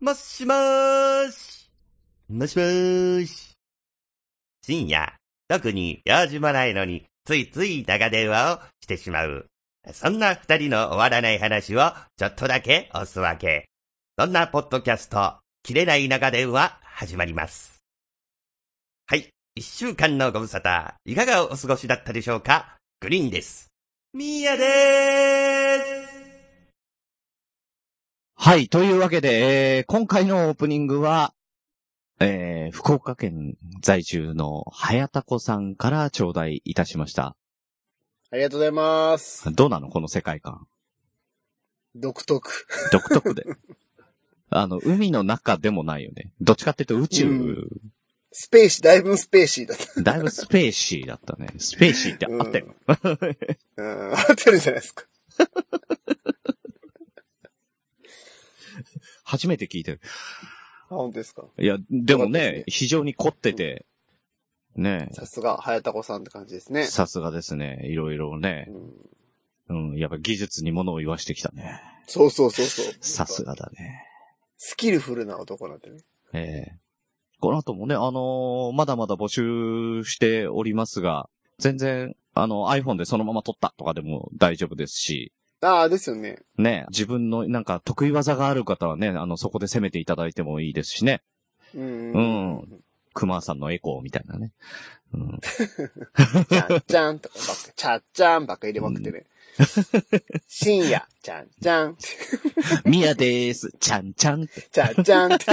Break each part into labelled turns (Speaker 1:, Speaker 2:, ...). Speaker 1: もしもーし。もしもーし。深夜、特に用事もないのに、ついつい長電話をしてしまう。そんな二人の終わらない話をちょっとだけおすわけ。そんなポッドキャスト、切れない長電話始まります。はい。一週間のご無沙汰、いかがお過ごしだったでしょうかグリーンです。みーやでーす。
Speaker 2: はい。というわけで、えー今回のオープニングは、えー福岡県在住の早田子さんから頂戴いたしました。
Speaker 3: ありがとうございます。
Speaker 2: どうなのこの世界観。
Speaker 3: 独特。
Speaker 2: 独特 で。あの、海の中でもないよね。どっちかっていうと宇宙、
Speaker 3: スペーシー、だいぶスペーシーだった。
Speaker 2: だいぶスペーシーだったね。スペーシーってあったよ。
Speaker 3: うん、合ってるじゃないですか。
Speaker 2: 初めて聞いてる。
Speaker 3: あ、本当ですか。
Speaker 2: いや、でも
Speaker 3: よかった
Speaker 2: ね
Speaker 3: ですね、
Speaker 2: 非常に凝ってて、ね
Speaker 3: さすが、早田子さんって感じですね。
Speaker 2: さすがですね。いろいろね
Speaker 3: う。ん、
Speaker 2: うん、やっぱ技術に物を言わしてきたね。
Speaker 3: そうそうそうそう。
Speaker 2: さす。がだね。
Speaker 3: スキルフルな男なんてね。
Speaker 2: ええこの後もね、あのーまだまだ募集しておりますが、全然、あの、iPhone でそのまま撮ったとかでも大丈夫ですし、
Speaker 3: ああ、ですよね。
Speaker 2: ね、自分のなんか得意技がある方はね、あの、そこで攻めていただいてもいいですしね、
Speaker 3: うん。
Speaker 2: うん熊さんのエコーみたいな ね。うん、
Speaker 3: ちゃんちゃんとかばっか、ちゃっちゃんばっか入れまくってね。深夜、ちゃんちゃん、
Speaker 2: ミヤでーす、ちゃんちゃんって
Speaker 3: ちゃっちゃんって。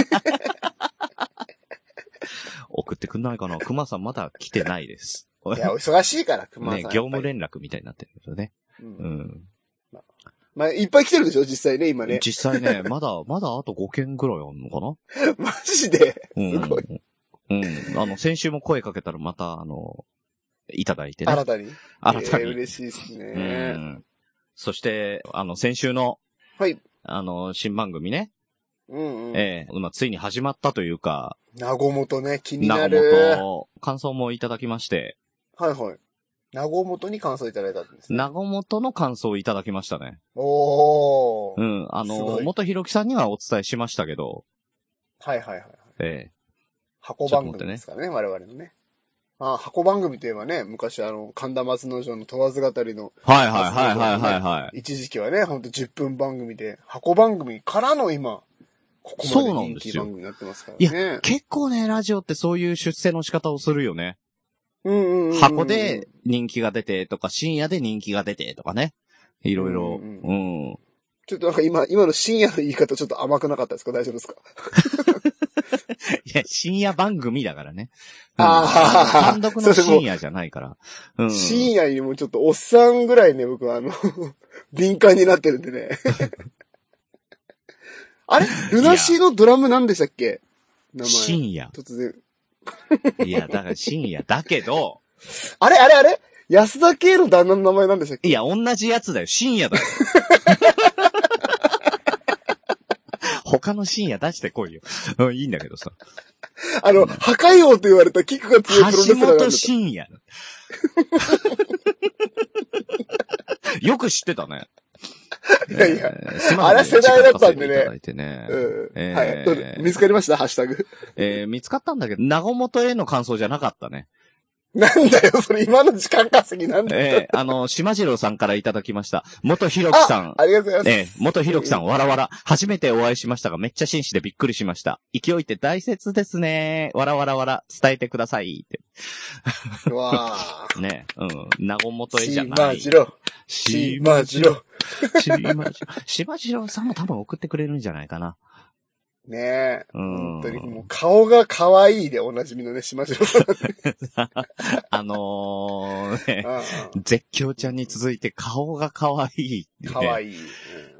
Speaker 2: 送ってくんないかな熊さんまだ来てないです。
Speaker 3: いや、お忙しいから、熊さん。
Speaker 2: ね、
Speaker 3: やっぱり
Speaker 2: 業務連絡みたいになってるけどね。
Speaker 3: う。
Speaker 2: うんん。
Speaker 3: まあ、いっぱい来てるでしょ、実際ね、今ね。
Speaker 2: 実際ね、まだ、まだあと5件ぐらいあんのかな
Speaker 3: マジで。
Speaker 2: うん
Speaker 3: すごい。
Speaker 2: うん。あの、先週も声かけたらまた、あの、いただいてね。
Speaker 3: 新たに。
Speaker 2: 新た
Speaker 3: えー
Speaker 2: に。
Speaker 3: 嬉しいです
Speaker 2: う
Speaker 3: ね。
Speaker 2: ん。そして、あの、先週の、
Speaker 3: はい。
Speaker 2: あの、新番組ね。
Speaker 3: うんうん。
Speaker 2: ええまあついに始まったというか、
Speaker 3: なごもとね、気にな
Speaker 2: な
Speaker 3: る。
Speaker 2: ごもと、感想もいただきまして、
Speaker 3: はいはい。なごもとに感想いただいたんです、ね。
Speaker 2: なごもとの感想をいただきましたね。
Speaker 3: おー。
Speaker 2: うん。あ
Speaker 3: す
Speaker 2: の、
Speaker 3: ごい
Speaker 2: 元ひろきさんにはお伝えしましたけど、
Speaker 3: はいはいはい。
Speaker 2: ええ
Speaker 3: 箱番組ですからね、我々のね。あ箱番組といえばね、昔あの、神田松之丞の問わず語りの、
Speaker 2: はいはいはいはいはいはい。
Speaker 3: 一時期はね、ほんと10分番組で、箱番組からの今、ここ
Speaker 2: そう
Speaker 3: ま
Speaker 2: な
Speaker 3: で
Speaker 2: んで
Speaker 3: 人
Speaker 2: す
Speaker 3: 気
Speaker 2: よ
Speaker 3: 番組になってますからね。
Speaker 2: 結構ね、ラジオってそういう出世の仕方をするよね。
Speaker 3: うんうんうん。
Speaker 2: 箱で、人気が出てとか、深夜で人気が出てとかね。いろいろ。
Speaker 3: う
Speaker 2: う。
Speaker 3: んうんちょっとなんか今、今の深夜の言い方ちょっと甘くなかったですか大丈夫ですか
Speaker 2: いや、深夜番組だからね。
Speaker 3: あ
Speaker 2: 単
Speaker 3: ー
Speaker 2: 独の深夜じゃないから。うん。
Speaker 3: 深夜にもちょっとおっさんぐらいね、僕はあの、 敏感になってるんでね。 あれルナシーのドラム何でしたっけ名前。
Speaker 2: 深夜。
Speaker 3: 突然。
Speaker 2: いや、だから深夜だけど、
Speaker 3: あれあれあれ安田圭の旦那の名前何でしたっけ
Speaker 2: いや、同じやつだよ。深夜だ よ。他の深夜出してこいよ。うんいいんだけどさ。
Speaker 3: あの、破壊王と言われたキックが強いプロレ
Speaker 2: 橋
Speaker 3: スラーなんだっ
Speaker 2: 本
Speaker 3: た
Speaker 2: 深夜。よく知ってたね。
Speaker 3: いやいや。
Speaker 2: えーすいません
Speaker 3: あれ世代だったんで
Speaker 2: 時間稼
Speaker 3: ね
Speaker 2: いいただいてね。
Speaker 3: うん。は
Speaker 2: え
Speaker 3: い
Speaker 2: ー
Speaker 3: どれ。見つかりましたハッシュタグ。
Speaker 2: えー見つかったんだけど、なごもとへの感想じゃなかったね。
Speaker 3: なんだよ、それ今の時間稼ぎなんだよ。
Speaker 2: え ーあの、島次郎さんからいただきました。元ひろきさん。
Speaker 3: ありがとうござい
Speaker 2: え
Speaker 3: ま
Speaker 2: ー
Speaker 3: す。
Speaker 2: 元ひろきさん、わらわら。初めてお会いしましたが、めっちゃ紳士でびっくりしました。勢いって大切ですね。わらわらわら。伝えてください。っ
Speaker 3: うわあ。
Speaker 2: てね。うん。なごもとへじゃな
Speaker 3: 島
Speaker 2: い。
Speaker 3: 次郎。
Speaker 2: し
Speaker 3: 島次郎。
Speaker 2: 島次郎。島次郎さんも多分送ってくれるんじゃないかな。
Speaker 3: ねえ。
Speaker 2: うん
Speaker 3: 本当に、もう顔が可愛いでおなじみのね、島城さん。
Speaker 2: あのー、 ね。
Speaker 3: うん
Speaker 2: 絶叫ちゃんに続いて顔が可愛い、ね。
Speaker 3: 可愛い。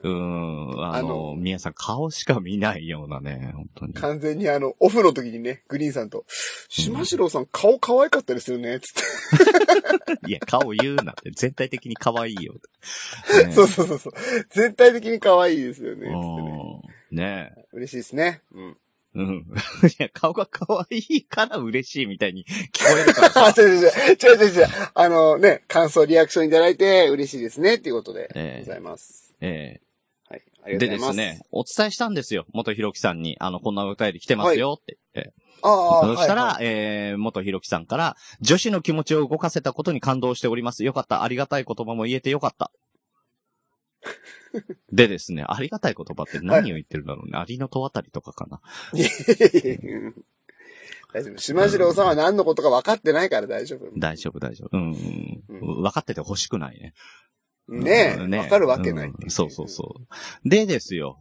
Speaker 3: うん
Speaker 2: うーん。あ
Speaker 3: あ
Speaker 2: の、
Speaker 3: の
Speaker 2: 皆さん顔しか見ないようなね、本当に。
Speaker 3: 完全にあの、オフの時にね、グリーンさんと、島城さん顔可愛かったですよね、つっ
Speaker 2: いや、顔言うなって、全体的に可愛いよ。
Speaker 3: て。そう
Speaker 2: ね
Speaker 3: そうそうそう。全体的に可愛いですよね、つってね。
Speaker 2: うんねえ。
Speaker 3: 嬉しいですね。うん。
Speaker 2: うん。 いや、顔が可愛いから嬉しいみたいに聞こえるから
Speaker 3: あ、
Speaker 2: さ。
Speaker 3: 違う違う違う。違う違う違う。あのね、感想、リアクションいただいて嬉しいですね、っていうことで
Speaker 2: ええ
Speaker 3: ございます。
Speaker 2: ええ
Speaker 3: はい。ありが
Speaker 2: でで
Speaker 3: とうございますす。
Speaker 2: ね、お伝えしたんですよ。元ひろきさんに、あの、こんなお便り来てますよって言って。
Speaker 3: ああ、はい
Speaker 2: そしたら、
Speaker 3: はい
Speaker 2: えー、元ひろきさんから、女子の気持ちを動かせたことに感動しております。よかった。ありがたい言葉も言えてよか った。でですね、ありがたい言葉って何を言ってるんだろうね。ありのとあたりとかかな。
Speaker 3: 大丈夫。島次郎さんは何のことか分かってないから大丈夫。
Speaker 2: 大丈夫、大丈夫。うんうん、
Speaker 3: う
Speaker 2: 分かってて欲しくないね。
Speaker 3: ね
Speaker 2: う
Speaker 3: え。
Speaker 2: んね
Speaker 3: 分かるわけない、
Speaker 2: うんそうそうそう。でですよ。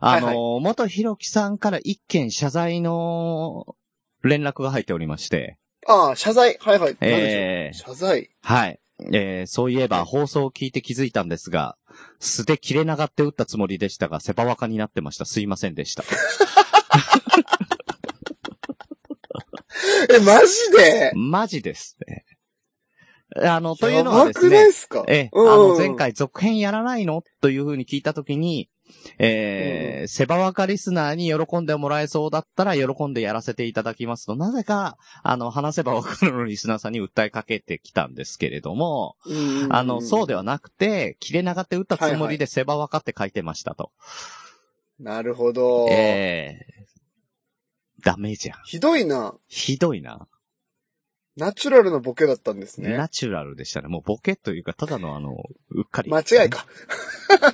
Speaker 2: あの、
Speaker 3: はい
Speaker 2: 元ひろきさんから一件謝罪の連絡が入っておりまして、
Speaker 3: ああ、謝罪。はいはい。何で
Speaker 2: え
Speaker 3: し
Speaker 2: ー
Speaker 3: ょう。謝罪。
Speaker 2: はい。えーそういえば放送を聞いて気づいたんですが、素で切れ長って打ったつもりでしたが、セパワカになってました。すいませんで した。
Speaker 3: え、マジで
Speaker 2: マジですね。あの、という
Speaker 3: や
Speaker 2: のは
Speaker 3: ば
Speaker 2: です
Speaker 3: くない
Speaker 2: ね
Speaker 3: で、すか
Speaker 2: ええ、あ
Speaker 3: うん
Speaker 2: の、前回続編やらないのというふうに聞いたときに、えーセバワカリスナーに喜んでもらえそうだったら喜んでやらせていただきますと、なぜか、あの、話せばわかるのリスナーさんに訴えかけてきたんですけれども、
Speaker 3: うん
Speaker 2: あの、そうではなくて、切れ長って打ったつもりでセバワカって書いてましたと。
Speaker 3: なるほど。
Speaker 2: えーダメじゃん。
Speaker 3: ひどいな。
Speaker 2: ひどいな。
Speaker 3: ナチュラルなボケだったんですね
Speaker 2: ナ。チュラルでしたね。もうボケというか、ただのあの、うっかり。
Speaker 3: 間違いか。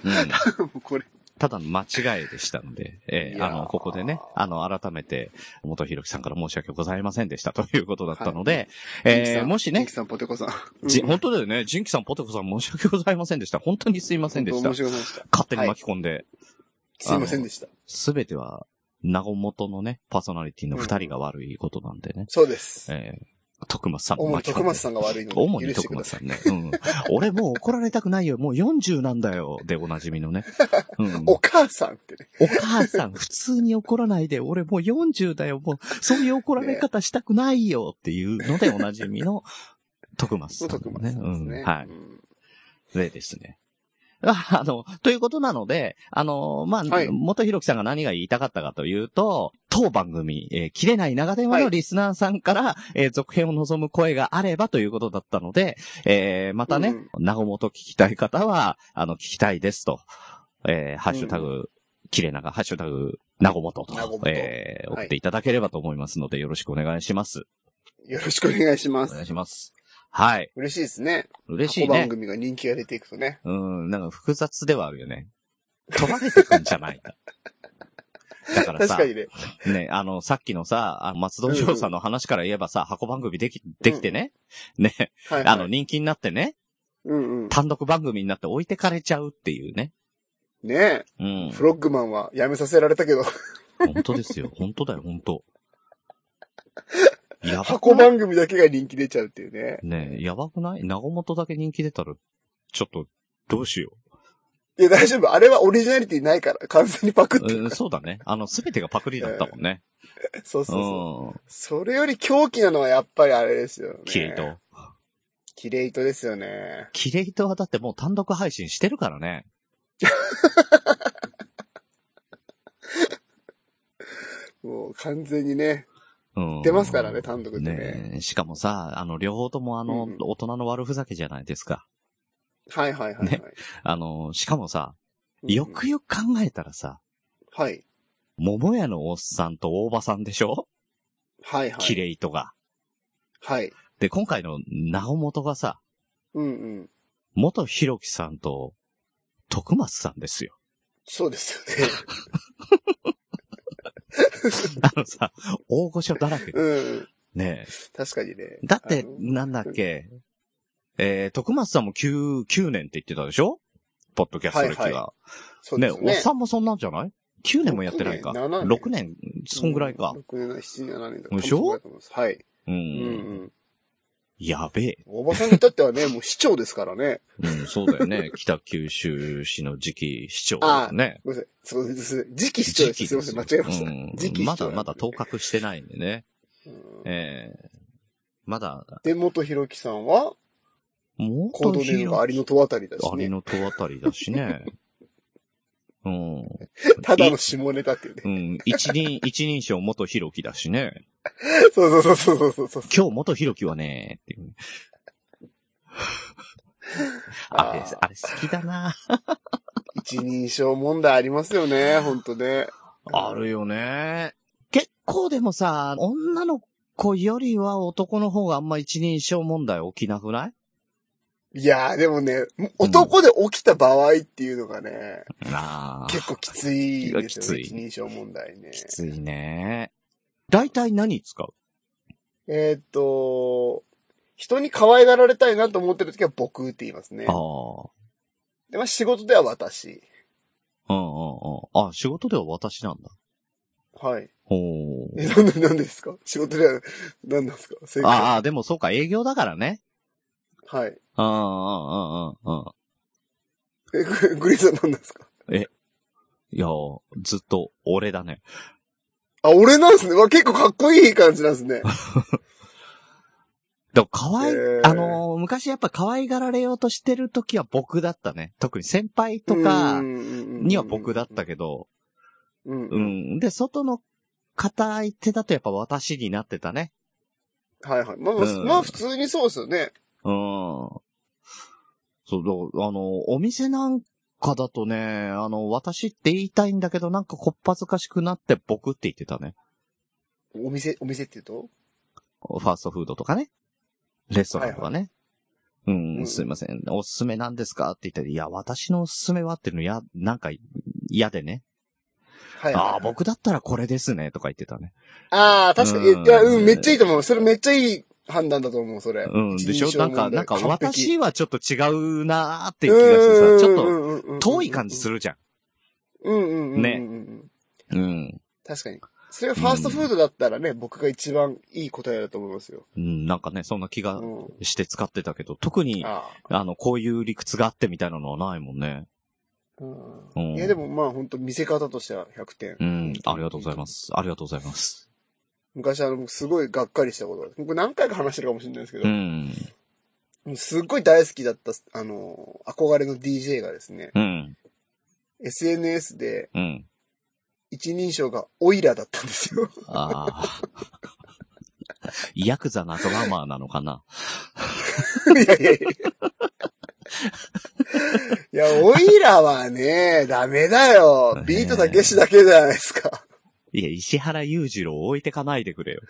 Speaker 2: うん。
Speaker 3: これ。
Speaker 2: ただの間違いでしたので、え
Speaker 3: い
Speaker 2: え
Speaker 3: やー
Speaker 2: あの、ここでね、あの、改めて、元ひろきさんから申し訳ございませんでしたということだったので、
Speaker 3: ジンキ
Speaker 2: え
Speaker 3: さ
Speaker 2: ー
Speaker 3: ん
Speaker 2: もし
Speaker 3: ミ
Speaker 2: ね
Speaker 3: キ、さん、ポテコさん。
Speaker 2: じ、本当だよね、ジンキさん、ポテコさん申し訳ございませんでした。本当にすいませんでした
Speaker 3: 面。白いでした。
Speaker 2: 勝手に巻き込んで、
Speaker 3: すいませんでした。
Speaker 2: すべては、名古元のね、パーソナリティの二人が悪いことなんでね、
Speaker 3: そうです。
Speaker 2: えー、徳松さんも
Speaker 3: 主に
Speaker 2: 巻き込
Speaker 3: 徳
Speaker 2: んで
Speaker 3: 松。さんが悪いの
Speaker 2: 主
Speaker 3: で
Speaker 2: に
Speaker 3: 許し
Speaker 2: 徳
Speaker 3: てくだ
Speaker 2: 松
Speaker 3: さ
Speaker 2: さんね。うん。俺もう怒られたくないよ。もう40なんだよ。で、おなじみの ね。うん
Speaker 3: い。。お母さんってね。
Speaker 2: お母さん、普通に怒らないで、俺もう40だよ、もう、そういう怒られ方したくないよっていうので、おなじみの、徳松さん、ね。
Speaker 3: 徳松さんですね。
Speaker 2: うん、は
Speaker 3: うん
Speaker 2: い。でですね。 ああの、ということなので、あの、まあ、
Speaker 3: はい
Speaker 2: 元ひろきさんが何が言いたかったかというと、当番組、えー切れない長電話
Speaker 3: は
Speaker 2: の
Speaker 3: い
Speaker 2: リスナーさんから、えー続編を望む声があればということだったので、えーまたね、名古本聞きたい方は、あの、聞きたいですと、えーハッシュタグ、切れ長、ハッシュタグ、名古本と
Speaker 3: 名古、本
Speaker 2: えー
Speaker 3: はい
Speaker 2: 送っていただければと思いますので、よろしくお願いします。
Speaker 3: よろしくお願いしま
Speaker 2: お願い
Speaker 3: す。
Speaker 2: します。はい。
Speaker 3: 嬉しいですね。
Speaker 2: 嬉しい
Speaker 3: 箱
Speaker 2: ね
Speaker 3: 番。組が人気が出ていくとね。
Speaker 2: うん、なんか複雑ではあるよね。取られてくんじゃない か。だから
Speaker 3: 確
Speaker 2: さ
Speaker 3: か、にね。
Speaker 2: ね、あの、さっきのさ、あ松戸城さんの話から言えばさ、箱番組でき、できてね、ね、
Speaker 3: はい。
Speaker 2: あの、、人気になってね、
Speaker 3: うんうん。
Speaker 2: 単独番組になって置いてかれちゃうっていうね。
Speaker 3: ね
Speaker 2: う
Speaker 3: え。
Speaker 2: ん。
Speaker 3: フロッグマンは辞めさせられたけど、
Speaker 2: 本当ですよ。本当だよ、本当。やばくない
Speaker 3: 箱番組だけが人気出ちゃうっていうね。
Speaker 2: ねえ、やばくない名古本だけ人気出たら、ちょっと、どうしよ
Speaker 3: いや、大丈夫。あれはオリジナリティないから、完全にパクっ
Speaker 2: う。
Speaker 3: てる
Speaker 2: うん、そうだね。あの、すべてがパクリだったもんね。
Speaker 3: そうそうそう。
Speaker 2: う
Speaker 3: それより狂気なのはやっぱりあれですよね。
Speaker 2: ん。キレイト。
Speaker 3: キレイトですよね。
Speaker 2: キレイトはだってもう単独配信してるからね。
Speaker 3: もう完全にね、
Speaker 2: うん。
Speaker 3: 出ますからね、単独でね。
Speaker 2: ねえしかもさ、あの、両方ともあの、
Speaker 3: うんうん
Speaker 2: 大人の悪ふざけじゃないですか。
Speaker 3: はいはいはい、はい
Speaker 2: ねあの、しかもさ、
Speaker 3: うん
Speaker 2: よくよく考えたらさ、
Speaker 3: はい。
Speaker 2: 桃屋のおっさんと大場さんでしょ
Speaker 3: はいはい。
Speaker 2: キレイトが。
Speaker 3: はい。
Speaker 2: で、今回の直本がさ、
Speaker 3: うんうん。
Speaker 2: 元ひろきさんと、徳松さんですよ。
Speaker 3: そうですよね。
Speaker 2: あのさ、大御所だらけ。
Speaker 3: うん。
Speaker 2: ね
Speaker 3: 確かにね
Speaker 2: え。。だって
Speaker 3: あ、の
Speaker 2: なんだっけ、えー、徳松さんも9、9年って言ってたでしょポッドキャスト歴が。
Speaker 3: はいはそう
Speaker 2: ね
Speaker 3: ですよ
Speaker 2: おっさんもそんなんじゃない ?9 年もやってないか。
Speaker 3: 六年
Speaker 2: 6年、そんぐらいか
Speaker 3: う。6年、7年、7年だ
Speaker 2: でしょ
Speaker 3: 多分そうだと思いますはい。
Speaker 2: うん。
Speaker 3: うんうん。
Speaker 2: やべえ。
Speaker 3: おばさんに至ってはね、もう市長ですからね。
Speaker 2: うん、そうだよね。 北九州市の次期市長だよね。
Speaker 3: ごめんなさい。そうです。次期市長です。すいません、間違えました。
Speaker 2: うん
Speaker 3: 次期市長
Speaker 2: まだまだ当確してないんでね。
Speaker 3: うん
Speaker 2: ええまだ、
Speaker 3: で、元弘樹さんは、
Speaker 2: もっ
Speaker 3: 行
Speaker 2: と
Speaker 3: 動
Speaker 2: 広
Speaker 3: 年
Speaker 2: い
Speaker 3: がアリの戸あたりだし
Speaker 2: あり
Speaker 3: ね。
Speaker 2: の戸あたりだし ね。うん。
Speaker 3: ただの下ネタっていうね
Speaker 2: う。ん。一人、一人称元ひろきだしね。
Speaker 3: そうそうそうそうそうそう。
Speaker 2: 今日元ひろきはね、って いう。あれ、
Speaker 3: あー
Speaker 2: あれ好きだな。
Speaker 3: 一一人称問題ありますよね、ほんとね。
Speaker 2: あるよね。結構でもさ、女の子よりは男の方があんま一人称問題起きなくない
Speaker 3: いやー、でもね、男で起きた場合っていうのがね、
Speaker 2: あ
Speaker 3: 結構きついですよね。
Speaker 2: きつい
Speaker 3: 一人称問題ね。
Speaker 2: きついね。大体何使う
Speaker 3: えーっと、人に可愛がられたいなと思ってる時は僕って言いますね
Speaker 2: あ。あ。
Speaker 3: で、まあ仕事では私。
Speaker 2: うんうんうん。あ、仕事では私なんだ。
Speaker 3: はい。
Speaker 2: ほう
Speaker 3: え、。なんで、なんでですか仕事では、なんなんですか正
Speaker 2: ああ、でもそうか、営業だからね。
Speaker 3: はい。
Speaker 2: うんうんうんうんうん。
Speaker 3: え、ググリーンさんなんなんですか
Speaker 2: いやー、ずっと俺だね。
Speaker 3: あ、俺なんですね。わ、結構かっこいい感じなんですね。
Speaker 2: でも、可愛い、
Speaker 3: えー
Speaker 2: あのー昔やっぱ可愛がられようとしてる時は僕だったね。特に先輩とかに
Speaker 3: に
Speaker 2: は僕だったけど、
Speaker 3: うんうんう。
Speaker 2: うんん。で、外の方相手だとやっぱ私になってたね。
Speaker 3: はいはい。まあ、まあ
Speaker 2: うん
Speaker 3: まあ、普通にそうですよね。
Speaker 2: うん。そう、だからあのーお店なんかだとね、あの、私って言いたいんだけど、なんかこっぱずかしくなって僕って言ってたね。
Speaker 3: お店、お店って言うと
Speaker 2: ファーストフードとかね。レストランとかね。
Speaker 3: う
Speaker 2: うんん、すいません。おすすめなんですかって言ったら、いや、私のおすすめはっていうの、や、なんか、嫌でね。
Speaker 3: はいはい。
Speaker 2: ああ、僕だったらこれですね、とか言ってたね。
Speaker 3: ああ、確かに。
Speaker 2: うん
Speaker 3: いや、うん、めっちゃいいと思う。それめっちゃいい判断だと思う、それ。
Speaker 2: うん、でし
Speaker 3: 一
Speaker 2: ょ
Speaker 3: 人
Speaker 2: な
Speaker 3: 称
Speaker 2: んか、
Speaker 3: 問題
Speaker 2: なんか、
Speaker 3: 完璧
Speaker 2: 私はちょっと違うなーっていう気がしてさ、ちょっ
Speaker 3: ょっ
Speaker 2: と遠い感じす
Speaker 3: る。
Speaker 2: るじゃ
Speaker 3: うんうんうんうん。
Speaker 2: ね
Speaker 3: ね。
Speaker 2: ん。うん。
Speaker 3: 確かに。それはファーストフードだったらね、僕が一番いい答えだと思いますよ。
Speaker 2: うん、なんかね、そんな気
Speaker 3: う
Speaker 2: が
Speaker 3: ん。
Speaker 2: して使ってたけど、特に、
Speaker 3: あ
Speaker 2: あの、こういう理屈があってみたいなのはないもんね。
Speaker 3: あ。
Speaker 2: う
Speaker 3: うん
Speaker 2: ん。
Speaker 3: いや、でもまあ、本当見せ方としては100点。
Speaker 2: うん、ありがとうございます。ありがとうございます。
Speaker 3: 昔あの、僕すごいがっかりしたことがあって僕何回か話してるかもしれないですけど
Speaker 2: う、ん。
Speaker 3: もうすっごい大好きだった、あの、憧れの DJ がですね、
Speaker 2: うん。
Speaker 3: SNS で
Speaker 2: うん。
Speaker 3: 一人称がオイラだったんですよ。
Speaker 2: ああ。 ヤクザ仲間マーなのかない
Speaker 3: やいやいや。いや、オイラはね、ダメだよ。ビートたけしだけじゃないですか。
Speaker 2: いや、石原裕次郎を置いてかないでくれよ。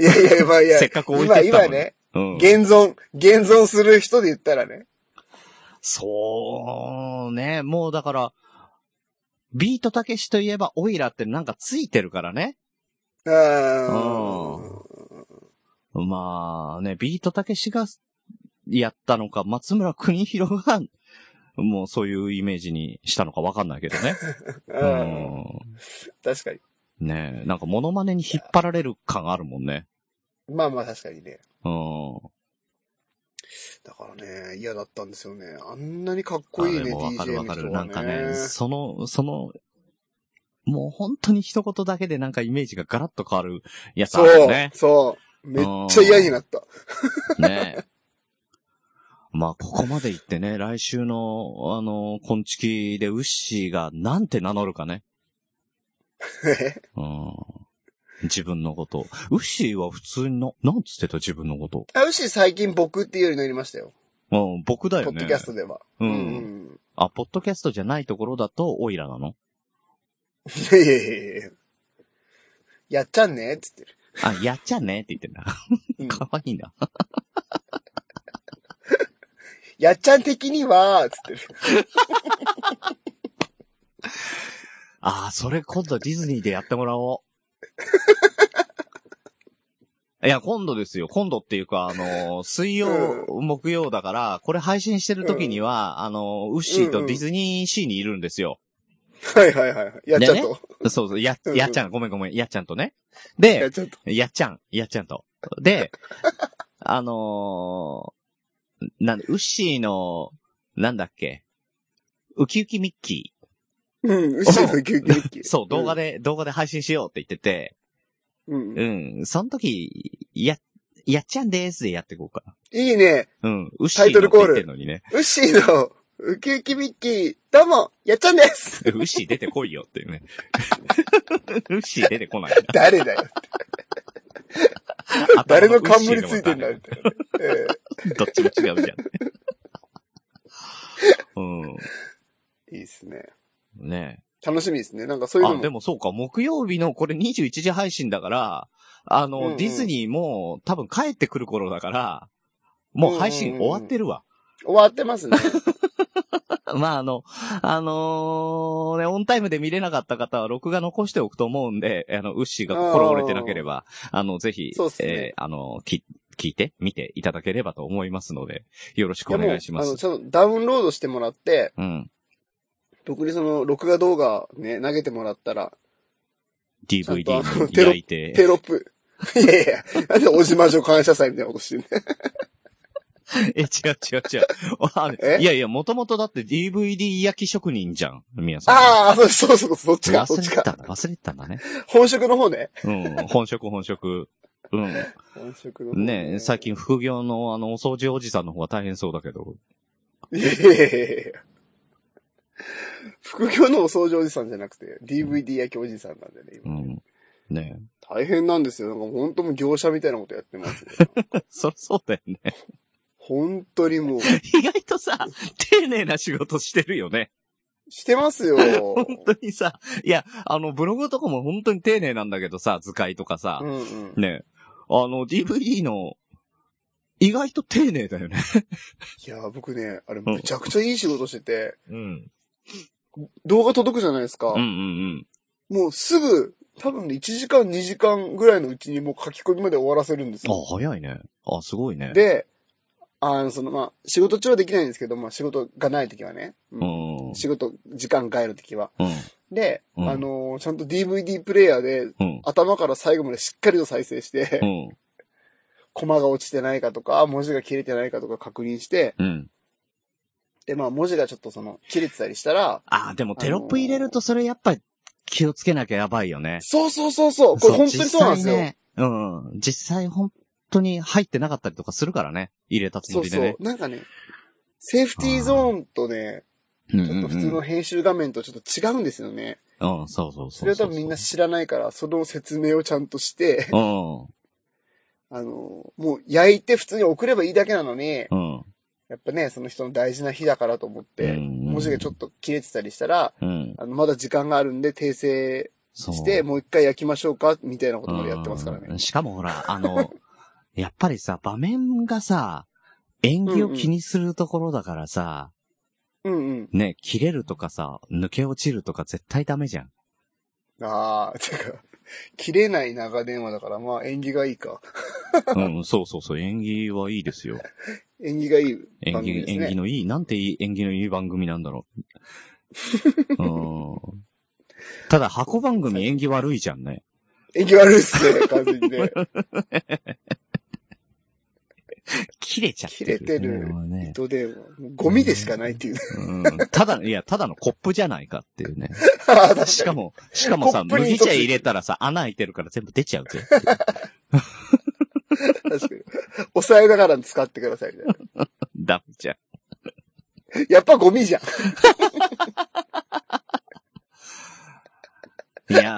Speaker 3: いやいや、まあいや
Speaker 2: せっ、かく置いてった
Speaker 3: 今、
Speaker 2: の
Speaker 3: 今
Speaker 2: に。
Speaker 3: ね、
Speaker 2: うん。
Speaker 3: 現存、現存する人で言ったらね。
Speaker 2: そうね。もうだから、ビートたけしといえば、オイラってなんかついてるからね。
Speaker 3: うーん。
Speaker 2: まあね、ビートたけしがやったのか、松村邦弘が、もうそういうイメージにしたのかわかんないけどね。 う
Speaker 3: うん。
Speaker 2: ん。
Speaker 3: 確かに。
Speaker 2: ねえ、なんかモノマネに引っ張られる感あるもんね。
Speaker 3: まあまあ確かにね。
Speaker 2: うん。
Speaker 3: だからね、嫌だったんですよね。あんなにかっこいい
Speaker 2: あで
Speaker 3: ね、
Speaker 2: もわかる
Speaker 3: DJ
Speaker 2: わ
Speaker 3: の
Speaker 2: か
Speaker 3: 人
Speaker 2: る。な
Speaker 3: がね。
Speaker 2: んかね、その、その、もう本当に一言だけでなんかイメージがガラッと変わるやつあ
Speaker 3: そ
Speaker 2: るよ
Speaker 3: う、
Speaker 2: ね。
Speaker 3: そう。めっちゃ嫌になった。
Speaker 2: ねえ。まあ、ここまで行ってね、来週の、あの、コンチキでウッシーがなんて名乗るかね。うん。自分のこと。ウッシーは普通の、なんつってた自分のこと。
Speaker 3: あうし最近僕っていうようになりましたよ。
Speaker 2: うん、僕だ
Speaker 3: ポ
Speaker 2: よ
Speaker 3: ッ
Speaker 2: ね。
Speaker 3: ドキャストでは。
Speaker 2: う。
Speaker 3: うんん
Speaker 2: あ、ポッドキャストじゃないところだと、オイラなの
Speaker 3: いやいやいやいや。やっちゃんねっつってる。
Speaker 2: あ、やっちゃねって言ってんだ。
Speaker 3: うん
Speaker 2: かわいいな。
Speaker 3: やっちゃん的には、つってる。
Speaker 2: ああ、それ今度ディズニーでやってもら おう。いや、今度ですよ。今度っていうか、あのー水曜、木曜だから、これ配信してる時には、あのーウッシーとディズニーシーにいるんですよ。
Speaker 3: はいはいはいはい。やっちゃんと。
Speaker 2: そうそう、や
Speaker 3: う、ん
Speaker 2: やっちゃん、ごめんごめん、やっちゃんとね。
Speaker 3: や
Speaker 2: で、
Speaker 3: っちゃんと。
Speaker 2: やっちゃん、やっちゃんと。 で、あのーなんウッシーの、なんだっけ、ウキウキミッキー。
Speaker 3: うん、うしのウキウキウキ。
Speaker 2: そう、動画
Speaker 3: で。
Speaker 2: で、動画で配信しようって言ってて、
Speaker 3: うん。
Speaker 2: うん、その時、や、やっちゃんでーすでやっていこうか
Speaker 3: いいね。
Speaker 2: な。うん、うっし
Speaker 3: タイト
Speaker 2: ーの
Speaker 3: ル
Speaker 2: っ
Speaker 3: コ
Speaker 2: て
Speaker 3: ー
Speaker 2: 言
Speaker 3: ル
Speaker 2: ってんのにね。
Speaker 3: うしのウキウキミッキー、どうも、やっちゃんです
Speaker 2: うっしー出てこいよっていうね。 うっしー出てこないな。
Speaker 3: 誰だよ。 誰の
Speaker 2: 頭のうっしー
Speaker 3: 冠ついてんだよ。みたいなえ
Speaker 2: どっちも違うじゃん。うん。
Speaker 3: えいいっすね。
Speaker 2: ね
Speaker 3: 楽しみですね。なんかそういう
Speaker 2: あ、
Speaker 3: の
Speaker 2: で
Speaker 3: も。
Speaker 2: もそうか、木曜日のこれ21時配信だから、あの、
Speaker 3: うんうん
Speaker 2: ディズニーも多分帰ってくる頃だから、もう配信終わってるわ。
Speaker 3: 終わってますね。
Speaker 2: まああの、あのーね、オンタイムで見れなかった方は録画残しておくと思うんで、あの、ウッシーが心折れてなければ、あの、ぜひ、
Speaker 3: そうっすね
Speaker 2: えーあの、き、聞いて、見ていただければと思いますので、よろしく
Speaker 3: や
Speaker 2: お
Speaker 3: もう
Speaker 2: 願いしま
Speaker 3: あの、
Speaker 2: す。
Speaker 3: ちょっとダウンロードしてもらって、
Speaker 2: うん。
Speaker 3: 僕にその、録画動画ね、投げてもらったら、ゃん
Speaker 2: DVD
Speaker 3: とあの
Speaker 2: に
Speaker 3: テロ
Speaker 2: 焼いて、
Speaker 3: テロップ。 いやいや、なんで小島城感謝祭みたいなことしてんね。
Speaker 2: え、違う違う違 うあ
Speaker 3: え。
Speaker 2: いやいや、もともとだって DVD 焼き職人じゃん、皆さん。
Speaker 3: ああ、そうそうそう、そっちか、そ
Speaker 2: 忘
Speaker 3: っ
Speaker 2: れ
Speaker 3: ち
Speaker 2: てた
Speaker 3: か。
Speaker 2: んだ、忘れてたんだね。
Speaker 3: 本職の方ね。
Speaker 2: うん、本職本職。う
Speaker 3: 本職の方
Speaker 2: ん。ねえ最。近副業のあの、お掃除おじさんの方が大変そうだけど。
Speaker 3: いやいやいやいや副業のお掃除おじさんじゃなくて、DVD 焼きおじさんなんでね、
Speaker 2: う
Speaker 3: 今。
Speaker 2: ん。ね
Speaker 3: 大変なんですよ。なんか本当もう業者みたいなことやってます、ね。
Speaker 2: え。 そりゃそうだよね。
Speaker 3: 本当にもう、
Speaker 2: 意外とさ、丁寧な仕事してるよね。
Speaker 3: してますよ。
Speaker 2: 本当にさ。いや、あの、ブログとかも本当に丁寧なんだけどさ、図解とかさ。
Speaker 3: うんうん。
Speaker 2: ねえ。あの、DVD の、意外と丁寧だよね。
Speaker 3: いや、僕ね、あれめちゃくちゃいい仕事してて、
Speaker 2: うん。
Speaker 3: 動画届くじゃないですか
Speaker 2: うんう。ん
Speaker 3: もうすぐ、多分ね1時間2時間ぐらいのうちにもう書き込みまで終わらせるんです
Speaker 2: うん。
Speaker 3: よ。
Speaker 2: あ、早いね。あ、すごいね。
Speaker 3: で、あの、その、まあ、仕事中はできないんですけど、まあ、仕事がない時はね。
Speaker 2: う
Speaker 3: う
Speaker 2: んん。うん。
Speaker 3: 仕事、時間外の時は。で、
Speaker 2: うん
Speaker 3: あのーちゃんと DVD プレイヤーで、
Speaker 2: うん。
Speaker 3: 頭から最後までしっかりと再生して、
Speaker 2: うん。
Speaker 3: コマが落ちてないかとか、文字が切れてないかとか確認して、
Speaker 2: うん。
Speaker 3: で、まあ、文字がちょっとその、切れてたりしたら、
Speaker 2: ああ、でもテロップ入れるとそれやっぱ気をつけなきゃやばいよね。
Speaker 3: そうそうそうそう、これ本当にそうなんです
Speaker 2: 実
Speaker 3: よ。
Speaker 2: 際ねうん。実際本当に入ってなかったりとかするからね。入れたつ
Speaker 3: そ
Speaker 2: も
Speaker 3: う
Speaker 2: りで
Speaker 3: そ
Speaker 2: ね
Speaker 3: う。。なんかね、セーフティーゾーンとね、
Speaker 2: うん
Speaker 3: ちょっと普通の編集画面とちょっと違うんですよね。
Speaker 2: うんうん。うん、そうそうそうそう。
Speaker 3: それは多分みんな知らないから、その説明をちゃんとして、
Speaker 2: う
Speaker 3: あのー、もう焼いて普通に送ればいいだけなのに、
Speaker 2: ん。うん。
Speaker 3: やっぱね、その人の大事な日だからと思って、
Speaker 2: うん
Speaker 3: 文字がちょっと切れてたりしたら、
Speaker 2: うん。
Speaker 3: あの、まだ時間があるんで訂正
Speaker 2: そう
Speaker 3: して、もう一回焼きましょうか、みたいなことまでやってますから
Speaker 2: う
Speaker 3: ね
Speaker 2: ん。しかもほら、あの、 やっぱりさ、場面がさ、演技を気にするところだからさ、
Speaker 3: うんうん。
Speaker 2: ね、切れるとかさ、抜け落ちるとか絶対ダメじゃん。
Speaker 3: ああ、てか、切れない長電話だから、まあ縁起がいいか。
Speaker 2: うん、そうそうそう、演技はいいですよ。
Speaker 3: 縁起がいい
Speaker 2: 演
Speaker 3: 番
Speaker 2: 技、
Speaker 3: 組です
Speaker 2: 演技
Speaker 3: ね。
Speaker 2: のいい、なんていい、演技のいい番組なんだろう。 うんただ、箱番組演技悪いじゃんね。
Speaker 3: 縁起悪いっすね、完全に ね。
Speaker 2: 切れちゃってる。
Speaker 3: 切れてる
Speaker 2: もうね
Speaker 3: 糸電話。もうゴミでしかないっていうね。
Speaker 2: うんただ、いや、ただのコップじゃないかっていうね。
Speaker 3: ああ、確
Speaker 2: し
Speaker 3: か
Speaker 2: かも、しかもさ、
Speaker 3: コップに
Speaker 2: 麦
Speaker 3: 一つ
Speaker 2: 茶入れたらさ、穴開いてるから全部出ちゃう ぜ。
Speaker 3: に、確かに。抑えながら使ってください、みたいな。
Speaker 2: ダメじゃん。
Speaker 3: やっぱゴミじゃん。
Speaker 2: いや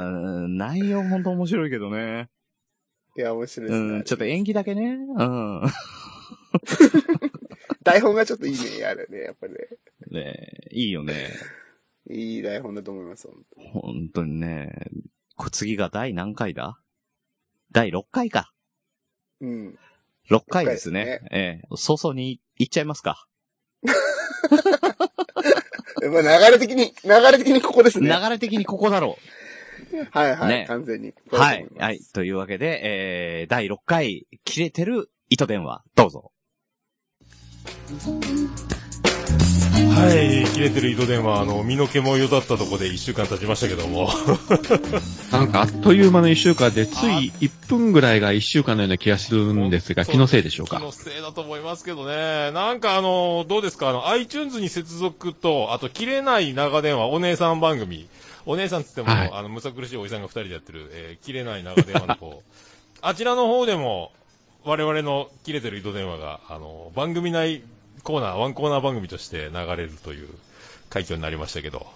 Speaker 2: ー、内容ほんと面白いけどね。
Speaker 3: いや、面白いですね。
Speaker 2: うん、ちょっと演技だけね。うん。
Speaker 3: 台本がちょっといいね、あれね、やっぱりね。
Speaker 2: ねいいよね。
Speaker 3: いい台本だと思います、本
Speaker 2: 本当にね。こ次が第何回だ第6回か。
Speaker 3: 当うん。
Speaker 2: 6回ですね。
Speaker 3: 六回
Speaker 2: ええ早々に行っちゃいますか。
Speaker 3: まあ、流れ的に、流れ的にここです
Speaker 2: 流
Speaker 3: ね。
Speaker 2: れ的にここだろ
Speaker 3: はいはい、
Speaker 2: ね
Speaker 3: 完全に。
Speaker 2: う。はい。は
Speaker 3: はいい。。
Speaker 2: というわけで、えー、第6回、切れてる糸電話、どうぞ。
Speaker 4: はい、切れてる糸電話、あの、身の毛もよだったとこで1週間経ちましたけども、
Speaker 5: なんかあっという間の一週間で、つい1分ぐらいが一週間のような気がするんですが、
Speaker 4: そう
Speaker 5: 気のせいでしょう
Speaker 4: 気
Speaker 5: か
Speaker 4: のせいだと思いますけどね。なんかあの、どうですか、あの、iTunes に接続と、あと、切れない長電話、お姉さん番組。お姉さんっつっても、
Speaker 5: はい
Speaker 4: あの、むさ苦しいおじさんが2人でやってる、えー切れない長電話の方。 あちらの方でも、我々の切れてる糸電話が、あの、番組内コーナー、ワンコーナー番組として流れるという、快挙になりましたけど。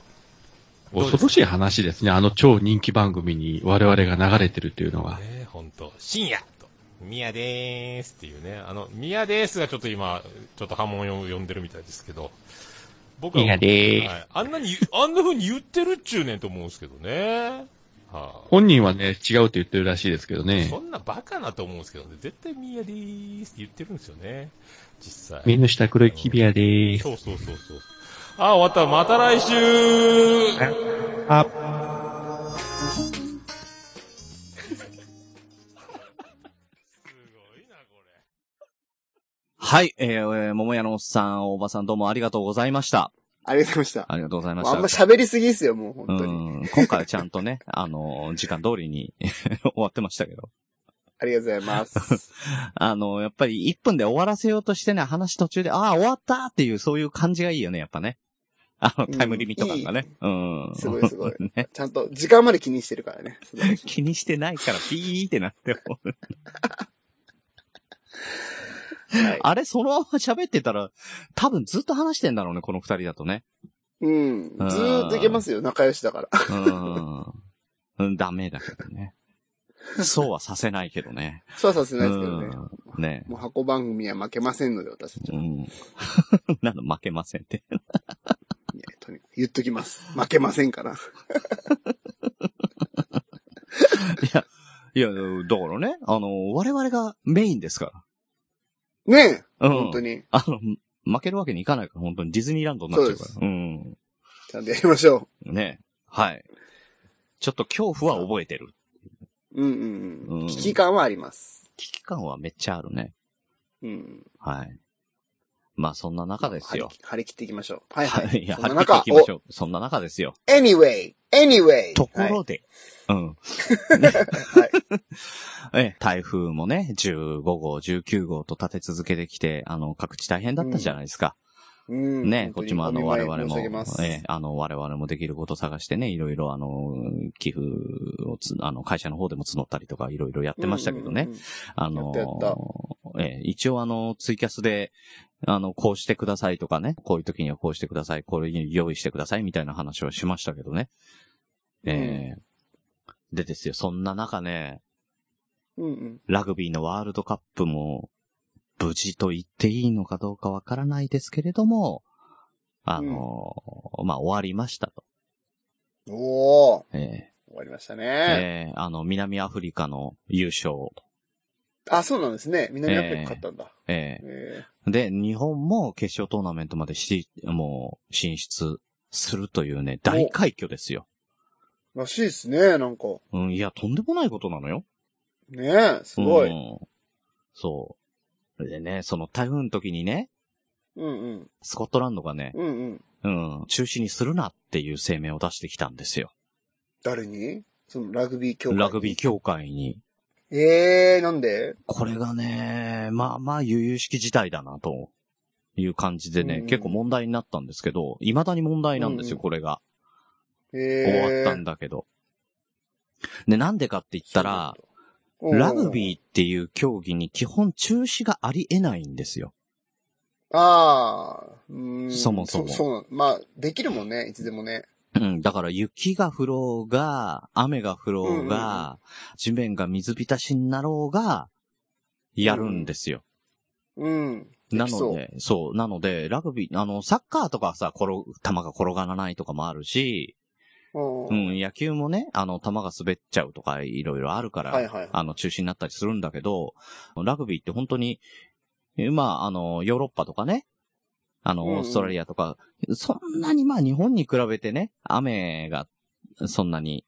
Speaker 4: どうです
Speaker 5: 恐ろしい話ですね。あの超人気番組に我々が流れてるというのは。
Speaker 4: ねえ、ほんと。深夜と。ミヤでーすっていうね。あの、ミヤでーすがちょっと今、ちょっと波紋を呼んでるみたいですけど。僕は、
Speaker 5: いいがでーす。
Speaker 4: はい、あんなに言う、あんな風に言ってるっちゅうねんと思うんですけどね。は
Speaker 5: 本人はね、違うって言ってるらしいですけど
Speaker 4: い。
Speaker 5: ね
Speaker 4: そ。んなバカなと思うんですけどね。絶対ミヤでーすって言ってるんですよね。実際。
Speaker 5: みんな下黒いキビアでーす。
Speaker 4: そうそうそうそう。あ、終わった。また来週
Speaker 5: あ
Speaker 4: すごいな、これ。
Speaker 2: はい、えー、えー桃屋のおっさん、おばさんどうもありがとうございました。
Speaker 3: ありがとうございま
Speaker 2: ありがとうござい
Speaker 3: し
Speaker 2: ま
Speaker 3: た。
Speaker 2: し
Speaker 3: あ
Speaker 2: た。
Speaker 3: んま喋りすぎですよ、もう本当
Speaker 2: う
Speaker 3: に。
Speaker 2: ん、今回はちゃんとね、あのー時間通りに 終わってましたけど。
Speaker 3: ありがとうござい ます。
Speaker 2: あのーやっぱり1分で終わらせようとしてね、話途中で、ああ、終わったっていう、そういう感じがいいよね、やっぱね。あの、タイムリミット感がね。うん。
Speaker 3: すごいすごい
Speaker 2: ね。
Speaker 3: ちゃんと時間まで気にしてるからね。素晴らしい
Speaker 2: 気にしてないから、ピーってなっても。
Speaker 3: はい
Speaker 2: あれ、そのまま喋ってたら、多分ずっと話してんだろうね、この二人だとね。
Speaker 3: うん。ずーっといけますよ、仲良しだから。
Speaker 2: うん。うん、ダメだけどね。そうはさせないけどね。
Speaker 3: そうさせ
Speaker 2: う
Speaker 3: ないですけどね。
Speaker 2: ん。ね
Speaker 3: もう箱番組は負けませんので、私たち
Speaker 2: う。ん。 なの負けませんって。
Speaker 3: いやとにかく言っときます。負けませんから。
Speaker 2: いや、いや、だからね、あの、我々がメインですか
Speaker 3: ね
Speaker 2: ら。
Speaker 3: え、
Speaker 2: うん。
Speaker 3: 本当。に。
Speaker 2: あの、負けるわけにいかないから、本当にディズニーランドになっちゃうから。
Speaker 3: そう
Speaker 2: うん。
Speaker 3: ちゃんとやりましょ
Speaker 2: ねはい。ちょっと恐怖は覚えてる。
Speaker 3: う。うんうんうん。
Speaker 2: うん
Speaker 3: 危機感はあります。
Speaker 2: 危機感はめっちゃあるね。
Speaker 3: うん。
Speaker 2: はい。まあ、そんな中ですよ。
Speaker 3: 張り切っていきましょう。はいはい。
Speaker 2: いや、
Speaker 3: そん
Speaker 2: 張
Speaker 3: な
Speaker 2: り切っ
Speaker 3: 中
Speaker 2: ていきましょう。そんな中ですよ。
Speaker 3: お anyway, anyway!
Speaker 2: とこ
Speaker 3: はい
Speaker 2: ろで、 うん。ええ、台風もね、15号、19号と立て続けてきて、あの、各地大変だったじゃないですか。
Speaker 3: うん
Speaker 2: ね、こっちもあの、我々も、え
Speaker 3: え
Speaker 2: え、あの、我々もできること探してね、いろいろあの、寄付をつ、あの、会社の方でも募ったりとか、いろいろやってましたけどね。。あ
Speaker 3: や
Speaker 2: の
Speaker 3: ったやった、
Speaker 2: ええ、一応あの、ツイキャスで、あの、こうしてくださいとかね、こういう時にはこうしてください、これ用意してくださいみたいな話をしましたけどね。ええでですよ、そんな中ね、
Speaker 3: うんうん
Speaker 2: ラグビーのワールドカップも、無事と言っていいのかどうかわからないですけれども、あのーまあ、終わりましたと。
Speaker 3: うん。おー、
Speaker 2: ええ
Speaker 3: 終わりました
Speaker 2: え
Speaker 3: ね。
Speaker 2: えあの、南アフリカの優勝。
Speaker 3: あ、そうなんですね。南アフリカ勝ったんだ。
Speaker 2: え
Speaker 3: え
Speaker 2: えで、日本も決勝トーナメントまでし、もう、進出するというね、大快挙ですよ。
Speaker 3: ーらしいですね、なんか。
Speaker 2: うん、いや、とんでもないことなのよ。
Speaker 3: ねえ、すご
Speaker 2: う
Speaker 3: い。
Speaker 2: んそう。でね、その台風の時にね、
Speaker 3: うんうん。
Speaker 2: スコットランドがね、
Speaker 3: うんうん。
Speaker 2: うん、中止にするなっていう声明を出してきたんですよ。
Speaker 3: 誰にそのラグビー協会。
Speaker 2: ラグビー協会に。
Speaker 3: ええー、なんで
Speaker 2: これがね、まあまあ、悠々しき事態だな、という感じでね、
Speaker 3: うん
Speaker 2: 結構問題になったんですけど、未だに問題なんですよ、
Speaker 3: うん
Speaker 2: これが。
Speaker 3: え
Speaker 2: 終
Speaker 3: えー。
Speaker 2: わったんだけど。で、なんでかって言ったら、
Speaker 3: そうなんだ、
Speaker 2: ラグビーっていう競技に基本中止がありえないんですよ。
Speaker 3: ーああ、うーん。
Speaker 2: そもそも
Speaker 3: そうなんまあ、できるもんね、いつでもね。
Speaker 2: うん、だから雪が降ろうが、雨が降ろう
Speaker 3: うん
Speaker 2: が、地面が水浸しになろうが、やるんですよ。
Speaker 3: うん。
Speaker 2: な
Speaker 3: でき
Speaker 2: の
Speaker 3: そう。
Speaker 2: で、そう、なので、ラグビー、あの、サッカーとかはさ、転、球が転がらないとかもあるし、う
Speaker 3: うん
Speaker 2: ん、野球もね、あの、球が滑っちゃうとか、いろいろあるから、
Speaker 3: はいはい。
Speaker 2: あの、中止になったりするんだけど、ラグビーって本当に、えまあ、あの、ヨーロッパとかね、あの、
Speaker 3: うんうん
Speaker 2: オーストラリアとか、そんなにまあ、日本に比べてね、雨が、そんなに、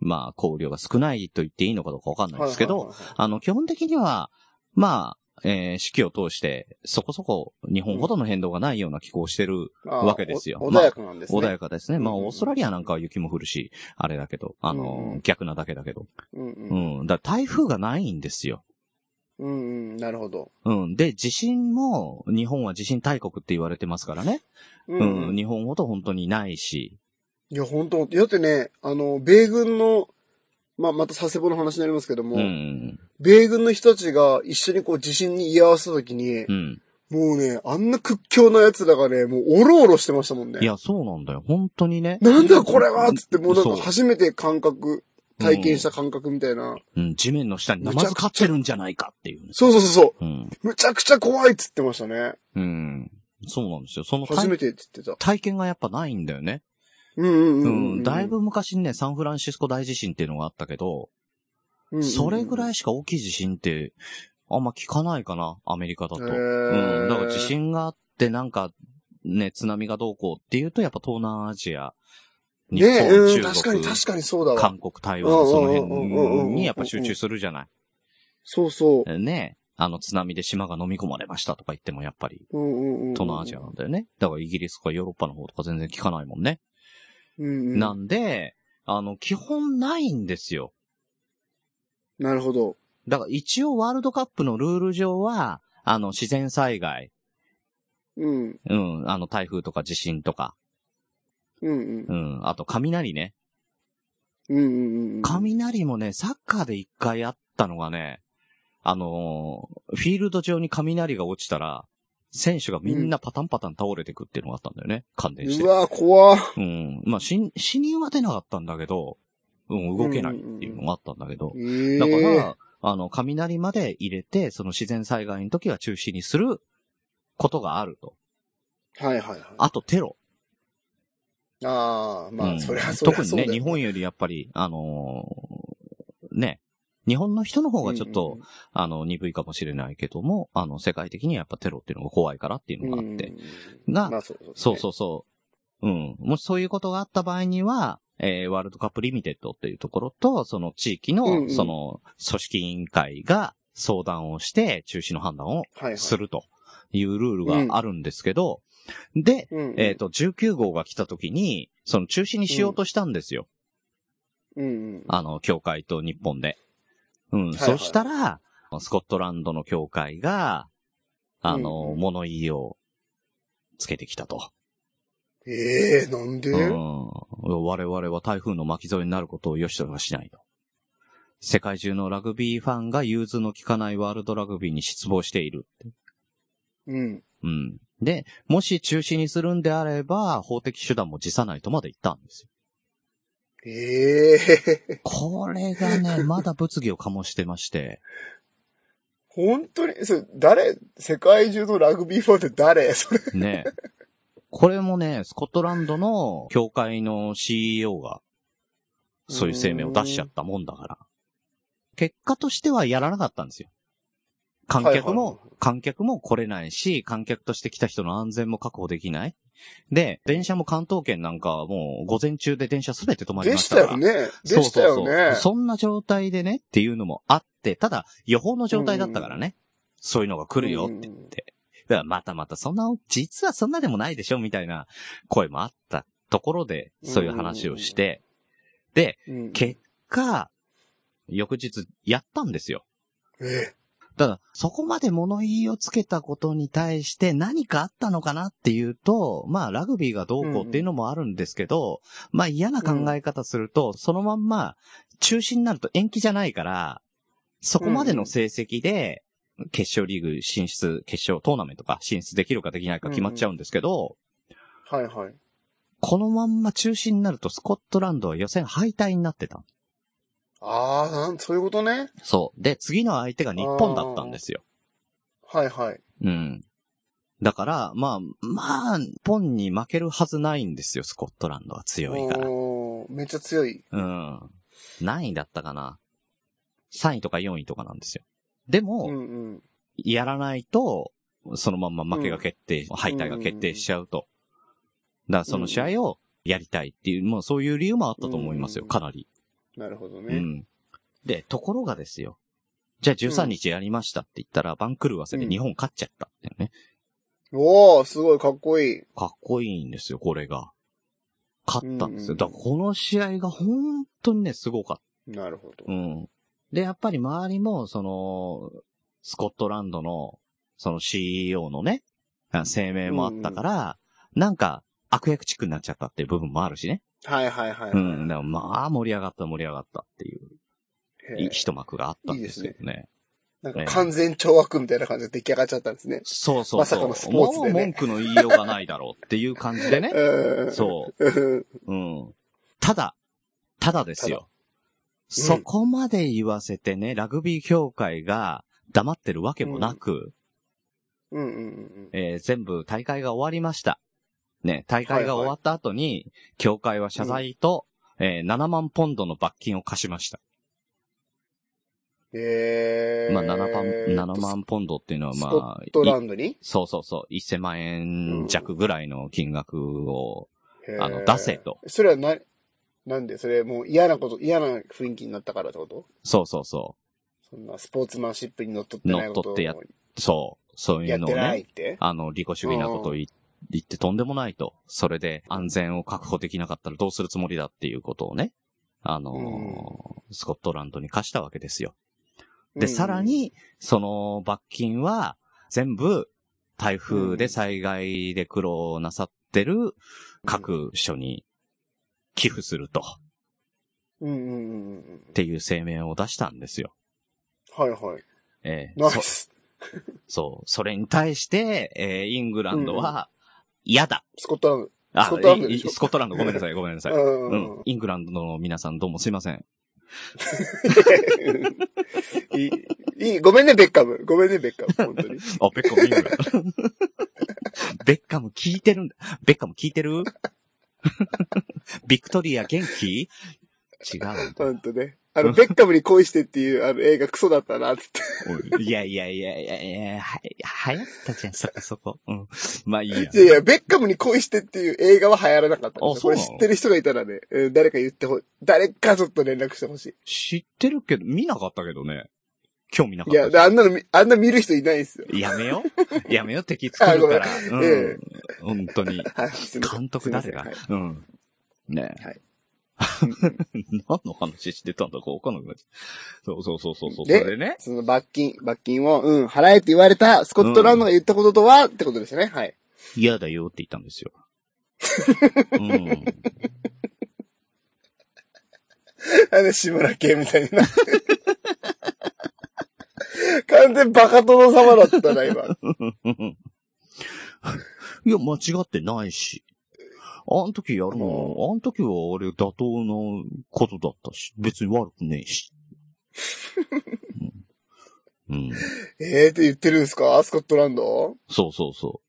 Speaker 2: まあ、降雨量が少ないと言っていいのかどうかわかんないですけど、
Speaker 3: はいはいはいはい、
Speaker 2: あの、基本的には、まあ、えー四季を通して、そこそこ日本ほどの変動がないような気候をしてる、
Speaker 3: あー
Speaker 2: わけですよ
Speaker 3: お穏やかなんですね。
Speaker 2: 穏やかですね。まあ、
Speaker 3: うんうん
Speaker 2: オーストラリアなんかは雪も降るし、あれだけど、あの、
Speaker 3: うんうん
Speaker 2: 逆なだけだけど。
Speaker 3: うんうん
Speaker 2: う。ん。だから台風がないんですよ。
Speaker 3: うんうん、なるほど。
Speaker 2: うん。で、地震も、日本は地震大国って言われてますからね。
Speaker 3: う
Speaker 2: うん。
Speaker 3: い
Speaker 2: 日本ほど本当にないし。
Speaker 3: や、本当だってね、あの、米軍の、まあ、また佐世保の話になりますけども、
Speaker 2: うん。
Speaker 3: 米軍の人たちが一緒にこう地震に居合わせた時に、
Speaker 2: うん。
Speaker 3: もうね、あんな屈強な奴らがね、もうおろおろしてましたもんね。
Speaker 2: いや、そうなんだよ。本当にね。
Speaker 3: なんだこれはつって、もうなん
Speaker 2: そ
Speaker 3: か
Speaker 2: う
Speaker 3: 初めて感覚、体験した感覚みたいな。
Speaker 2: うん。地面の下にナマズ飼ってるんじゃないかっていうね。
Speaker 3: そうそうそうそ
Speaker 2: うん。
Speaker 3: う。むちゃくちゃ怖いっつってましたね。
Speaker 2: うん。そうなんですよ。その体
Speaker 3: 初めてって言ってた。
Speaker 2: 体験がやっぱないんだよね。
Speaker 3: うんうん
Speaker 2: う
Speaker 3: うんん、うん。
Speaker 2: だいぶ昔にね、サンフランシスコ大地震っていうのがあったけど、
Speaker 3: うんうんうん、
Speaker 2: それぐら
Speaker 3: い
Speaker 2: いしか大きい地震って、あんま聞かないかな、アメリカだと。
Speaker 3: へー
Speaker 2: うん。だから地震があって、なんか、ね、津波がどうこうっていうと、やっぱ東南アジア、日
Speaker 3: ねえ、う
Speaker 2: 本、中
Speaker 3: ん、確かに
Speaker 2: 国、
Speaker 3: 確かにそうだわ。
Speaker 2: 韓国、台湾、その
Speaker 3: うんうんうんうんうんうんう
Speaker 2: 辺
Speaker 3: ん
Speaker 2: にやっぱ集中するじゃない。
Speaker 3: そうそう。
Speaker 2: ねあの津波で島が飲み込まれましたとか言ってもやっぱり
Speaker 3: うんうんうん。
Speaker 2: 東南アジアなんだよね。だからイギリスとかヨーロッパの方とか全然聞かないもんね。
Speaker 3: うんうん。
Speaker 2: な
Speaker 3: なん
Speaker 2: で、あの、基本ないんですよ。
Speaker 3: るほど。
Speaker 2: だから一応ワールドカップのルール上は、あの、自然災害、
Speaker 3: うん。
Speaker 2: うん、あの、台風とか地震とか、
Speaker 3: うんうん。
Speaker 2: うん、あと雷ね。
Speaker 3: うんうんうん。
Speaker 2: 雷もね、サッカーで一回あったのがね、あのーフィールド上に雷が落ちたら、選手がみんなパタンパタン倒れてくっていうのがあったんだよね。感電して
Speaker 3: う。わ怖っ
Speaker 2: うん。まあ、死に、死人は出なかったんだけど、うん、動けないっていうのがあったんだけど。
Speaker 3: ええ
Speaker 2: だから、あの、雷まで入れて、その自然災害の時は中止にすることがあると。
Speaker 3: はいはいはい。
Speaker 2: あと、テロ。
Speaker 3: ああ、まあ、
Speaker 2: うん
Speaker 3: それはそれ
Speaker 2: 特
Speaker 3: は
Speaker 2: に
Speaker 3: そうだ
Speaker 2: ね
Speaker 3: よ、
Speaker 2: 日本よりやっぱり、あのーね、日本の人の方がちょっと、あの、鈍いかもしれないけども、あの、世界的にはやっぱテロっていうのが怖いからっていううん
Speaker 3: う
Speaker 2: の
Speaker 3: ん、
Speaker 2: があって。
Speaker 3: うん
Speaker 2: が
Speaker 3: まあそう
Speaker 2: そう
Speaker 3: う
Speaker 2: そうそう。うん。もしそういうことがあった場合には、えーワールドカップリミテッドっていうところと、その地域の、
Speaker 3: うんうん
Speaker 2: その、組織委員会が相談をして、中止の判断を
Speaker 3: だね。はいはい。
Speaker 2: するというルールがあるんですけど、で、
Speaker 3: うんうん。
Speaker 2: えっ、と、19号が来た時に、その中止にしようとしたんですよ。
Speaker 3: うんうん。
Speaker 2: あの、協会と日本で。うん。
Speaker 3: はいは
Speaker 2: そ
Speaker 3: い
Speaker 2: したら、スコットランドの協会が、あの、
Speaker 3: うんうん
Speaker 2: 物言いをつけてきたと。
Speaker 3: ええなんで、
Speaker 2: うん。我々は台風の巻き添えになることを良しとはしないと。世界中のラグビーファンが融通の利かないワールドラグビーに失望している。
Speaker 3: うん。
Speaker 2: うん。で、もし中止にするんであれば、法的手段も辞さないとまで言ったんです
Speaker 3: ええ
Speaker 2: よ。これがね、まだ物議を醸してまして。
Speaker 3: 本当に、それ、誰世界中のラグビーファンって誰それ。
Speaker 2: ね。これもね、スコットランドの協会の CEO が、そういう声明を出しちゃったもんだから。結果としてはやらなかったんですよ。観客も、
Speaker 3: はいはい
Speaker 2: 観客も来れないし、観客として来た人の安全も確保できない。で、電車も関東圏なんかはもう午前中で電車すべて止まり
Speaker 3: で
Speaker 2: まし
Speaker 3: したた
Speaker 2: から。
Speaker 3: よね。でしたよ
Speaker 2: そうそ
Speaker 3: ね。
Speaker 2: うそう。そんな状態でねっていうのもあって、ただ予報の状態だったからね。そういうのが来るよって言って。だからまたまたそんな、実はそんなでもないでしょみたいな声もあったところで、そういう話をして、
Speaker 3: うん
Speaker 2: 結果、翌日やったんですよ。
Speaker 3: え
Speaker 2: ただ、そこまで物言いをつけたことに対して何かあったのかなっていうと、まあ、ラグビーがどうこうっていうのもあるんですけど、まあ嫌な考え方すると、そのまんま中止になると延期じゃないから、そこまでの成績で、決勝リーグ進出、決勝トーナメントか進出できるかできないか決まっちゃうんですけど、
Speaker 3: えはいはい。
Speaker 2: このまんま中止になるとスコットランドは予選敗退になってた。
Speaker 3: ああ、なん、そういうことね。
Speaker 2: そう。で、次の相手が日本だったんですよ。
Speaker 3: はいはい。
Speaker 2: うん。だから、まあ、まあ、日本に負けるはずないんですよ、スコットランドは強いから。
Speaker 3: おーめっちゃ強い。
Speaker 2: うん。何位だったかな ?3 位とか4位とかなんですよ。でも、
Speaker 3: うんうん。
Speaker 2: やらないと、そのまんま負けが決定、敗退が決定しちゃうと。だからその試合をやりたいっていう、もうそういう理由もあったと思いますよ、
Speaker 3: うん
Speaker 2: かなり。
Speaker 3: なるほど
Speaker 2: う
Speaker 3: ね。
Speaker 2: ん。で、ところがですよ。じゃあ13日やりましたって言ったら、番狂わせで日本勝っちゃったっていうね。
Speaker 3: おーすごい、かっこいい。
Speaker 2: かっこいいんですよ、これが。勝ったんです
Speaker 3: うんうんう
Speaker 2: よ。
Speaker 3: ん
Speaker 2: だからこの試合が本当にね、すごかっ
Speaker 3: なるほ
Speaker 2: た。
Speaker 3: ど
Speaker 2: う。ん。で、やっぱり周りも、その、スコットランドの、その CEO のね、あ声明もあったから、なんか、悪役チックになっちゃったっていう部分もあるしね。
Speaker 3: はいはいはい。
Speaker 2: うん。でもまあ、盛り上がった盛り上がったっていう、
Speaker 3: へ
Speaker 2: い
Speaker 3: ー
Speaker 2: 一幕があったんですけどね。
Speaker 3: なんか完全懲悪みたいな感じで出来上がっちゃったんですね。
Speaker 2: そうそう
Speaker 3: まさ
Speaker 2: そう。
Speaker 3: かのスポーツで
Speaker 2: も
Speaker 3: ね
Speaker 2: う文句の言いようがないだろうっていう感じでね。
Speaker 3: うん。
Speaker 2: そう。
Speaker 3: うん。
Speaker 2: うん。ただ、ただですよ。
Speaker 3: だ
Speaker 2: そこまで言わせてね、ラグビー協会が黙ってるわけもなく、
Speaker 3: うんうんうん
Speaker 2: えー全部大会が終わりました。ね、大会が終わった後に、協会は謝罪と、えー7万ポンドの罰金を課しました。
Speaker 3: うん。えー。
Speaker 2: まあ、7万、7万ポンドっていうのは、
Speaker 3: スコ
Speaker 2: まあ、
Speaker 3: ットラ
Speaker 2: い
Speaker 3: ンドに
Speaker 2: そうそうそう、1000万円弱ぐらいの金額を、
Speaker 3: へー
Speaker 2: あの、出せと。
Speaker 3: それはな、なんでそれもう嫌なこと、嫌な雰囲気になったからってこと
Speaker 2: そうそうそ
Speaker 3: そんなスポーツマンシップに乗っ取ってないこと
Speaker 2: 乗っ取
Speaker 3: を
Speaker 2: ってやっう、そう、そういう
Speaker 3: やっ
Speaker 2: のを
Speaker 3: てない
Speaker 2: ね、
Speaker 3: って
Speaker 2: あの、利己主義なことを言言ってとんでもないと。それで安全を確保できなかったらどうするつもりだっていうことをね、あのースコットランドに課したわけですよ。で、さら、に、その罰金は、全部、台風で災害で苦労なさってる各所に寄付すると、っ
Speaker 3: うんうんうんうんうん。
Speaker 2: ていう声明を出したんですよ。
Speaker 3: はいはい。
Speaker 2: ええ
Speaker 3: ナイ
Speaker 2: そ
Speaker 3: ス。
Speaker 2: そう。それに対して、ええイングランドは、嫌だ。
Speaker 3: スコットラン
Speaker 2: あ
Speaker 3: スコットランド
Speaker 2: いい
Speaker 3: でしょ
Speaker 2: スコットランド、ごめんなさい、ごめんなさい。
Speaker 3: ド。う
Speaker 2: うんん。イングランドの皆さんどうもすいません。
Speaker 3: いい、いい、ごめんね、ベッカム。ごめんね、ベッカム。本当に。
Speaker 2: あ、ベッカム、イングランド。 ベッカム聞いてるんだ。ベッカム聞いてるビクトリア元気違うんだ
Speaker 3: 本当ね。あの、ベッカムに恋してっていう、あの、映画クソだっ たな、つって。
Speaker 2: おい。いやいやいやいやいや、は、流行ったじゃん、そこそこ。うん。まあいいや。
Speaker 3: いやいや、ベッカムに恋してっていう映画は流行らなかったん
Speaker 2: あ
Speaker 3: ですよ
Speaker 2: そ
Speaker 3: こ
Speaker 2: う
Speaker 3: れ
Speaker 2: なの
Speaker 3: 知ってる人がいたらね、うん誰か言ってほ、誰かちょっと連絡してほし
Speaker 2: 知ってるけど、見なかったけどね。興味なか
Speaker 3: い。
Speaker 2: っ
Speaker 3: い
Speaker 2: た
Speaker 3: や、あんなの見、あんな見る人いないですよ。
Speaker 2: やめよう。やめよう、敵作 るから。
Speaker 3: ごめん
Speaker 2: うん。本当に。
Speaker 3: はい、すみません
Speaker 2: 監督誰だ
Speaker 3: すいま
Speaker 2: うん。ねえ。
Speaker 3: はい
Speaker 2: 何の話してたんだかわかんなくなっちゃう。そうそうそうそうそう。そ
Speaker 3: で
Speaker 2: れでね。
Speaker 3: せんその罰金、罰金を、うん、払えって言われた、スコットランドが言ったこととは、ってことでしたね。はい。
Speaker 2: 嫌だよって言ったんです よ。うん。
Speaker 3: あの、志村けんみたいになってる。 完全バカ殿様だったな、今。
Speaker 2: いや、間違ってないし。あん時やるの、あん時は俺妥当なことだったし、別に悪くねえ し。うん。うん
Speaker 3: ええー、って言ってるんですかスコットランド、
Speaker 2: そうそうそ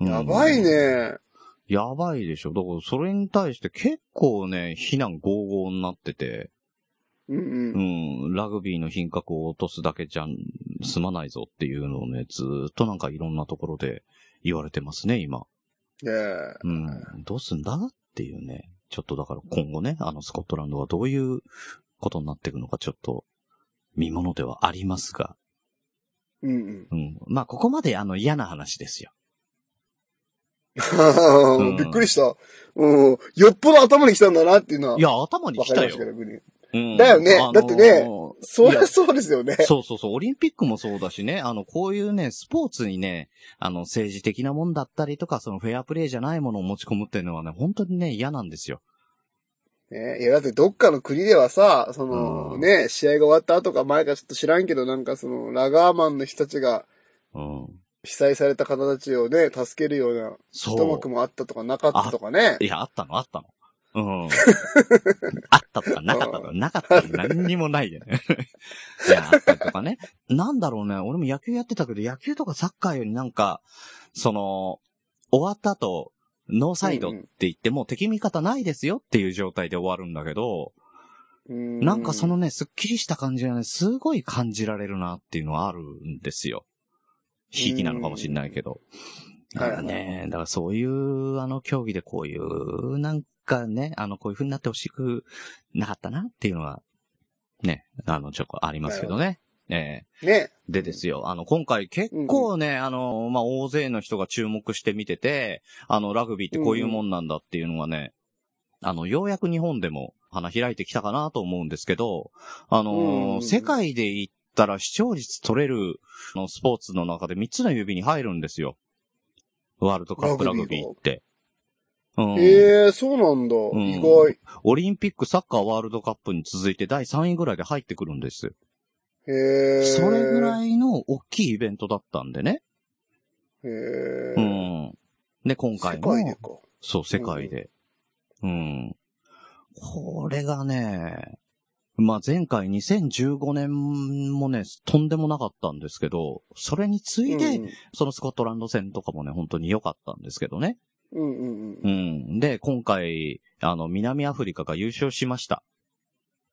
Speaker 2: う。うん
Speaker 3: やばい。ね。
Speaker 2: やばいでしょ。だから、それに対して結構ね、非難合々になってて、
Speaker 3: うんう。
Speaker 2: うんん、ラグビーの品格を落とすだけじゃ済まないぞっていうのをね、ずーっとなんかいろんなところで言われてますね、今。
Speaker 3: ねえ。
Speaker 2: うん、どうすんだっていうね。ちょっとだから今後ね、あの、スコットランドはどういうことになっていくのかちょっと見物ではありますが、
Speaker 3: うんうん。
Speaker 2: うん。まあ、ここまであの嫌な話ですよ。ん
Speaker 3: びっくりした。うん。よっぽど頭に来たんだなっていうのは。
Speaker 2: いや、頭に
Speaker 3: わ
Speaker 2: 来
Speaker 3: かり
Speaker 2: た
Speaker 3: ましたけ
Speaker 2: よ。
Speaker 3: ど、グリーン
Speaker 2: うん
Speaker 3: だよねだってねそ
Speaker 2: い
Speaker 3: り
Speaker 2: や
Speaker 3: ゃそうですよね。
Speaker 2: そうそうそう、オリンピックもそうだしね、あの、こういうね、スポーツにね、あの、政治的なもんだったりとか、そのフェアプレイじゃないものを持ち込むっていうのはね、本当にね、嫌なんですよ。
Speaker 3: ね、いや、だってどっかの国ではさ、その、
Speaker 2: うん
Speaker 3: ね、試合が終わった後か前かちょっと知らんけど、なんかその、ラガーマンの人たちが
Speaker 2: うん。
Speaker 3: 被災された方たちをね、助けるような
Speaker 2: そう。
Speaker 3: 一幕もあったとかなかったとかね。
Speaker 2: いや、あったの、あったの。 うん。あったとか、なかったとか、なかったとか何にもないでね。 いや、あったりとかね。なんだろうね、俺も野球やってたけど、野球とかサッカーよりなんか、その、終わった後、ノーサイドって言って、もう敵味方ないですよっていう状態で終わるんだけど、な
Speaker 3: なん
Speaker 2: かその、ね、すっきりした感じがね、すごい感じられるなっていうのはあるんですよ。ひいきなのかもしれないけど。
Speaker 3: うん
Speaker 2: だからね、だからそういう、あの、競技でこういう、なんかね、あの、こういう風になってほしくなかったなっていうのは、ね、あの、ちょっとありますけどね。ええ
Speaker 3: ね。
Speaker 2: でですよ、あの、今回結構ね、あの、まあ、大勢の人が注目して見てて、あの、ラグビーってこういうもんなんだっていうのがね、あの、ようやく日本でも花開いてきたかなと思うんですけど、あ
Speaker 3: うんう
Speaker 2: の、
Speaker 3: ん
Speaker 2: 世界で言ったら視聴率取れるあのスポーツの中で3つの指に入るんですよ。ワールドカップラ
Speaker 3: ラ
Speaker 2: グ
Speaker 3: グビ
Speaker 2: ビ
Speaker 3: ーが
Speaker 2: ーって。うん
Speaker 3: ええそうなんだ。
Speaker 2: ん
Speaker 3: 意外。
Speaker 2: オリンピック、サッカー、ワールドカップに続いて第3位ぐらいで入ってくるんですよ。
Speaker 3: へえ。
Speaker 2: それぐ
Speaker 3: い。
Speaker 2: らいの大きいイベントだったんでね。
Speaker 3: へ
Speaker 2: う
Speaker 3: え。
Speaker 2: ん。で、今回
Speaker 3: 世
Speaker 2: も、
Speaker 3: 界でか。
Speaker 2: そう、世界で。うん。これがね、まあ前回2015年もね、とんでもなかったんですけど、それに次いで、
Speaker 3: うん
Speaker 2: そのスコットランド戦とかもね、本当に良かったんですけどね。
Speaker 3: うんうん
Speaker 2: うん。で、今回、あの、南アフリカが優勝しました。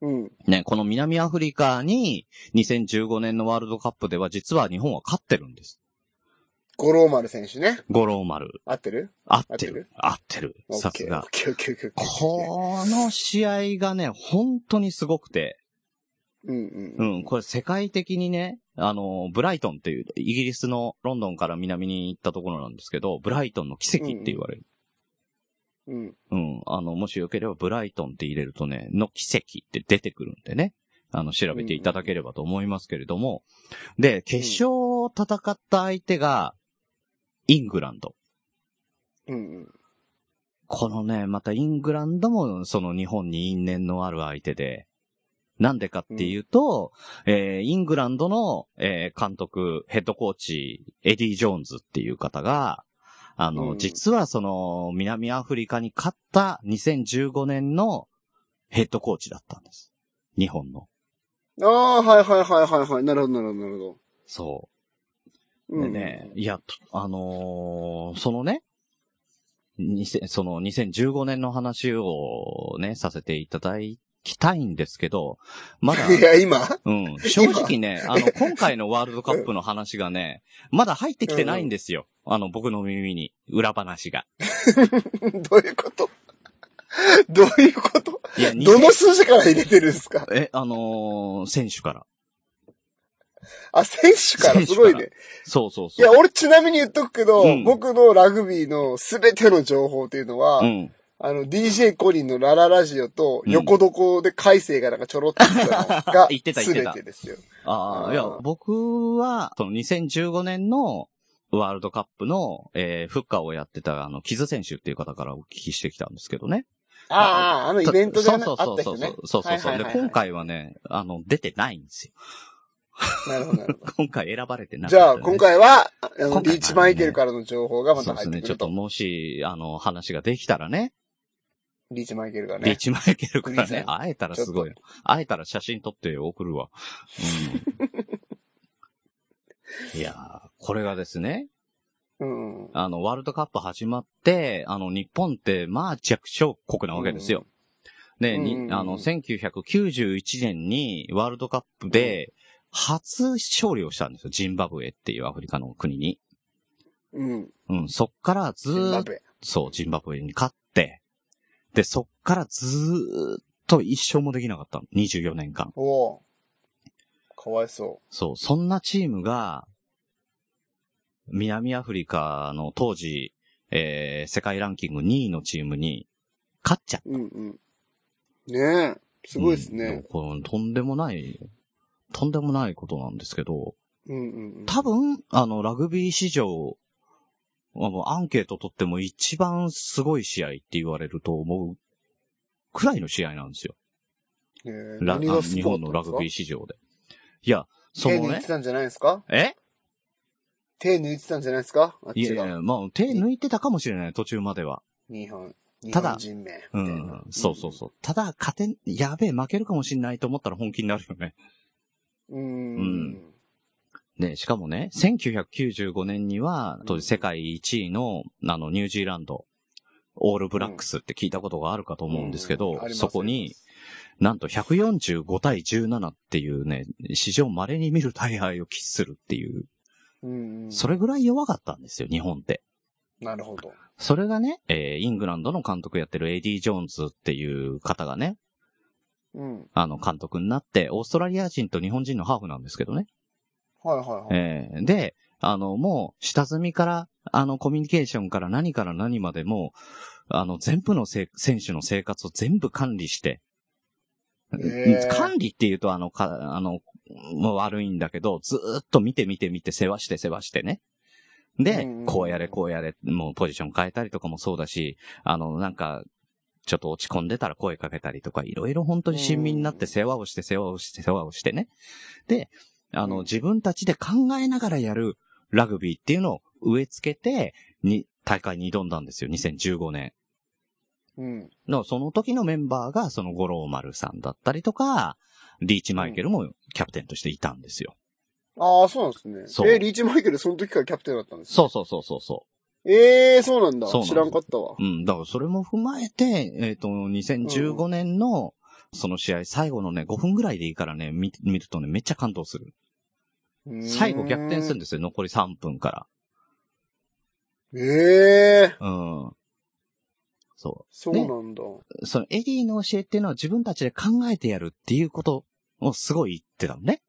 Speaker 3: うん。うん。
Speaker 2: ね、この南アフリカに2015年のワールドカップでは実は日本は勝ってるんです。
Speaker 3: 五郎丸選手ね。
Speaker 2: 五郎丸。
Speaker 3: 合ってる
Speaker 2: 合ってる。合ってる。
Speaker 3: オ
Speaker 2: さ
Speaker 3: ッケ
Speaker 2: す
Speaker 3: ーオ
Speaker 2: が
Speaker 3: ッ。ケーオッケーオッケーオッケー
Speaker 2: この試合がね、本当にすごくて、
Speaker 3: うんう。
Speaker 2: うんん、これ世界的にね、あの、ブライトンっていう、イギリスのロンドンから南に行ったところなんですけど、ブライトンの奇跡って言われる。
Speaker 3: うん。
Speaker 2: うん、あの、もしよければブライトンって入れるとね、の奇跡って出てくるんでね、あの、調べていただければと思いますけれども、で、決勝を戦った相手が、イングランド。
Speaker 3: うんうん。
Speaker 2: このね、またイングランドもその日本に因縁のある相手で、なんでかっていうと、えーイングランドの、えー監督、ヘッドコーチ、エディ・ジョーンズっていう方が、あの、
Speaker 3: うん
Speaker 2: 実はその、南アフリカに勝った2015年のヘッドコーチだったんです。日本の。
Speaker 3: ああ、はいはいはいはいはい。なるほどなるほどなるほど。
Speaker 2: そう。
Speaker 3: う
Speaker 2: で
Speaker 3: ん。
Speaker 2: ね、いや、とあのーそのね、2000その2015年の話をね、させていただきたいんですけど、ま だ、
Speaker 3: いや、今
Speaker 2: うん、正直ね、あの、今回のワールドカップの話がね、まだ入ってきてないんですよ。あの、僕の耳に、裏話が。
Speaker 3: どういうことどういうこと
Speaker 2: いや、
Speaker 3: ど
Speaker 2: 2000
Speaker 3: の数字から入れてるんですか
Speaker 2: え、あのー選手から。
Speaker 3: あ、選手からすごい
Speaker 2: 選手
Speaker 3: ね。
Speaker 2: そうそう
Speaker 3: い
Speaker 2: そ
Speaker 3: や、
Speaker 2: う。
Speaker 3: 俺ちなみに言っとくけど、
Speaker 2: うん
Speaker 3: 僕のラグビーのすべての情報っていうのは、
Speaker 2: うん。
Speaker 3: あの、DJ コリンのラララジオと、
Speaker 2: うん
Speaker 3: 横床で海星がなんかちょろっと言ったのが、
Speaker 2: 言ってた言
Speaker 3: す
Speaker 2: って
Speaker 3: べ
Speaker 2: た
Speaker 3: てですよ。
Speaker 2: あ
Speaker 3: あ
Speaker 2: あ、
Speaker 3: ー
Speaker 2: いや、僕は、その2015年のワールドカップの、えー、フッカーをやってた、あの、キズ選手っていう方からお聞きしてきたんですけどね。
Speaker 3: ああ、あのイベントであ
Speaker 2: そう
Speaker 3: あ
Speaker 2: そ
Speaker 3: っ
Speaker 2: う
Speaker 3: た
Speaker 2: そうそ
Speaker 3: 人ね
Speaker 2: う。。そうそうそう。
Speaker 3: はい
Speaker 2: で、
Speaker 3: はいはい
Speaker 2: 今。回はね、あの、出てないんですよ。
Speaker 3: なるほど、なるほど。
Speaker 2: 今回選ばれてなか
Speaker 3: じゃあ、
Speaker 2: ったね
Speaker 3: 今回は、あ
Speaker 2: 今回
Speaker 3: の、
Speaker 2: はね
Speaker 3: リーチマイケルからの情報がま
Speaker 2: そ
Speaker 3: た
Speaker 2: うで
Speaker 3: 入
Speaker 2: す
Speaker 3: って
Speaker 2: ね。
Speaker 3: く
Speaker 2: ちょっ
Speaker 3: る
Speaker 2: と、
Speaker 3: と。
Speaker 2: もし、あの、話ができたらね、
Speaker 3: リーチマイケルが
Speaker 2: リー
Speaker 3: ね。
Speaker 2: チマイケルから
Speaker 3: リー
Speaker 2: ね
Speaker 3: チ、
Speaker 2: 会えたらすごいよ。会えたら写真撮って送るわ。 うん、いやー、これがですね、
Speaker 3: うん。
Speaker 2: あの、ワールドカップ始まって、あの、日本って、まあ、弱小国なわけですよ。ね、に
Speaker 3: うん
Speaker 2: あの、1991年にワールドカップで、初勝利をしたんですよ。ジンバブエっていうアフリカの国に。
Speaker 3: うん。
Speaker 2: うん、そっからず
Speaker 3: ジン
Speaker 2: ー
Speaker 3: バ
Speaker 2: っと、
Speaker 3: ブエ。
Speaker 2: そう、ジンバブエに勝って、で、そっからずーっと一勝もできなかったの。24年間。
Speaker 3: おおかわいそ
Speaker 2: そう、そんなチームが、南アフリカの当時、えー、世界ランキング2位のチームに、勝っちゃった。
Speaker 3: う。うんうん。ねえ。すごいです
Speaker 2: うん
Speaker 3: ね。
Speaker 2: これとんでもない、とんでもないことなんですけど、
Speaker 3: うんうんうん。
Speaker 2: 多分、あの、ラグビー史上、まあもうアンケート取っても一番すごい試合って言われると思うくらいの試合なんですよ。
Speaker 3: えー
Speaker 2: ラ
Speaker 3: 何
Speaker 2: あ
Speaker 3: が
Speaker 2: の
Speaker 3: す
Speaker 2: 日
Speaker 3: ごい
Speaker 2: 本のラグビー史上で。いや、そ
Speaker 3: 手
Speaker 2: の
Speaker 3: 抜い
Speaker 2: ね
Speaker 3: て、たんじゃないですか
Speaker 2: え
Speaker 3: 手抜いてたんじゃないですかあっ
Speaker 2: いや
Speaker 3: ち
Speaker 2: い
Speaker 3: が。
Speaker 2: や、まあ、手抜いてたかもしれない、途中までは。
Speaker 3: 日本。日
Speaker 2: ただ
Speaker 3: 本人名。
Speaker 2: う。
Speaker 3: みたいなん
Speaker 2: そうそうそう。ただ、勝てん、やべえ、負けるかもしんないと思ったら本気になるよね。
Speaker 3: う。うん。
Speaker 2: うん ね、しかもね、1995年には、当時世界1位の、あの、ニュージーランド、オールブラックスって聞いたことがあるかと思うんですけど、
Speaker 3: うあります
Speaker 2: そこに、なんと145対17っていうね、史上稀に見る大敗を喫するっていう、
Speaker 3: うんうん。
Speaker 2: それぐらい弱かったんですよ、日本って。
Speaker 3: なるほど。
Speaker 2: それがね、えーイングランドの監督やってるエディ・ジョーンズっていう方がね、
Speaker 3: うん。
Speaker 2: あの、監督になって、オーストラリア人と日本人のハーフなんですけどね。
Speaker 3: はいはいはい。
Speaker 2: えーで、あの、もう、下積みから、あの、コミュニケーションから何から何までもう、あの、全部のせ選手の生活を全部管理して、
Speaker 3: へー
Speaker 2: 管理っていうと、あの、か、あの、もう悪いんだけど、ずーっと見て見て見て、世話して世話してね。で
Speaker 3: うんうんう、ん
Speaker 2: こうやれこうやれ、もうポジション変えたりとかもそうだし、あの、なんか、ちょっと落ち込んでたら声かけたりとか、いろいろ本当に親身になって世話をして世話をして世話をしてね。で、あ
Speaker 3: うん
Speaker 2: の、自分たちで考えながらやるラグビーっていうのを植え付けて、に、大会に挑んだんですよ、2015年。
Speaker 3: うん。
Speaker 2: の、その時のメンバーが、その五郎丸さんだったりとか、リーチマイケルもキャプテンとしていたんですよ。
Speaker 3: ああ、そうなんです
Speaker 2: そう
Speaker 3: ね。え、リーチマイケルその時からキャプテンだったんですか
Speaker 2: そうそうそうそうそ
Speaker 3: ええー、そうなんだ。
Speaker 2: そうなんです
Speaker 3: 知らんかったわ。
Speaker 2: う。うん、だからそれも踏まえて、えっ、と、2015年の、その試合最後のね、5分ぐらいでいいからね、見見るとね、めっちゃ感動する。最後逆転するん
Speaker 3: で
Speaker 2: ですよ、残り3分か
Speaker 3: ええー、
Speaker 2: ら。うん。そ
Speaker 3: そうなんだ。
Speaker 2: う。そのエディの教えっていうのは自分たちで考えてやるっていうことをすごい言ってたのね。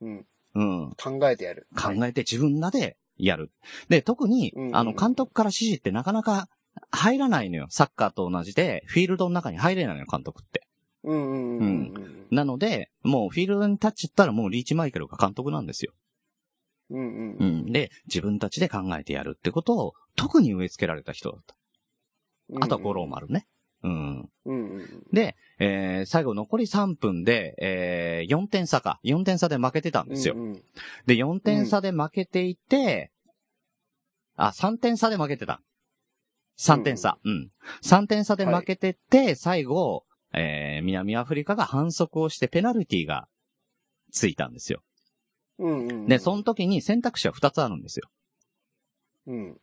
Speaker 3: うん。
Speaker 2: うん。
Speaker 3: 考えてやる。
Speaker 2: 考えて自分らでやる。で、特に
Speaker 3: うんう、ん
Speaker 2: あの、監督から指示ってなかなか入らないのよ。サッカーと同じで、フィールドの中に入れないのよ、監督って。
Speaker 3: うんうんうんうん。
Speaker 2: なので、もうフィールドに立っちゃったらもうリーチマイケルが監督なんですよ。
Speaker 3: うんうん
Speaker 2: う
Speaker 3: うん
Speaker 2: ん。で、自分たちで考えてやるってことを、特に植え付けられた人だった。
Speaker 3: うん。
Speaker 2: あとは五郎丸ね。うん。
Speaker 3: うんうん。
Speaker 2: で、えー、最後残り3分で、えー、4点差か。4点差で負けてたんですよ
Speaker 3: う。んうん。
Speaker 2: で、4点差で負けていて、あ、3点差で負けてた。3点差。うん。3点差で負けてて、最後、えー、南アフリカが反則をしてペナルティがついたんですよ。
Speaker 3: うんうん。
Speaker 2: で、その時に選択肢は2つあるんですよ。
Speaker 3: うん。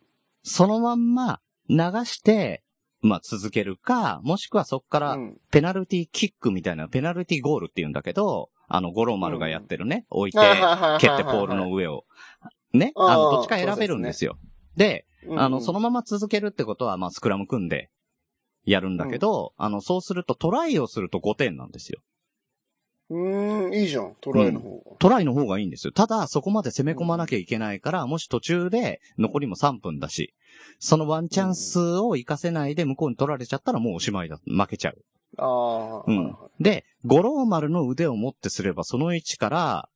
Speaker 2: そのまんま流して、まあ続けるか、もしくはそこから
Speaker 3: うん
Speaker 2: ペナルティキックみたいな、ペナルティゴールって言うんだけど、あの、五郎丸がやってるね、置いて、蹴ってポールの上を。ね、
Speaker 3: あー
Speaker 2: あの、どっちか選べるんですよ。であの、そ
Speaker 3: の、
Speaker 2: のまま続けるってことは、まあ、スクラム組んで、やるんだけど、あの、そうするとトライをすると5点なんですよ。
Speaker 3: うーん、いいじゃん、トライの方が。
Speaker 2: トライの方がいいんですよ。ただ、そこまで攻め込まなきゃいけないから、もし途中で、残りも3分だし、そのワンチャンスを活かせないで向こうに取られちゃったらもうおしまいだ。負けちゃう。
Speaker 3: ああ、
Speaker 2: う
Speaker 3: はい
Speaker 2: ん
Speaker 3: は。
Speaker 2: で、五郎丸の腕を持ってすれば、その位置から、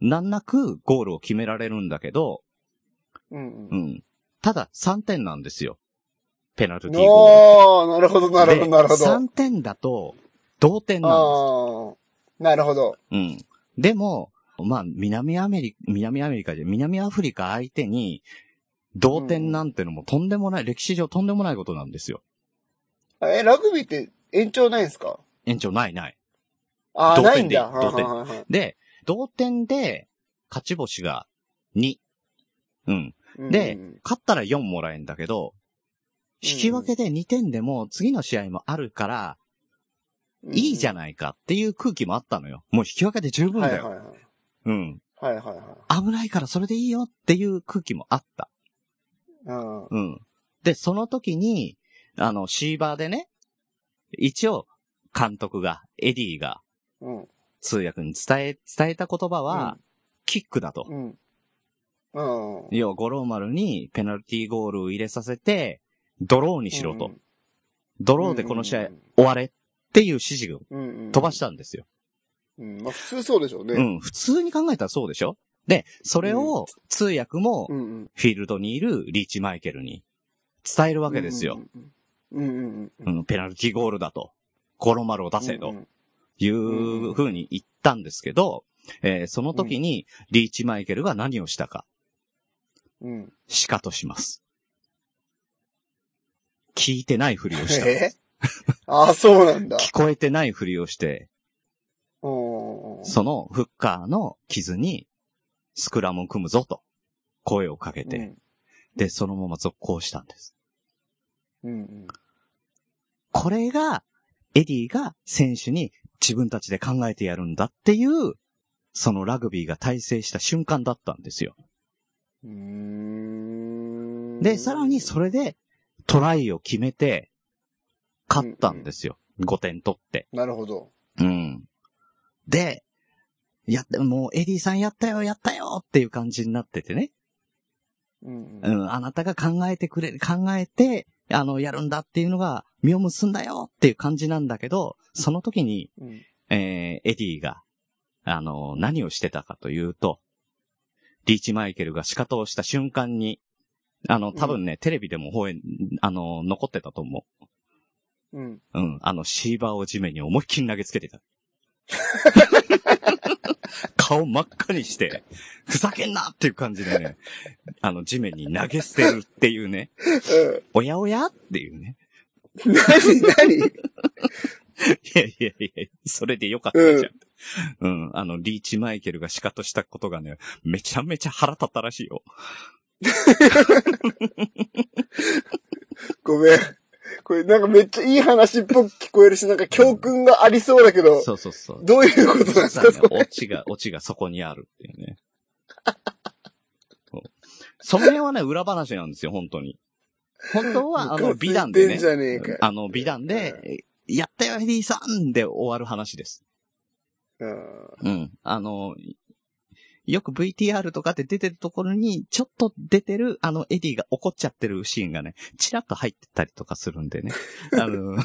Speaker 2: 難なくゴールを決められるんだけど、
Speaker 3: いうん
Speaker 2: う
Speaker 3: うん。
Speaker 2: ん。ただ、3点なんですよ。ペナルティーゴ
Speaker 3: ああ、なるほど、
Speaker 2: ー
Speaker 3: な
Speaker 2: ル。
Speaker 3: るほど、なるほど。
Speaker 2: 3点だと、同点なん
Speaker 3: ああ、なるほど。
Speaker 2: です。うん。でも、まあ、南アメリカ、南アメリカじゃ、南アフリカ相手に、同点なんてのもとんでもない、歴史上とんでもないことなんですよ。
Speaker 3: え、ラグビーって延長ないんですか
Speaker 2: 延長ないない。
Speaker 3: ああ、
Speaker 2: 同
Speaker 3: ない
Speaker 2: 点
Speaker 3: ん
Speaker 2: でいい
Speaker 3: だ。はいはいはいはい
Speaker 2: で、同点で、勝ち星が2。うん。
Speaker 3: うん
Speaker 2: で、勝ったら4もらえんだけど、引き分けで2点でも次の試合もあるから、いいじゃ
Speaker 3: ん。
Speaker 2: ないかっていう空気もあったのよ。もう引き分けで十分
Speaker 3: は
Speaker 2: だ
Speaker 3: い
Speaker 2: よ。
Speaker 3: はいはい。
Speaker 2: うん。
Speaker 3: はいはいはい。
Speaker 2: 危ないからそれでいいよっていう空気もあった。
Speaker 3: うん。は
Speaker 2: うん。で、その時に、あの、シーバーでね、一応、監督が、エディが、
Speaker 3: うん。
Speaker 2: 通訳に伝え、伝えた言葉は、キックだと
Speaker 3: う。ん。うん。
Speaker 2: 要は、五郎丸にペナルティーゴールを入れさせて、ドローにしろと。ドローでこの試合終われっていう指示を
Speaker 3: うんうん。
Speaker 2: 飛ばしたんですよ。
Speaker 3: うん。まあ普通そうでしょう
Speaker 2: う
Speaker 3: ね。
Speaker 2: ん。普通に考えたらそうでしょで、それを通訳も、
Speaker 3: うんうん。
Speaker 2: フィールドにいるリーチマイケルに伝えるわ
Speaker 3: わ
Speaker 2: けですよ。。
Speaker 3: うんうんう。
Speaker 2: うんん、ペナルティゴールだと。コロマルを出せ
Speaker 3: う
Speaker 2: と
Speaker 3: ん
Speaker 2: いう風に言ったんですけど、えーその時にリーチマイケルが何をしたか、
Speaker 3: うん。
Speaker 2: しかとします。聞いてないふりをした。
Speaker 3: え ああ、そうなん だ。
Speaker 2: 聞こえてないふりをして、
Speaker 3: うん。
Speaker 2: そのフッカーの傷にスクラムを組むぞと声をかけて、で、そのまま続行したんです。
Speaker 3: うんうん。
Speaker 2: これが、エディが選手に自分たちで考えてやるんだっていう、そのラグビーが体制した瞬間だったんですよ。
Speaker 3: うーん
Speaker 2: で、さらにそれでトライを決めて、勝ったんですよ。5点取って。
Speaker 3: なるほど。
Speaker 2: うん。で、やって、もうエディさんやったよ、やったよっていう感じになっててね。
Speaker 3: う
Speaker 2: う。
Speaker 3: ん
Speaker 2: ん、あなたが考えてくれ、考えて、あの、やるんだっていうのが、身を結んだよっていう感じなんだけど、その時に、
Speaker 3: うん
Speaker 2: えーエディが、あの、何をしてたかというと、リーチマイケルが仕方をした瞬間に、あの、多分ね、テレビでも放映、あの、残ってたと思
Speaker 3: うん。
Speaker 2: う。うん、あの、シーバーを地面に思いっきり投げつけてた。顔真っ赤にして、ふざけんなっていう感じでね、あの、地面に投げ捨てるっていうね、おやおやっていうね。
Speaker 3: 何 何
Speaker 2: いやいやいや、それでよかったじゃん。うん、あの、リーチマイケルが仕方したことがね、めちゃめちゃ腹立ったらしいよ。
Speaker 3: ごめん。これなんかめっちゃいい話っぽく聞こえるし、なんか教訓がありそうだけど、
Speaker 2: そうそうそう。
Speaker 3: どういうことなんで
Speaker 2: 実
Speaker 3: す
Speaker 2: は
Speaker 3: か、
Speaker 2: ね
Speaker 3: そ、れ。
Speaker 2: オチが、オチがそこにあるっていうね。そうその辺はね、裏話なんですよ、本当に。本当は、あの、美談で
Speaker 3: ムカついてん
Speaker 2: ね
Speaker 3: じ、ゃねえかよ
Speaker 2: あの、美談で、やったよ、ヘリーさんで終わる話です。
Speaker 3: うん
Speaker 2: うん。あの、よく VTR とかで出てるところに、ちょっと出てる、あの、エディが怒っちゃってるシーンがね、ちらっと入ってたりとかするんでね。あの、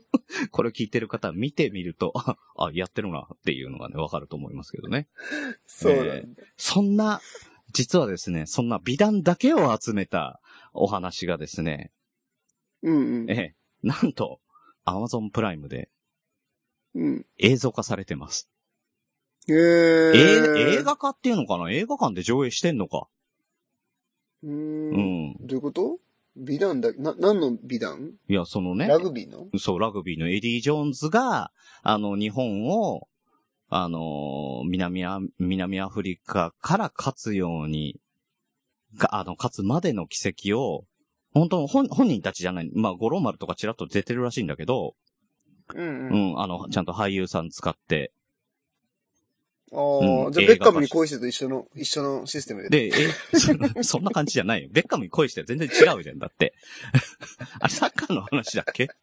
Speaker 2: これを聞いてる方は見てみると、あ、あやってるなっていうのがね、わかると思いますけどね。
Speaker 3: そうなんだ。
Speaker 2: えーそんな、実はですね、そんな美談だけを集めたお話がですね、
Speaker 3: うんうん。
Speaker 2: えーなんと、Amazon プライムで
Speaker 3: うん。
Speaker 2: 映像化されてます。
Speaker 3: え
Speaker 2: え
Speaker 3: ー、
Speaker 2: 映画化っていうのかな映画館で上映してんのか。
Speaker 3: う。
Speaker 2: うんん。
Speaker 3: どういうこと美談だ、な、何の美談
Speaker 2: いや、そのね、
Speaker 3: ラグビーの
Speaker 2: そう、ラグビーのエディ・ジョーンズが、あの、日本を、あの、南ア、南アフリカから勝つように、が、あの、勝つまでの奇跡を、本当の本、本人たちじゃない、まあ、五郎丸とかちらっと出てるらしいんだけど、
Speaker 3: うん
Speaker 2: う。ん、あの、ちゃんと俳優さん使って、
Speaker 3: あ
Speaker 2: う
Speaker 3: あ、
Speaker 2: ん
Speaker 3: じゃあベッカムに恋してと一緒の、一緒のシステムで。
Speaker 2: で、え、そ そんな感じじゃないよ。ベッカムに恋して全然違うじゃん、だって。あれ、サッカーの話だっけだか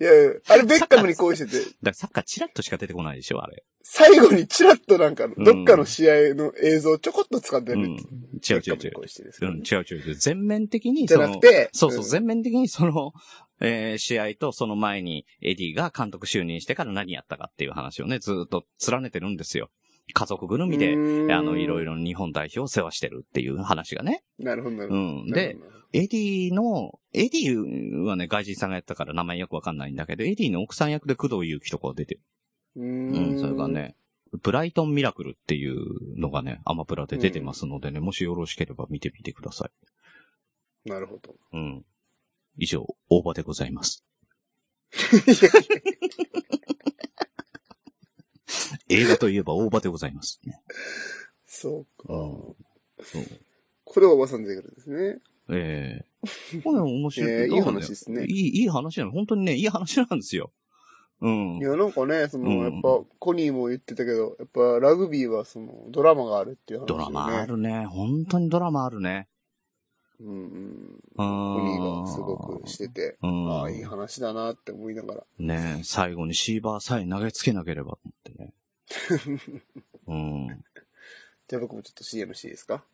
Speaker 3: いやいや、あれベッカムに恋してて、
Speaker 2: らサッカーチラッとしか出てこないでしょ、あれ。
Speaker 3: 最後にチラッとなんかの、
Speaker 2: うん
Speaker 3: どっかの試合の映像をちょこっと使って
Speaker 2: う
Speaker 3: る。
Speaker 2: ん。違う違う
Speaker 3: ベッカム
Speaker 2: 違
Speaker 3: に
Speaker 2: う。
Speaker 3: 恋してです
Speaker 2: う
Speaker 3: け
Speaker 2: ん
Speaker 3: ど、、
Speaker 2: 違う違う違う。全面的に、
Speaker 3: じゃ
Speaker 2: そ
Speaker 3: なく
Speaker 2: の、
Speaker 3: て、
Speaker 2: そうそう、
Speaker 3: ん
Speaker 2: 全面的にその、 えー試合とその前にエディが監督就任してから何やったかっていう話をね、ずーっと連ねてるんですよ。家族ぐるみで、あの、いろい。ろ日本代表を世話してるっていう話がね。
Speaker 3: なるほど、なる
Speaker 2: う
Speaker 3: ほど。
Speaker 2: ん。で、、エディの、エディはね、外人さんがやったから名前よくわかんないんだけど、エディの奥さん役で工藤祐樹とかが出てる。
Speaker 3: う
Speaker 2: うんん、それが。ね、ブライトンミラクルっていうのがね、アマプラで出てますのでね、もしよろしければ見てみてください。
Speaker 3: なるほど。
Speaker 2: うん。以上、大場でございます。映画といえば大場でございます、ね。
Speaker 3: そうか。
Speaker 2: うんそう。
Speaker 3: これはおばさん出てくるんですね。
Speaker 2: ええこれ面白い。
Speaker 3: ええいい話ですね
Speaker 2: いい、いい話なの。本当にね、いい話なんですよ。うん
Speaker 3: い。や、なんかね、その、
Speaker 2: うん
Speaker 3: やっぱ、コニーも言ってたけど、やっぱラグビーはその、ドラマがあるっていう話、ね。
Speaker 2: ドラマあ。るね。本当にドラマあるね。
Speaker 3: うんうん。
Speaker 2: う
Speaker 3: コニー
Speaker 2: ん。
Speaker 3: がすごくしてて、
Speaker 2: うん。
Speaker 3: ああ、いい話だなって思いながら。
Speaker 2: ねえ最後にシーバーさえ投げつけなければと思ってね。 うん。
Speaker 3: じゃあ僕もちょっと CM していいですか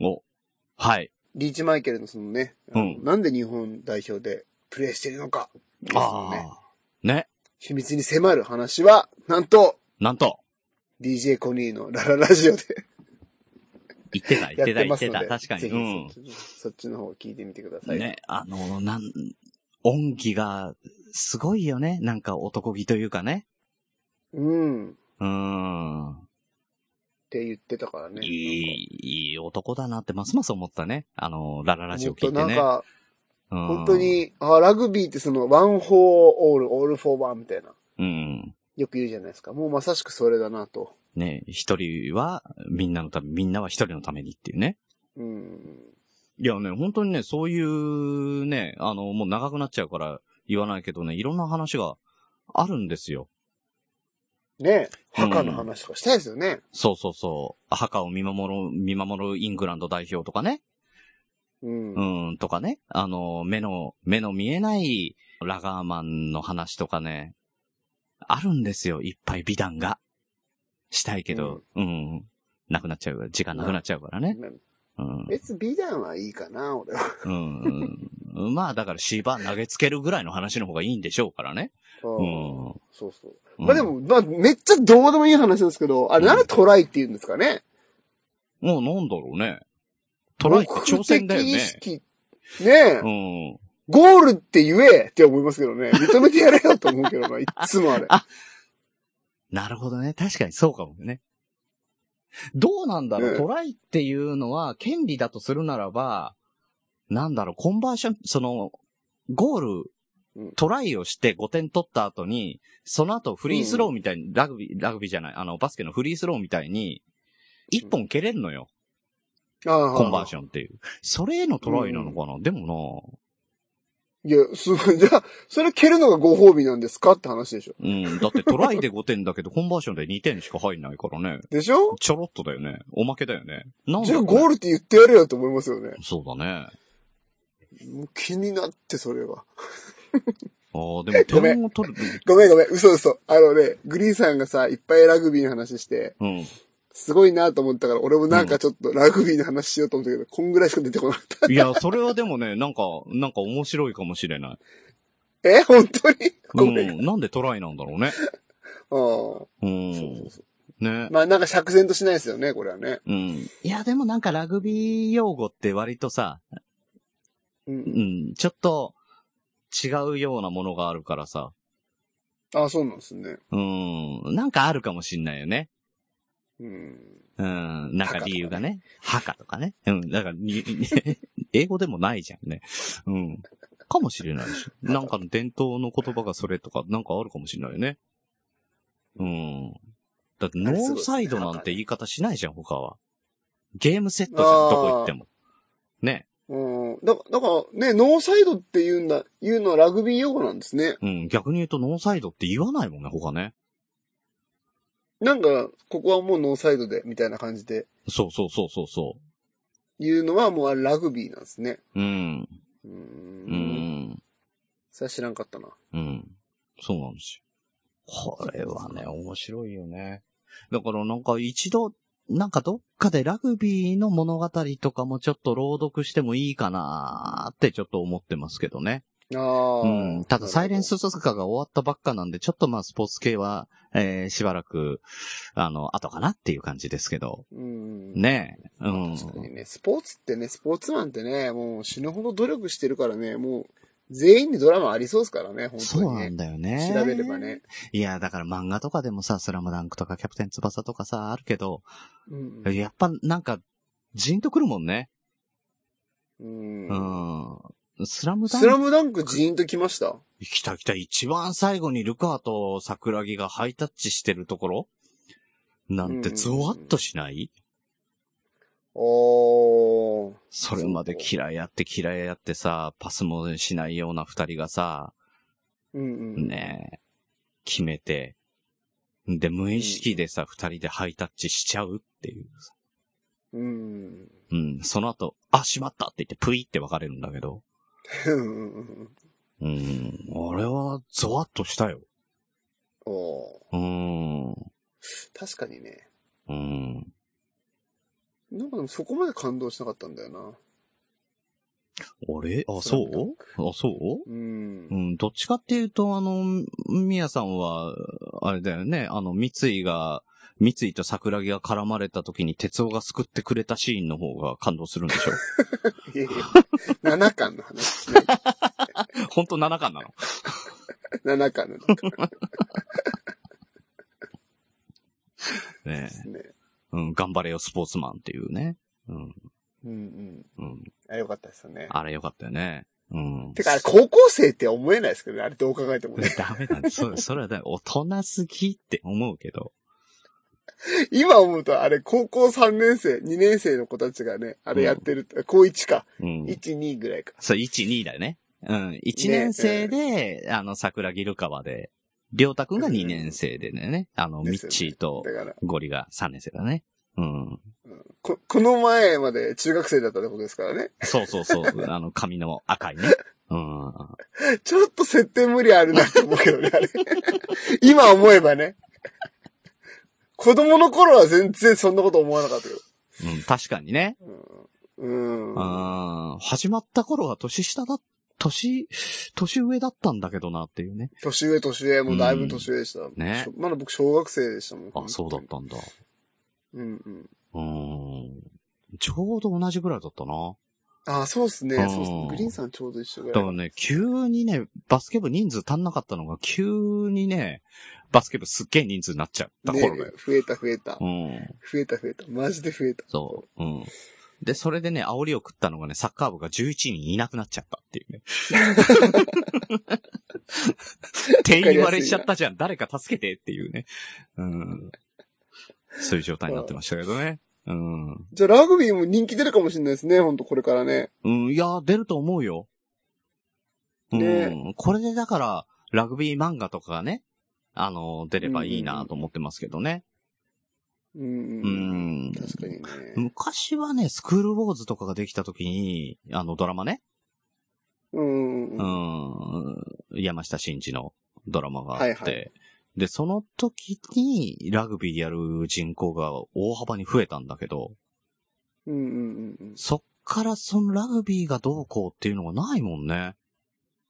Speaker 2: お。はい。
Speaker 3: リーチマイケルのそのね、あの
Speaker 2: うん
Speaker 3: なんで日本代表でプレーしてるのか、そのね、
Speaker 2: ああ。ね。
Speaker 3: 秘密に迫る話は、なんと、
Speaker 2: なんと。
Speaker 3: DJ コニーのラララジオで
Speaker 2: 言ってた、言
Speaker 3: やっ
Speaker 2: ってた、
Speaker 3: て
Speaker 2: 言
Speaker 3: ま
Speaker 2: っ
Speaker 3: す
Speaker 2: て
Speaker 3: の
Speaker 2: た。
Speaker 3: で、
Speaker 2: 確かに。
Speaker 3: ぜひ
Speaker 2: うん。
Speaker 3: そっちのそっちの方を聞いてみてください。
Speaker 2: ね、あの、なん、音義がすごいよね。なんか男気というかね。
Speaker 3: うん。っ
Speaker 2: うーん。
Speaker 3: て言ってたからね。
Speaker 2: いい、いい男だなってますます思ったね。あの、ラララジオ
Speaker 3: もっ
Speaker 2: 聞
Speaker 3: と
Speaker 2: いて
Speaker 3: なん
Speaker 2: ね。
Speaker 3: か、
Speaker 2: うん
Speaker 3: 本当。に、あラグビーってその、ワン・フォー・オール、オール・フォー・ワンみたいな、
Speaker 2: うん。
Speaker 3: よく言うじゃないですか。もうまさしくそれだなと。
Speaker 2: ね、一人はみんなのため、みんなは一人のためにっていうね。
Speaker 3: うん。
Speaker 2: いやね、本当にね、そういうね、あの、もう長くなっちゃうから言わないけどね、いろんな話があるんですよ。
Speaker 3: ね
Speaker 2: うん
Speaker 3: 墓の話とかしたいですよね。
Speaker 2: そうそうそう。墓を見守る、見守るイングランド代表とかね。
Speaker 3: うん。
Speaker 2: うん、とかね。あの、目の、目の見えないラガーマンの話とかね。あるんですよ、いっぱい美談が。したいけど、うん、なくなっちゃうから、時間なくなっちゃうからね。うん。
Speaker 3: 別美談はいいかな、俺は。
Speaker 2: うん。うんまあ、だから芝投げつけるぐらいの話の方がいいんでしょうからね。うん。
Speaker 3: そうそう。
Speaker 2: うん
Speaker 3: まあでも、まあめっちゃどうでもいい話なんですけど、あれなんでトライって言うんですかね
Speaker 2: もうなんだろうね。トライって挑戦だよ
Speaker 3: 目
Speaker 2: ね
Speaker 3: 的。意識。ねえ
Speaker 2: う、ん。
Speaker 3: ゴールって言えって思いますけどね。認めてやれよと思うけどな、いっつもあれ。
Speaker 2: あなるほどね。確かにそうかもね。どうなんだろう、
Speaker 3: ね
Speaker 2: トライっていうのは、権利だとするならば、なんだろう、コンバーション、その、ゴール
Speaker 3: うん
Speaker 2: トライをして5点取った後に、その後フリースローみたいに、ラグビー、ラグビーじゃない、あの、バスケのフリースローみたいに、1本蹴れんのよ。コンバージョンっていう。それへのトライなのかな、でも
Speaker 3: いや、すごい。じゃあ、それ蹴るのがご褒美なんですかって話でしょ。
Speaker 2: なうん。だってトライで5点だけど、コンバージョンで2点しか入んないからね。
Speaker 3: でしょ
Speaker 2: ちょろっとだよね。おまけだよね。なん
Speaker 3: じゃあ
Speaker 2: だ
Speaker 3: ゴールって言ってやれよって思いますよね。
Speaker 2: そうだね。
Speaker 3: もう気になって、それは。
Speaker 2: ああ、でも点を取る。
Speaker 3: ごめんごめん、嘘嘘。あのね、グリーンさんがさ、いっぱいラグビーの話して、
Speaker 2: うん。
Speaker 3: すごいなと思ったから、俺もなんかちょっとラグビーの話しようと思ったけど、こんぐらいしか出てこなかっ
Speaker 2: いや、それはでもね、なんか、なんか面白いかもしれない。
Speaker 3: た。 え本当に
Speaker 2: う
Speaker 3: ごめん。あ
Speaker 2: ん。なんでトライなんだろうね。
Speaker 3: あ
Speaker 2: う
Speaker 3: そうそ
Speaker 2: ん
Speaker 3: う。そ
Speaker 2: ね
Speaker 3: う。。まあなんか釈然としないですよね、これはね。
Speaker 2: うん。いや、でもなんかラグビー用語って割とさ、
Speaker 3: うん
Speaker 2: う。ん、ちょっと違うようなものがあるからさ、
Speaker 3: ああ、そうなんですね。
Speaker 2: うん、なんかあるかもしんないよね。
Speaker 3: うん。
Speaker 2: うん、なんか理由がね。墓とかね。うん、だからに、 英語でもないじゃんね。うん。かもしれないし。なんかの伝統の言葉がそれとか、なんかあるかもしれないよね。うん。だって、ノーサイドなんて言い方しないじゃん、他は。ゲームセットじゃん、どこ行っても。ね。
Speaker 3: うん。だだから、ね、ノーサイドって言うんだ、言うのはラグビー用語なんですね。
Speaker 2: うん、逆に言うとノーサイドって言わないもんね、他ね。
Speaker 3: なんか、ここはもうノーサイドで、みたいな感じで
Speaker 2: そうそうそうそうそ
Speaker 3: 言うのはもうあれラグビーなんですね。
Speaker 2: う。うん。
Speaker 3: う。
Speaker 2: うんん。
Speaker 3: それは知らんかったな。
Speaker 2: うん。そうなんですよ。これはね、面白いよね。だからなんか一度、なんかどっかでラグビーの物語とかもちょっと朗読してもいいかなーってちょっと思ってますけどね。
Speaker 3: ああ。
Speaker 2: うん。ただサイレン
Speaker 3: な
Speaker 2: ス鈴鹿が終わったばっかなんで、ちょっとまあスポーツ系は、えー、しばらく、あの、後かなっていう感じですけど。
Speaker 3: るほど。うん。
Speaker 2: ねえ。う
Speaker 3: まあ。
Speaker 2: ん。
Speaker 3: 確かにね、スポーツってね、スポーツマンってね、もう死ぬほど努力してるからね、もう全員にドラマありそうですからね、本当
Speaker 2: そう
Speaker 3: に
Speaker 2: なん
Speaker 3: ね。
Speaker 2: だよね。
Speaker 3: 調べればね。。
Speaker 2: いや、だから漫画とかでもさ、スラムダンクとかキャプテン翼とかさ、あるけど、
Speaker 3: うん
Speaker 2: やっぱなんか、じんとくるもんね。
Speaker 3: うん。
Speaker 2: う
Speaker 3: うん。
Speaker 2: ん。スラムダン
Speaker 3: スラ
Speaker 2: ク。
Speaker 3: ムダンクジーンと来ました。
Speaker 2: 来た来た。一番最後にルカーと桜木がハイタッチしてるところなんてゾワッとしない、
Speaker 3: おー。
Speaker 2: それまで嫌いやって嫌いやってさ、パスもしないような二人がさ、
Speaker 3: うんうん。
Speaker 2: ねえ、決めて、で、無意識でさ、二人でハイタッチしちゃうっていうさ
Speaker 3: うん。
Speaker 2: うん、その後、あ、しまったって言って、プイって別れるんだけど。
Speaker 3: うんうんうん。
Speaker 2: うん、あれは、ゾワッとしたよ。
Speaker 3: おー。
Speaker 2: うーん、う
Speaker 3: 確かにね。
Speaker 2: ーん。
Speaker 3: なんかでもそこまで感動しなかったんだよな。
Speaker 2: あれあ、そうあ、そう
Speaker 3: うん
Speaker 2: う。ん、どっちかっていうと、あの、みやさんは、あれだよね、あの、三井が、三井と桜木が絡まれた時に哲夫が救ってくれたシーンの方が感動するんでしょ
Speaker 3: いやいや、7巻の話ですね。
Speaker 2: ほんと7巻なの
Speaker 3: 7巻の
Speaker 2: ねえ。
Speaker 3: ね。
Speaker 2: うん、頑張れよスポーツマンっていうね。うん、
Speaker 3: うんうん。
Speaker 2: うん。
Speaker 3: あれよかったですよね。
Speaker 2: あれよかったよね。うん。
Speaker 3: てか、あれ高校生って思えないですけどね。あれどう考えてもね。
Speaker 2: ダメだね。そそれはだ、大人すぎって思うけど。
Speaker 3: 今思うと、あれ高校3年生、2年生の子たちがね、あれやってる、高1か。
Speaker 2: うん。
Speaker 3: 1、2ぐらいか。
Speaker 2: そう、1、2だよね。うん。1年生で、あの、桜木ルカワで、りょうたくんが2年生でね、あの、ミ
Speaker 3: です
Speaker 2: ッ
Speaker 3: よね
Speaker 2: チーと
Speaker 3: だから、
Speaker 2: ゴリが3年生だね。うん。
Speaker 3: こ、この前まで中学生だったってことですからね。
Speaker 2: そうそう そう。あの、髪の赤いね。うん。
Speaker 3: ちょっと設定無理あるなって思うけどね、あれ。 今思えばね。子供の頃は全然そんなこと思わなかったけど。
Speaker 2: うん、確かにね。
Speaker 3: うん。
Speaker 2: うん。始まった頃は年下だ、年、年上だったんだけどなっていうね。
Speaker 3: 年上、年上、もうだいぶ年上でした。
Speaker 2: ね
Speaker 3: しょまだ僕小学生でしたもん。
Speaker 2: あ、そうだったんだ。
Speaker 3: うん
Speaker 2: う
Speaker 3: うん。
Speaker 2: ん。ちょうど同じぐらいだったな。
Speaker 3: あ、そうっすね。
Speaker 2: うん
Speaker 3: そうっすね。グリーンさんちょうど一緒ぐ
Speaker 2: だ
Speaker 3: ら
Speaker 2: か
Speaker 3: い。
Speaker 2: らね、急にね、バスケ部人数足んなかったのが、急にね、バスケ部すっげえ人数になっちゃった
Speaker 3: ね
Speaker 2: 頃だよ。
Speaker 3: 増えた増えた
Speaker 2: う。ん。
Speaker 3: 増えた増えた。マジで増えた。
Speaker 2: そう。うん。で、それでね、煽りを食ったのがね、サッカー部が11人いなくなっちゃったっていう ね。店員割れしちゃったじゃん。誰か助けてっていうね。うん。そういう状態になってましたけどね。うん。
Speaker 3: じゃあラグビーも人気出るかもしれないですね、ほんとこれからね。
Speaker 2: うん、いやー、出ると思うよ。うん。
Speaker 3: ね
Speaker 2: これでだから、ラグビー漫画とかがね、あのー出ればいいなと思ってますけどね。
Speaker 3: う。
Speaker 2: うんん。
Speaker 3: 確かにね。
Speaker 2: 昔はね、スクールウォーズとかができた時に、あの、ドラマね。
Speaker 3: うん。
Speaker 2: う
Speaker 3: うん
Speaker 2: ん。山下真司のドラマがあって。
Speaker 3: はいは
Speaker 2: で、その時に、ラグビーやる人口が大幅に増えたんだけど、
Speaker 3: うんうん
Speaker 2: そっからそのラグビーがどうこうっていうのがないもんね。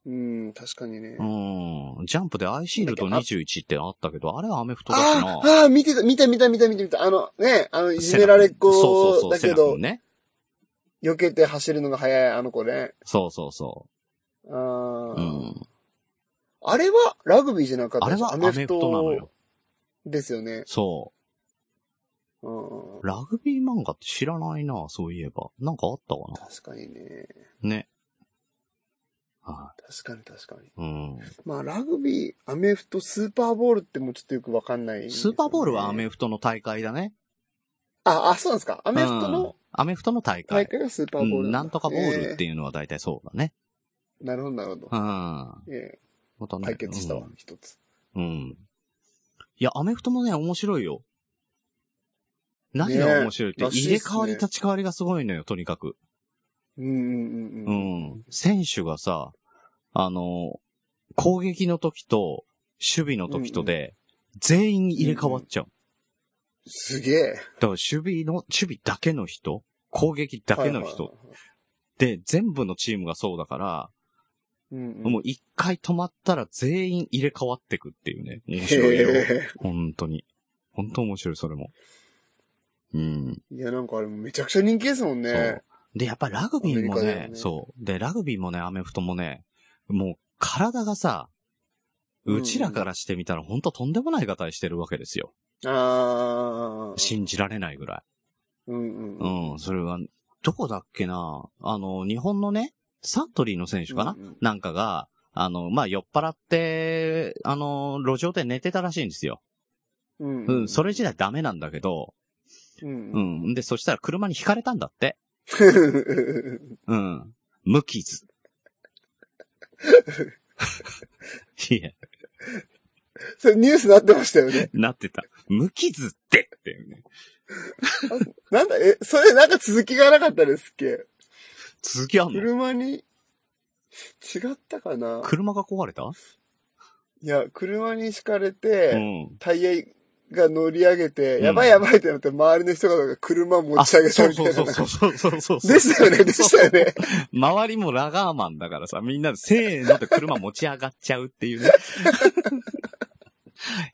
Speaker 3: うん。うん、確かにね。
Speaker 2: うん。ジャンプでアイシールド21ってあったけど、あれはアメフトだし
Speaker 3: あ
Speaker 2: な。
Speaker 3: あ、ああ、見てた、見た見た見た見た見た。あのね、あの、いじめられっ
Speaker 2: そうそ
Speaker 3: 子
Speaker 2: うそう
Speaker 3: だ
Speaker 2: セ
Speaker 3: け
Speaker 2: ナ君
Speaker 3: ど、
Speaker 2: ね。
Speaker 3: 避けて走るのが速いあの子ね。
Speaker 2: そうそうそ
Speaker 3: あ
Speaker 2: う。
Speaker 3: ー
Speaker 2: うん。
Speaker 3: あれはラグビーじゃなかった
Speaker 2: あれはアメフトなのよ。
Speaker 3: ですよね。
Speaker 2: そ
Speaker 3: うん
Speaker 2: う。ラグビー漫画って知らないな、そういえば。なんかあったか
Speaker 3: 確かにね。
Speaker 2: なね。は
Speaker 3: 確かに確かに。
Speaker 2: い。うん。
Speaker 3: まあ、ラグビー、アメフト、スーパーボールってもうちょっとよくわかんない、
Speaker 2: スーパーボールはアメフトの大会だね。
Speaker 3: あ、あ、そうなんですか。ア
Speaker 2: ア
Speaker 3: メフトの
Speaker 2: アメフトの大会。
Speaker 3: 大会がスーパ
Speaker 2: う
Speaker 3: ーボール、
Speaker 2: ん。なんとかボールって
Speaker 3: え
Speaker 2: いうのは大体そうだね。
Speaker 3: ーなるほど、なるほど
Speaker 2: う。ん。
Speaker 3: え
Speaker 2: また
Speaker 3: ー
Speaker 2: ね
Speaker 3: 解決したわ
Speaker 2: う、ん
Speaker 3: 一つ。
Speaker 2: うん。いや、アメフトもね、面白いよ。何が面白いって、
Speaker 3: ねえらしい
Speaker 2: 入
Speaker 3: っす
Speaker 2: れ
Speaker 3: ね
Speaker 2: 替わり立ち替わりがすごいのよ、とにかく。
Speaker 3: うんうんうん
Speaker 2: う
Speaker 3: うん。
Speaker 2: ん。選手がさ、あの、攻撃の時と、守備の時とで、全員入れ替わっちゃう。
Speaker 3: すげえ。
Speaker 2: だから、守備の、守備だけの人、攻撃だけの人、
Speaker 3: はいはいはい
Speaker 2: で、全部のチームがそうだから、
Speaker 3: うんうん。
Speaker 2: もう一回止まったら全員入れ替わってくっていうね。面白いよ。
Speaker 3: へ
Speaker 2: 本当に。本当面白い、それも。うん。
Speaker 3: え。いや、なんかあれめちゃくちゃ人気ですもん
Speaker 2: そ
Speaker 3: ね
Speaker 2: う。。で、やっぱラグビーも
Speaker 3: アメリカだ
Speaker 2: ね
Speaker 3: よ、ね
Speaker 2: そう。で、ラグビーもね、アメフトもね、もう体がさ、
Speaker 3: うんう
Speaker 2: うんちらからしてみたら本当とんでもない形してるわけですよ。
Speaker 3: ああ。
Speaker 2: 信じられないぐらい。
Speaker 3: うんうん。
Speaker 2: うん、それは、どこだっけなあの、日本のね、サントリーの選手かな、
Speaker 3: うんうん
Speaker 2: なんかが、あの、まあ、酔っ払って、あの、路上で寝てたらしいんですよ。
Speaker 3: うん
Speaker 2: うん、それ自体ダメなんだけど、
Speaker 3: うん
Speaker 2: う
Speaker 3: うん。
Speaker 2: ん、で、そしたら車にひかれたんだって。うん。無傷。 いや、
Speaker 3: それニュースなってましたよね。
Speaker 2: なってた。無傷ってっていうね。
Speaker 3: なんだ、え、それなんか続きがなかったですっけ
Speaker 2: 続きあんの
Speaker 3: 車に、違ったかな
Speaker 2: 車が壊れた
Speaker 3: いや、車に敷かれ
Speaker 2: う
Speaker 3: て、
Speaker 2: ん。
Speaker 3: タイヤが乗り上げて、
Speaker 2: うん
Speaker 3: やばいやばいってなって、周りの人が車持
Speaker 2: あ、
Speaker 3: ち上げ
Speaker 2: そ
Speaker 3: た
Speaker 2: う
Speaker 3: みた
Speaker 2: そ
Speaker 3: いうな。
Speaker 2: そうそうそうそうそう。
Speaker 3: でしたよね、でしたよね。
Speaker 2: 周りもラガーマンだからさ、みんなでせーので車持ち上がっちゃうっていう ね。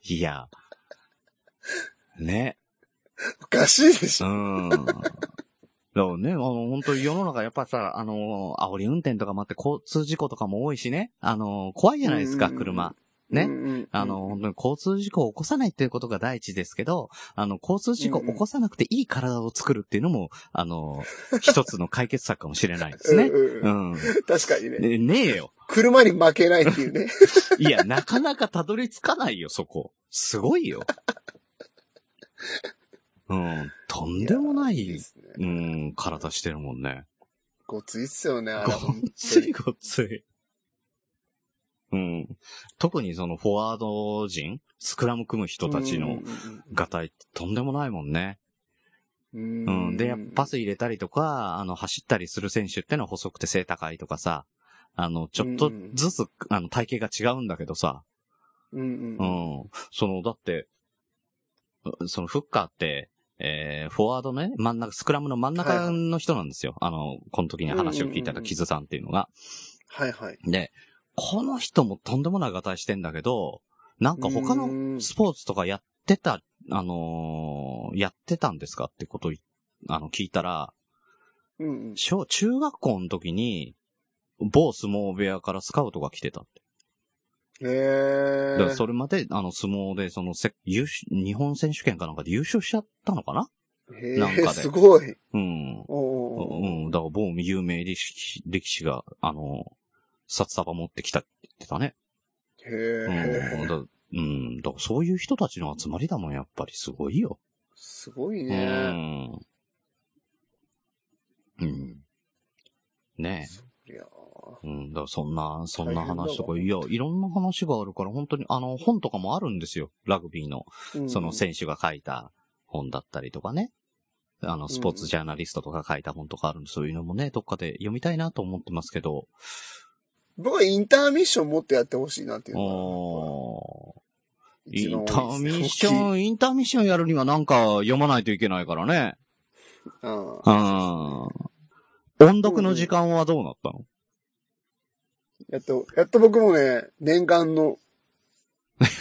Speaker 2: いや。ね。
Speaker 3: おかしいでし
Speaker 2: う
Speaker 3: ょ。
Speaker 2: ん。だからね、あの、本当に世の中やっぱさ、あの、煽り運転とかもあって交通事故とかも多いしね。あの、怖いじゃないですか、
Speaker 3: うん
Speaker 2: 車。ね
Speaker 3: うんうんうん
Speaker 2: あの、本当に交通事故を起こさないっていうことが第一ですけど、あの、交通事故を起こさなくていい体を作るっていうのも、あの、一つの解決策かもしれないですね
Speaker 3: う。 ん
Speaker 2: う
Speaker 3: うんうん
Speaker 2: ん。
Speaker 3: 確かにね。
Speaker 2: ねねえよ。
Speaker 3: 車に負けないっていうね。
Speaker 2: いや、なかなかたどり着かないよ、そこ。すごいよ。うん。とんでもない
Speaker 3: やい
Speaker 2: い
Speaker 3: で、すね。
Speaker 2: うん、体してるもんね。
Speaker 3: ごついっすよね、あれ。
Speaker 2: ごっついごっつい。うん。特にそのフォワード陣、スクラム組む人たちのがたいってとんでもないもんね。
Speaker 3: う。
Speaker 2: うんん。で、パス入れたりとか、あの、走ったりする選手ってのは細くて背高いとかさ、あの、ちょっとずつ、あの、体型が違うんだけどさ、
Speaker 3: うんう。
Speaker 2: うんん。その、だって、うそのフッカーって、えー、フォワードのね、真ん中、スクラムの真ん中の人なんですよ。あの、この時に話を聞いた
Speaker 3: うんうんうんう
Speaker 2: ら、
Speaker 3: ん
Speaker 2: キズさんっていうのが。
Speaker 3: はいはい。
Speaker 2: で、この人もとんでもないがたいしてんだけど、なんか他
Speaker 3: う
Speaker 2: の
Speaker 3: ん
Speaker 2: スポーツとかやってた、あのーやってたんですかってことをい、あの、聞いたら、
Speaker 3: うんうん。
Speaker 2: 小、中学校の時に、某相撲部屋からスカウトが来てたって。
Speaker 3: へえ
Speaker 2: だからそれまで、あの、相撲で、そのせ優勝、日本選手権かなんかで優勝しちゃったのかな
Speaker 3: へ
Speaker 2: なんか
Speaker 3: え、
Speaker 2: です
Speaker 3: ごい。
Speaker 2: うん。
Speaker 3: おー
Speaker 2: うん、だから某有名力士力士が、あの、札束持ってきたって言ってたね。
Speaker 3: へ
Speaker 2: う
Speaker 3: え
Speaker 2: ん、、だうん、だからそういう人たちの集まりだもん、やっぱりすごいよ。
Speaker 3: すごいうね。
Speaker 2: ん。うん。ねえ。
Speaker 3: いや
Speaker 2: うん、だからそんな、そんな
Speaker 3: 大変だわ
Speaker 2: 話とか、いや、いろんな話があるから、本当に、あの、本とかもあるんですよ。ラグビーの、
Speaker 3: ー
Speaker 2: その選手が書いた本だったりとかね。あの、スポーツジャーナリストとか書いた本とかあるんで、そういうのもね、どっかで読みたいなと思ってますけど。
Speaker 3: 僕はインターミッションもっとやってほしいなっていうの
Speaker 2: お
Speaker 3: が。
Speaker 2: ーインターミッシ
Speaker 3: ン。
Speaker 2: ョン、インターミッションやるにはなんか読まないといけないからね。
Speaker 3: うん
Speaker 2: うん。音読の時間はどうなったの
Speaker 3: やっと、やっと僕もね、念 願の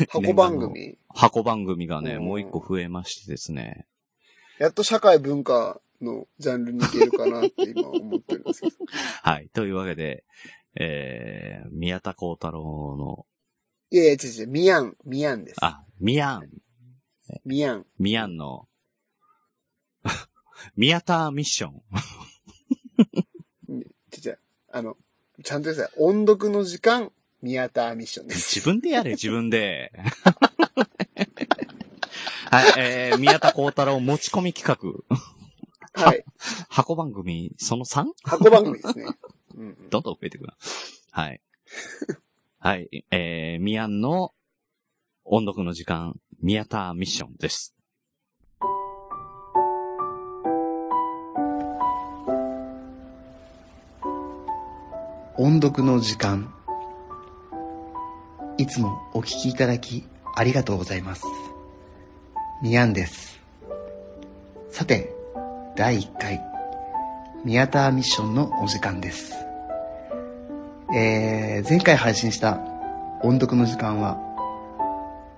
Speaker 3: 箱番組、
Speaker 2: 箱番組がね、
Speaker 3: うん
Speaker 2: もう一個増えましてですね。
Speaker 3: やっと社会文化のジャンルにいけるかなって今思ってるんですけど。
Speaker 2: はい。というわけで、えー、宮田幸太郎の、
Speaker 3: いやいや、違う違う、ミヤン、ミヤンです。
Speaker 2: あ、ミアン、
Speaker 3: ミヤン。
Speaker 2: ミアンの、 宮田ミッション。
Speaker 3: 違う違う、あの、ちゃんとですね、音読の時間、宮田ミッションです。
Speaker 2: 自分でやれ、自分で。 はい、えー、宮田幸太郎持ち込み企画。
Speaker 3: はい。
Speaker 2: 箱番組、その 3?
Speaker 3: 箱番組 ですね。うんうん
Speaker 2: どんどん増えていくな。はい。はい。えー、ミヤンの音読の時間、宮田ミッションです。
Speaker 6: 音読の時間いつもお聞きいただきありがとうございますミヤンですさて第1回宮田ミッションのお時間ですえー、前回配信した音読の時間は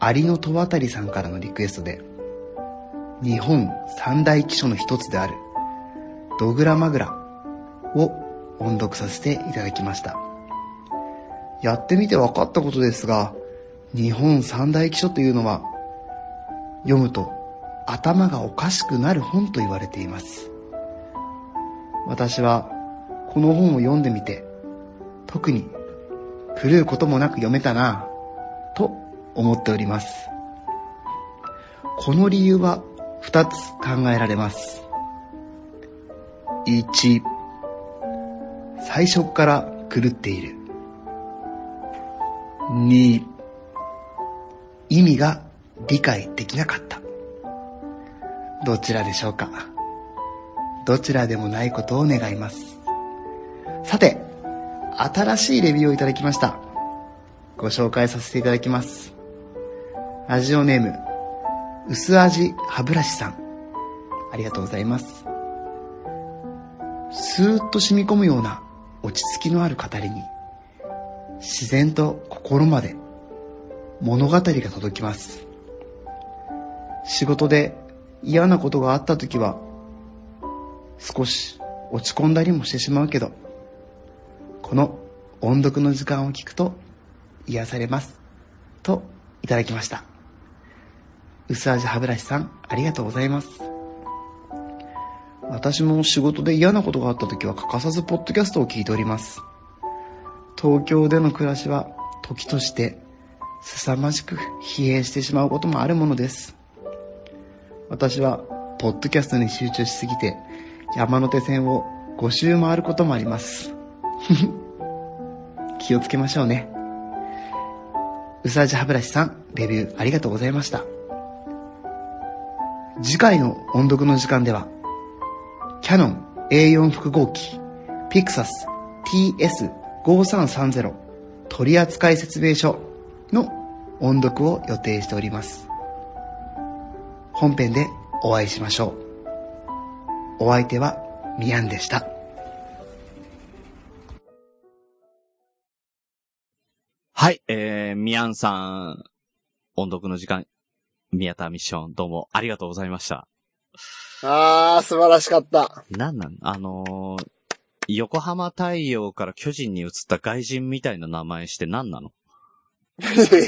Speaker 6: 有野戸渡りさんからのリクエストで日本三大奇書の一つであるドグラマグラを音読させていただきました。やってみて分かったことですが、日本三大奇書というのは、読むと頭がおかしくなる本と言われています。私は、この本を読んでみて、特に狂うこともなく読めたなぁ、と思っております。この理由は2つ考えられます。1、最初から狂っている。2、意味が理解できなかった。どちらでしょうかどちらでもないことを願います。さて、新しいレビューをいただきました。ご紹介させていただきます。ラジオネーム、薄味歯ブラシさん。ありがとうございます。スーッと染み込むような落ち着きのある語りに、自然と心まで物語が届きます。仕事で嫌なことがあった時は、少し落ち込んだりもしてしまうけど、この音読の時間を聞くと癒されます。と、いただきました。薄味歯ブラシさん、ありがとうございます。私も仕事で嫌なことがあった時は欠かさずポッドキャストを聞いております。東京での暮らしは時として凄まじく疲弊してしまうこともあるものです。私はポッドキャストに集中しすぎて山手線を5周回ることもあります。 気をつけましょうね。うさじ歯ブラシさん、レビューありがとうございました。次回の音読の時間ではキャノン A4 複合機、ピクサス TS5330 取扱説明書の音読を予定しております。本編でお会いしましょう。お相手はミヤンでした。
Speaker 2: はい、えー、ミアンさん、音読の時間、宮田ミッション、どうもありがとうございました。
Speaker 3: あー、素晴らしかった。
Speaker 2: なんなんあのー横浜太陽から巨人に移った外人みたいな名前して何なの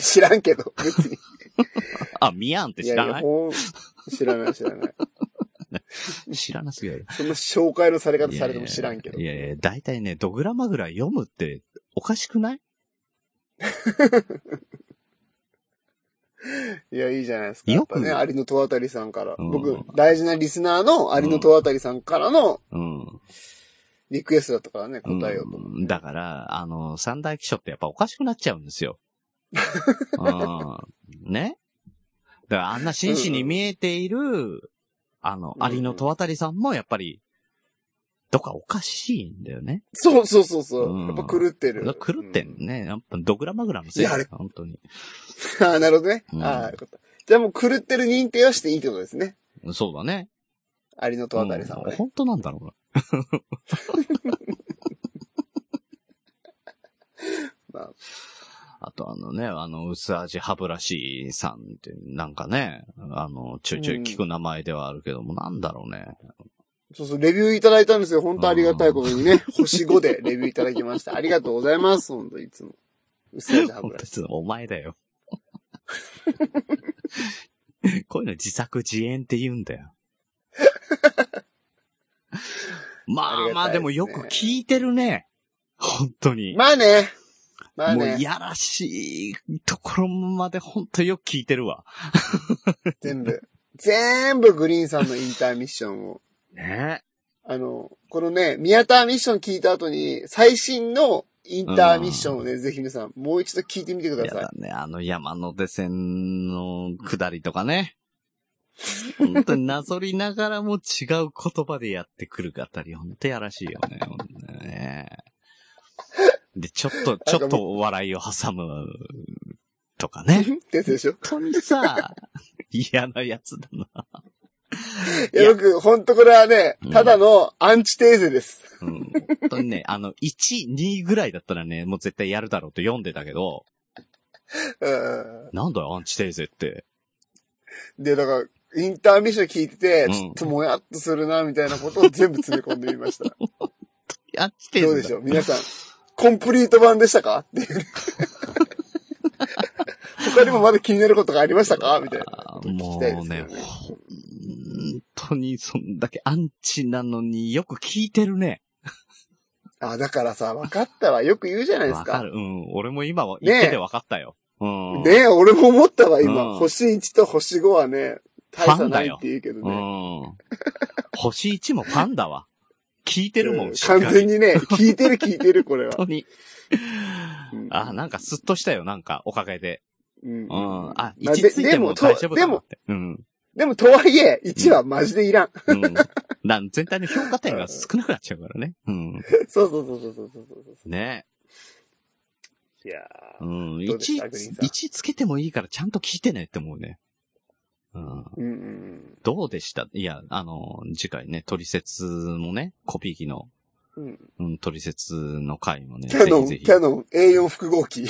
Speaker 3: 知らんけど、 別に。
Speaker 2: あ、ミヤンって知らない
Speaker 3: ややほん知らない、知らない。
Speaker 2: 知らなすぎる。
Speaker 3: その紹介のされ方されても知らんけど
Speaker 2: い。やいやいや、だいたいね、ドグラマグラ読むっておかしくない
Speaker 3: いや、いいじゃないですか。
Speaker 2: よく
Speaker 3: やっぱね、有野戸渡りさんから。
Speaker 2: うん
Speaker 3: 僕、大事なリスナーの有野戸渡りさんからの
Speaker 2: うん。
Speaker 3: リクエストだったからね、答えようと。
Speaker 2: うんだから、あの、三大記書ってやっぱおかしくなっちゃうん ですよ。うん。ねだからあんな真摯に見えている、あの、
Speaker 3: うん
Speaker 2: 有野戸渡さんもやっぱり、どっかおかしいんだよね。
Speaker 3: そうそうそうそうう。
Speaker 2: ん
Speaker 3: やっぱ狂ってる。
Speaker 2: 狂ってんね。やっぱドグラマグラのせい
Speaker 3: いやあれ
Speaker 2: だ、本当に。
Speaker 3: うん。 ああ、なるほどね。
Speaker 2: うん
Speaker 3: ああ、よかった。じゃあもう狂ってる認定はしていいってことですね。
Speaker 2: そうだね。
Speaker 3: 有野戸渡りさんは
Speaker 2: う
Speaker 3: ね。
Speaker 2: 本当なんだろうな。
Speaker 3: まあ、
Speaker 2: あとあのね、あの、薄味歯ブラシさんって、なんかね、あの、ちょいちょい聞く名前ではあるけども、なんだろうね。
Speaker 3: そうそう、レビューいただいたんですよ。本当ありがたいことにね。星5でレビューいただきました。ありがとうございます。本当いつも。うっせえじゃん、
Speaker 2: 本
Speaker 3: これ。
Speaker 2: 当にお前だ よ。こういうの自作自演って言うんだ よ。まあ
Speaker 3: ありがたいですね
Speaker 2: まあでもよく聞いてるね。本当に。
Speaker 3: まあね。まあ
Speaker 2: もうい
Speaker 3: ね。
Speaker 2: やらしいところまで本当よく聞いてるわ。
Speaker 3: 全部。全部グリーンさんのインターミッションを。
Speaker 2: ね
Speaker 3: あの、このね、宮田ミッション聞いた後に、最新のインターミッションをね、ぜひ皆さん、もう一度聞いてみてくだ
Speaker 2: や
Speaker 3: さい
Speaker 2: だ。ね、あの山手線の下りとかね。本当になぞりながらも違う言葉でやってくるあたり、本当やらしいよね。ほんとねで、ちょっと、ちょっとお笑いを挟む、とかね。
Speaker 3: ってやつでしょ
Speaker 2: 本当にさ、嫌なやつだな。
Speaker 3: いや、僕、ほんとこれはね
Speaker 2: うん、
Speaker 3: ただのアンチテーゼです。
Speaker 2: うん。本当にね、あの、1、2ぐらいだったらね、もう絶対やるだろうと読んでたけど、
Speaker 3: うん。
Speaker 2: なんだよ、アンチテーゼって。
Speaker 3: で、だから、インターミッション聞いてて、
Speaker 2: うん
Speaker 3: ちょっともやっとするな、みたいなことを全部詰め込んでみました。
Speaker 2: アンチ テーゼ
Speaker 3: ど
Speaker 2: だ
Speaker 3: うでしょう皆さん、コンプリート版でしたかっ ていうね。他にもまだ気になることがありましたかみ たいな。
Speaker 2: あー
Speaker 3: 聞
Speaker 2: も
Speaker 3: き
Speaker 2: う
Speaker 3: たいですけ
Speaker 2: ね
Speaker 3: ど、ね
Speaker 2: 本当にそんだけアンチなのによく聞いてるね。
Speaker 3: あ、だからさ、分かったわ。よく言うじゃないです
Speaker 2: わ
Speaker 3: か。
Speaker 2: かる。うん。俺も今は
Speaker 3: ねえ
Speaker 2: 言っててわかったよ。うん。
Speaker 3: ねえ、俺も思ったわ、今。
Speaker 2: うん
Speaker 3: 星1と星5はね、大差ないって言うけど
Speaker 2: う
Speaker 3: ね。
Speaker 2: ん。星1もファンだわ。聞いてるも
Speaker 3: うん
Speaker 2: ん、しっか
Speaker 3: 完
Speaker 2: り
Speaker 3: 全にね、聞いてる聞いてる、これは。
Speaker 2: 本当に
Speaker 3: うん。
Speaker 2: あ、なんかスッとしたよ、なんか、おかげで。
Speaker 3: うん
Speaker 2: うん。あ、
Speaker 3: まあ
Speaker 2: 1つい
Speaker 3: でで
Speaker 2: ても
Speaker 3: も、
Speaker 2: 大丈夫だ
Speaker 3: とで
Speaker 2: なっ
Speaker 3: も、
Speaker 2: て。うん。
Speaker 3: でもとはいえ、1はマジでいらん。
Speaker 2: うん。なん全体の評価点が少なくなっちゃうからね。うん。
Speaker 3: そうそうそうそうそうそうそうそ
Speaker 2: ね
Speaker 3: う。いや
Speaker 2: え。うん。
Speaker 3: どうでした
Speaker 2: 1
Speaker 3: グリーンさ、ん
Speaker 2: 一つけてもいいからちゃんと聞いてねって思うね。うん。
Speaker 3: ーうんうん
Speaker 2: どうでしたいや、あの、次回ね、トリセツもね、コピー機の、
Speaker 3: うん。うん。
Speaker 2: うん、トリセツの回もね、
Speaker 3: キャ
Speaker 2: ぜ
Speaker 3: ノ
Speaker 2: ひ
Speaker 3: ン、
Speaker 2: ぜ
Speaker 3: キ
Speaker 2: ひ。
Speaker 3: ャノン A4 複合機。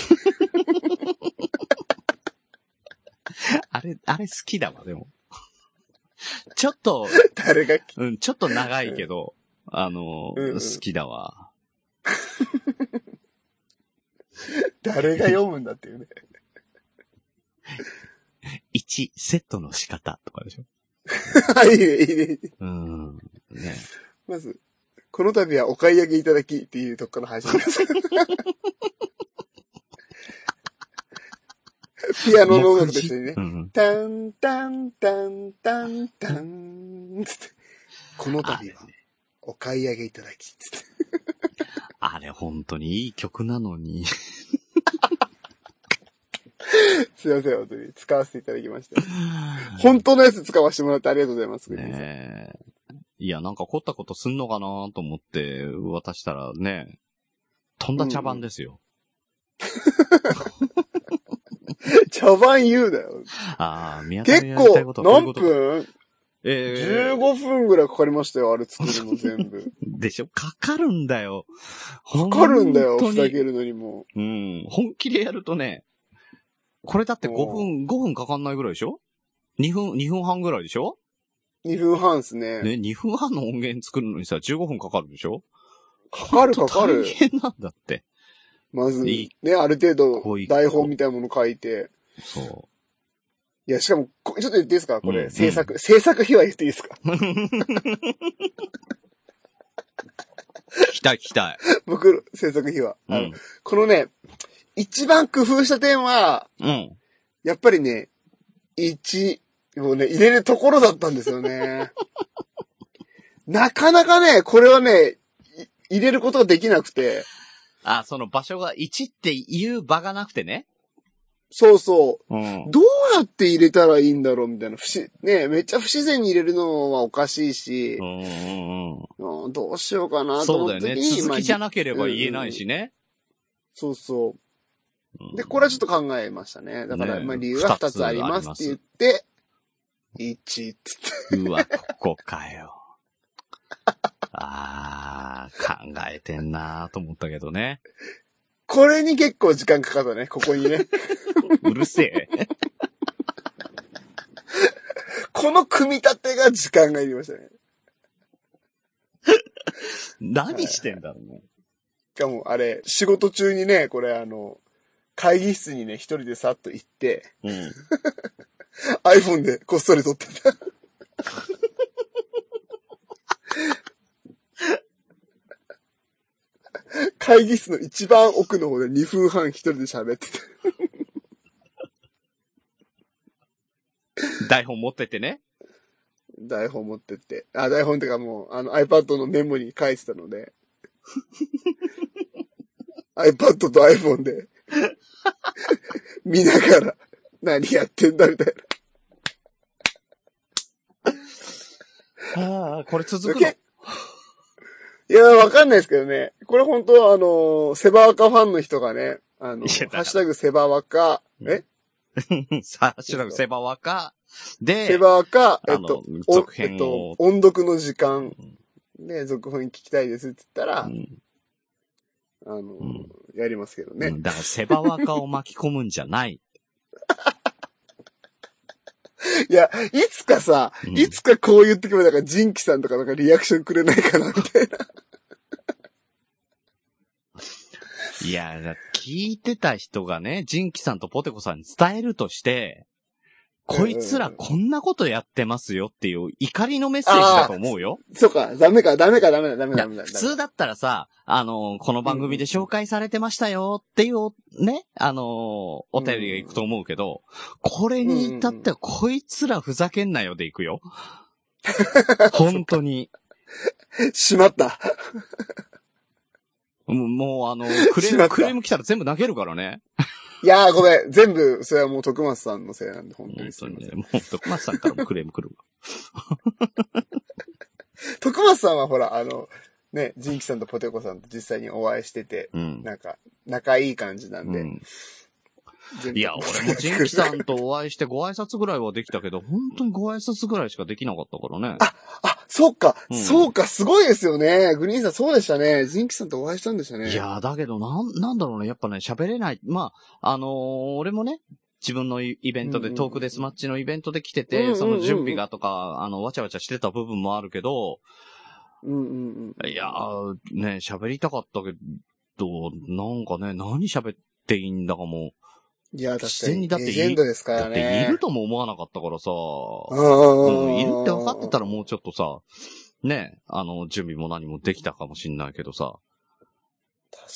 Speaker 2: あれ、あれ好きだわ、でも。 ちょっと、
Speaker 3: 誰が、
Speaker 2: うん、ちょっと長いけど、あの、
Speaker 3: うんうん
Speaker 2: 好きだわ。
Speaker 3: 誰が読むんだっていう ね。
Speaker 2: 1、セットの仕方とかでしょ。
Speaker 3: はい、いいね、いいねいいね。
Speaker 2: うん。ね。
Speaker 3: まず、この度はお買い上げいただきっていうとこから始め ます。ピアノの音楽と一緒にね
Speaker 2: う。ん。
Speaker 3: タンタンタンタンタンつって。この度はお買い上げいただきつって。
Speaker 2: あれ、本当にいい曲なのに。
Speaker 3: すいません、本当に。使わせていただきました。本当のやつ使わせてもらってありがとうございます。グリーンさん
Speaker 2: ねえ。いや、なんか凝ったことすんのかなと思って渡したらね、とんだ茶番ですよ。
Speaker 3: 茶番言うだよ。
Speaker 2: ああ、宮田のや
Speaker 3: 結
Speaker 2: りたいこ
Speaker 3: 構
Speaker 2: と、はこういうこと
Speaker 3: 何分
Speaker 2: ええ
Speaker 3: ?15 分ぐらいかかりましたよ、あれ作る の全部。
Speaker 2: でしょかかるんだよ。
Speaker 3: かかるんだよ、
Speaker 2: 本
Speaker 3: ふ
Speaker 2: 当
Speaker 3: ざ
Speaker 2: に
Speaker 3: けるのにも。
Speaker 2: うん。本気でやるとね、これだって5分、5分かかんないぐらいでしょ ?2 分、2分半ぐらいでしょ
Speaker 3: 2分半ですね。
Speaker 2: ね、2分半の音源作るのにさ、15分かかるでしょ
Speaker 3: かかるかかる
Speaker 2: 大。変なんだって。
Speaker 3: まず、
Speaker 2: いい
Speaker 3: ね、ある程
Speaker 2: こう
Speaker 3: 度
Speaker 2: い、う
Speaker 3: 台本みたいなもの書いて、
Speaker 2: そう。
Speaker 3: いや、しかも、こちょっと言っていいですかこ
Speaker 2: う
Speaker 3: れ、
Speaker 2: ん
Speaker 3: 制作、制作秘話言っていいですか
Speaker 2: 聞きたい、聞き たい。
Speaker 3: 僕、制作秘話。
Speaker 2: う
Speaker 3: あの
Speaker 2: ん。
Speaker 3: このね、一番工夫した点は、
Speaker 2: うん。
Speaker 3: やっぱりね、1をね、入れるところだったんですよね。 なかなかね、これはね、い入れることができなくて、
Speaker 2: あ、その場所が1っていう場がなくてね。
Speaker 3: そうそう、
Speaker 2: うん。
Speaker 3: どうやって入れたらいいんだろうみたいな。不思、ねめっちゃ不自然に入れるのはおかしいし
Speaker 2: う、んうんうん。
Speaker 3: うんどうしようかなと
Speaker 2: そう
Speaker 3: 思
Speaker 2: だ
Speaker 3: っ
Speaker 2: よ
Speaker 3: た
Speaker 2: ね。
Speaker 3: 時に、
Speaker 2: 続きじゃ
Speaker 3: まあ
Speaker 2: なければ言えないしね。
Speaker 3: そうそうう。
Speaker 2: ん
Speaker 3: で、これはちょっと考えましたね。だから、
Speaker 2: ねえ
Speaker 3: まあ理由は2つありますって言って、1っつって。
Speaker 2: うわ、ここかよ。 あー、考えてんなーと思ったけどね。
Speaker 3: これに結構時間かかったね、ここにね。
Speaker 2: うるせえ。
Speaker 3: この組み立てが時間がいりましたね。
Speaker 2: 何してんだろうね。
Speaker 3: しかも、あれ、仕事中にね、これあの、会議室にね、一人でさっと行って、
Speaker 2: うん。
Speaker 3: iPhone でこっそり撮ってた。 会議室の一番奥の方で2分半一人で喋ってた。
Speaker 2: 台本持ってってね。
Speaker 3: 台本持ってって。あ、台本ってかもう、あの iPad のメモに書いてた ので。iPad と iPhone で、見ながら、何やってんだみたいな。
Speaker 2: ああ、これ続くの
Speaker 3: けいや、わかんないですけどね。これ本当はあのーセバワカファンの人がね、あの、
Speaker 2: いやだ
Speaker 3: ハ
Speaker 2: から
Speaker 3: ッシュタグセバワカ、え
Speaker 2: さあ、しらくセバワか。で、
Speaker 3: セバワカ、えっ
Speaker 2: あ
Speaker 3: と
Speaker 2: の、
Speaker 3: お
Speaker 2: 続
Speaker 3: えっ
Speaker 2: 編
Speaker 3: と
Speaker 2: を、
Speaker 3: 音読の時間で続編聞きたいですって言ったら、
Speaker 2: うん
Speaker 3: あのー
Speaker 2: ん
Speaker 3: やりますけど
Speaker 2: う
Speaker 3: ね。
Speaker 2: んだからセバワカを巻き込むんじゃない。
Speaker 3: いや、いつかさ、
Speaker 2: うん
Speaker 3: いつかこう言ってくれたから、ジンキさんとかなんかリアクションくれないかな、みたいな。
Speaker 2: いや、だ聞いてた人がね、ジンキさんとポテコさんに伝えるとして、こいつらこんなことやってますよっていう怒りのメッセージだと思うよ。
Speaker 3: そうか、ダメか、ダメか、ダメだ、ダメ
Speaker 2: い
Speaker 3: だ、
Speaker 2: や、
Speaker 3: ダメだ。
Speaker 2: 普通だったらさ、あのーこの番組で紹介されてましたよっていう、ね、あのーお便りが行くと思うけど、これに至ってはこいつらふざけんなよで行く よ。本当に。
Speaker 3: しまった。
Speaker 2: うんもうあのークレ
Speaker 3: し
Speaker 2: ー
Speaker 3: まっ
Speaker 2: ム、
Speaker 3: た
Speaker 2: クレーム来たら全部投げるからね。
Speaker 3: いやー、ごめん。全部、それはもう徳松さんのせいなんで、本当
Speaker 2: 本
Speaker 3: にす
Speaker 2: 当
Speaker 3: いま
Speaker 2: に
Speaker 3: せん
Speaker 2: ね。。もう、徳松さんからもクレーム来るわ。
Speaker 3: 徳松さんはほら、あの、ね、ジンキさんとポテコさんと実際にお会いしてて、
Speaker 2: うん。
Speaker 3: なんか、仲いい感じなんで。
Speaker 2: うん
Speaker 3: 全部
Speaker 2: いや、俺もジンキさんとお会いしてご挨拶ぐらいはできたけど、本当にご挨拶ぐらいしかできなかったからね。
Speaker 3: あ、そうか、
Speaker 2: うん
Speaker 3: そうか、すごいですよね。グリーンさん、そうでしたね。ジンキさんとお会いしたんでしたね。
Speaker 2: いやー、だけど、なん、なんだろうね。やっぱね、喋れない。まあ、あのー俺もね、自分のイイベント
Speaker 3: う
Speaker 2: で、
Speaker 3: んうん
Speaker 2: トークデスマッチのイベントで来て
Speaker 3: うんうん
Speaker 2: て、
Speaker 3: うん
Speaker 2: その準備がとか、あの、わちゃわちゃしてた部分もあるけど、
Speaker 3: うんうんうん。
Speaker 2: いやー、ね、喋りたかったけど、なんかね、何喋っていいんだかも
Speaker 3: いや、確
Speaker 2: 自
Speaker 3: か
Speaker 2: 然
Speaker 3: に。
Speaker 2: にだってい
Speaker 3: レジェンドです
Speaker 2: う、
Speaker 3: か
Speaker 2: だ
Speaker 3: ら
Speaker 2: っ
Speaker 3: ね。
Speaker 2: ているとも思わなかったからさ、
Speaker 3: う
Speaker 2: うん
Speaker 3: ん、
Speaker 2: いるって分かってた
Speaker 3: ら。
Speaker 2: らもうちょっとさ、ね、あの、準備も何もできたかもしんないけどさ、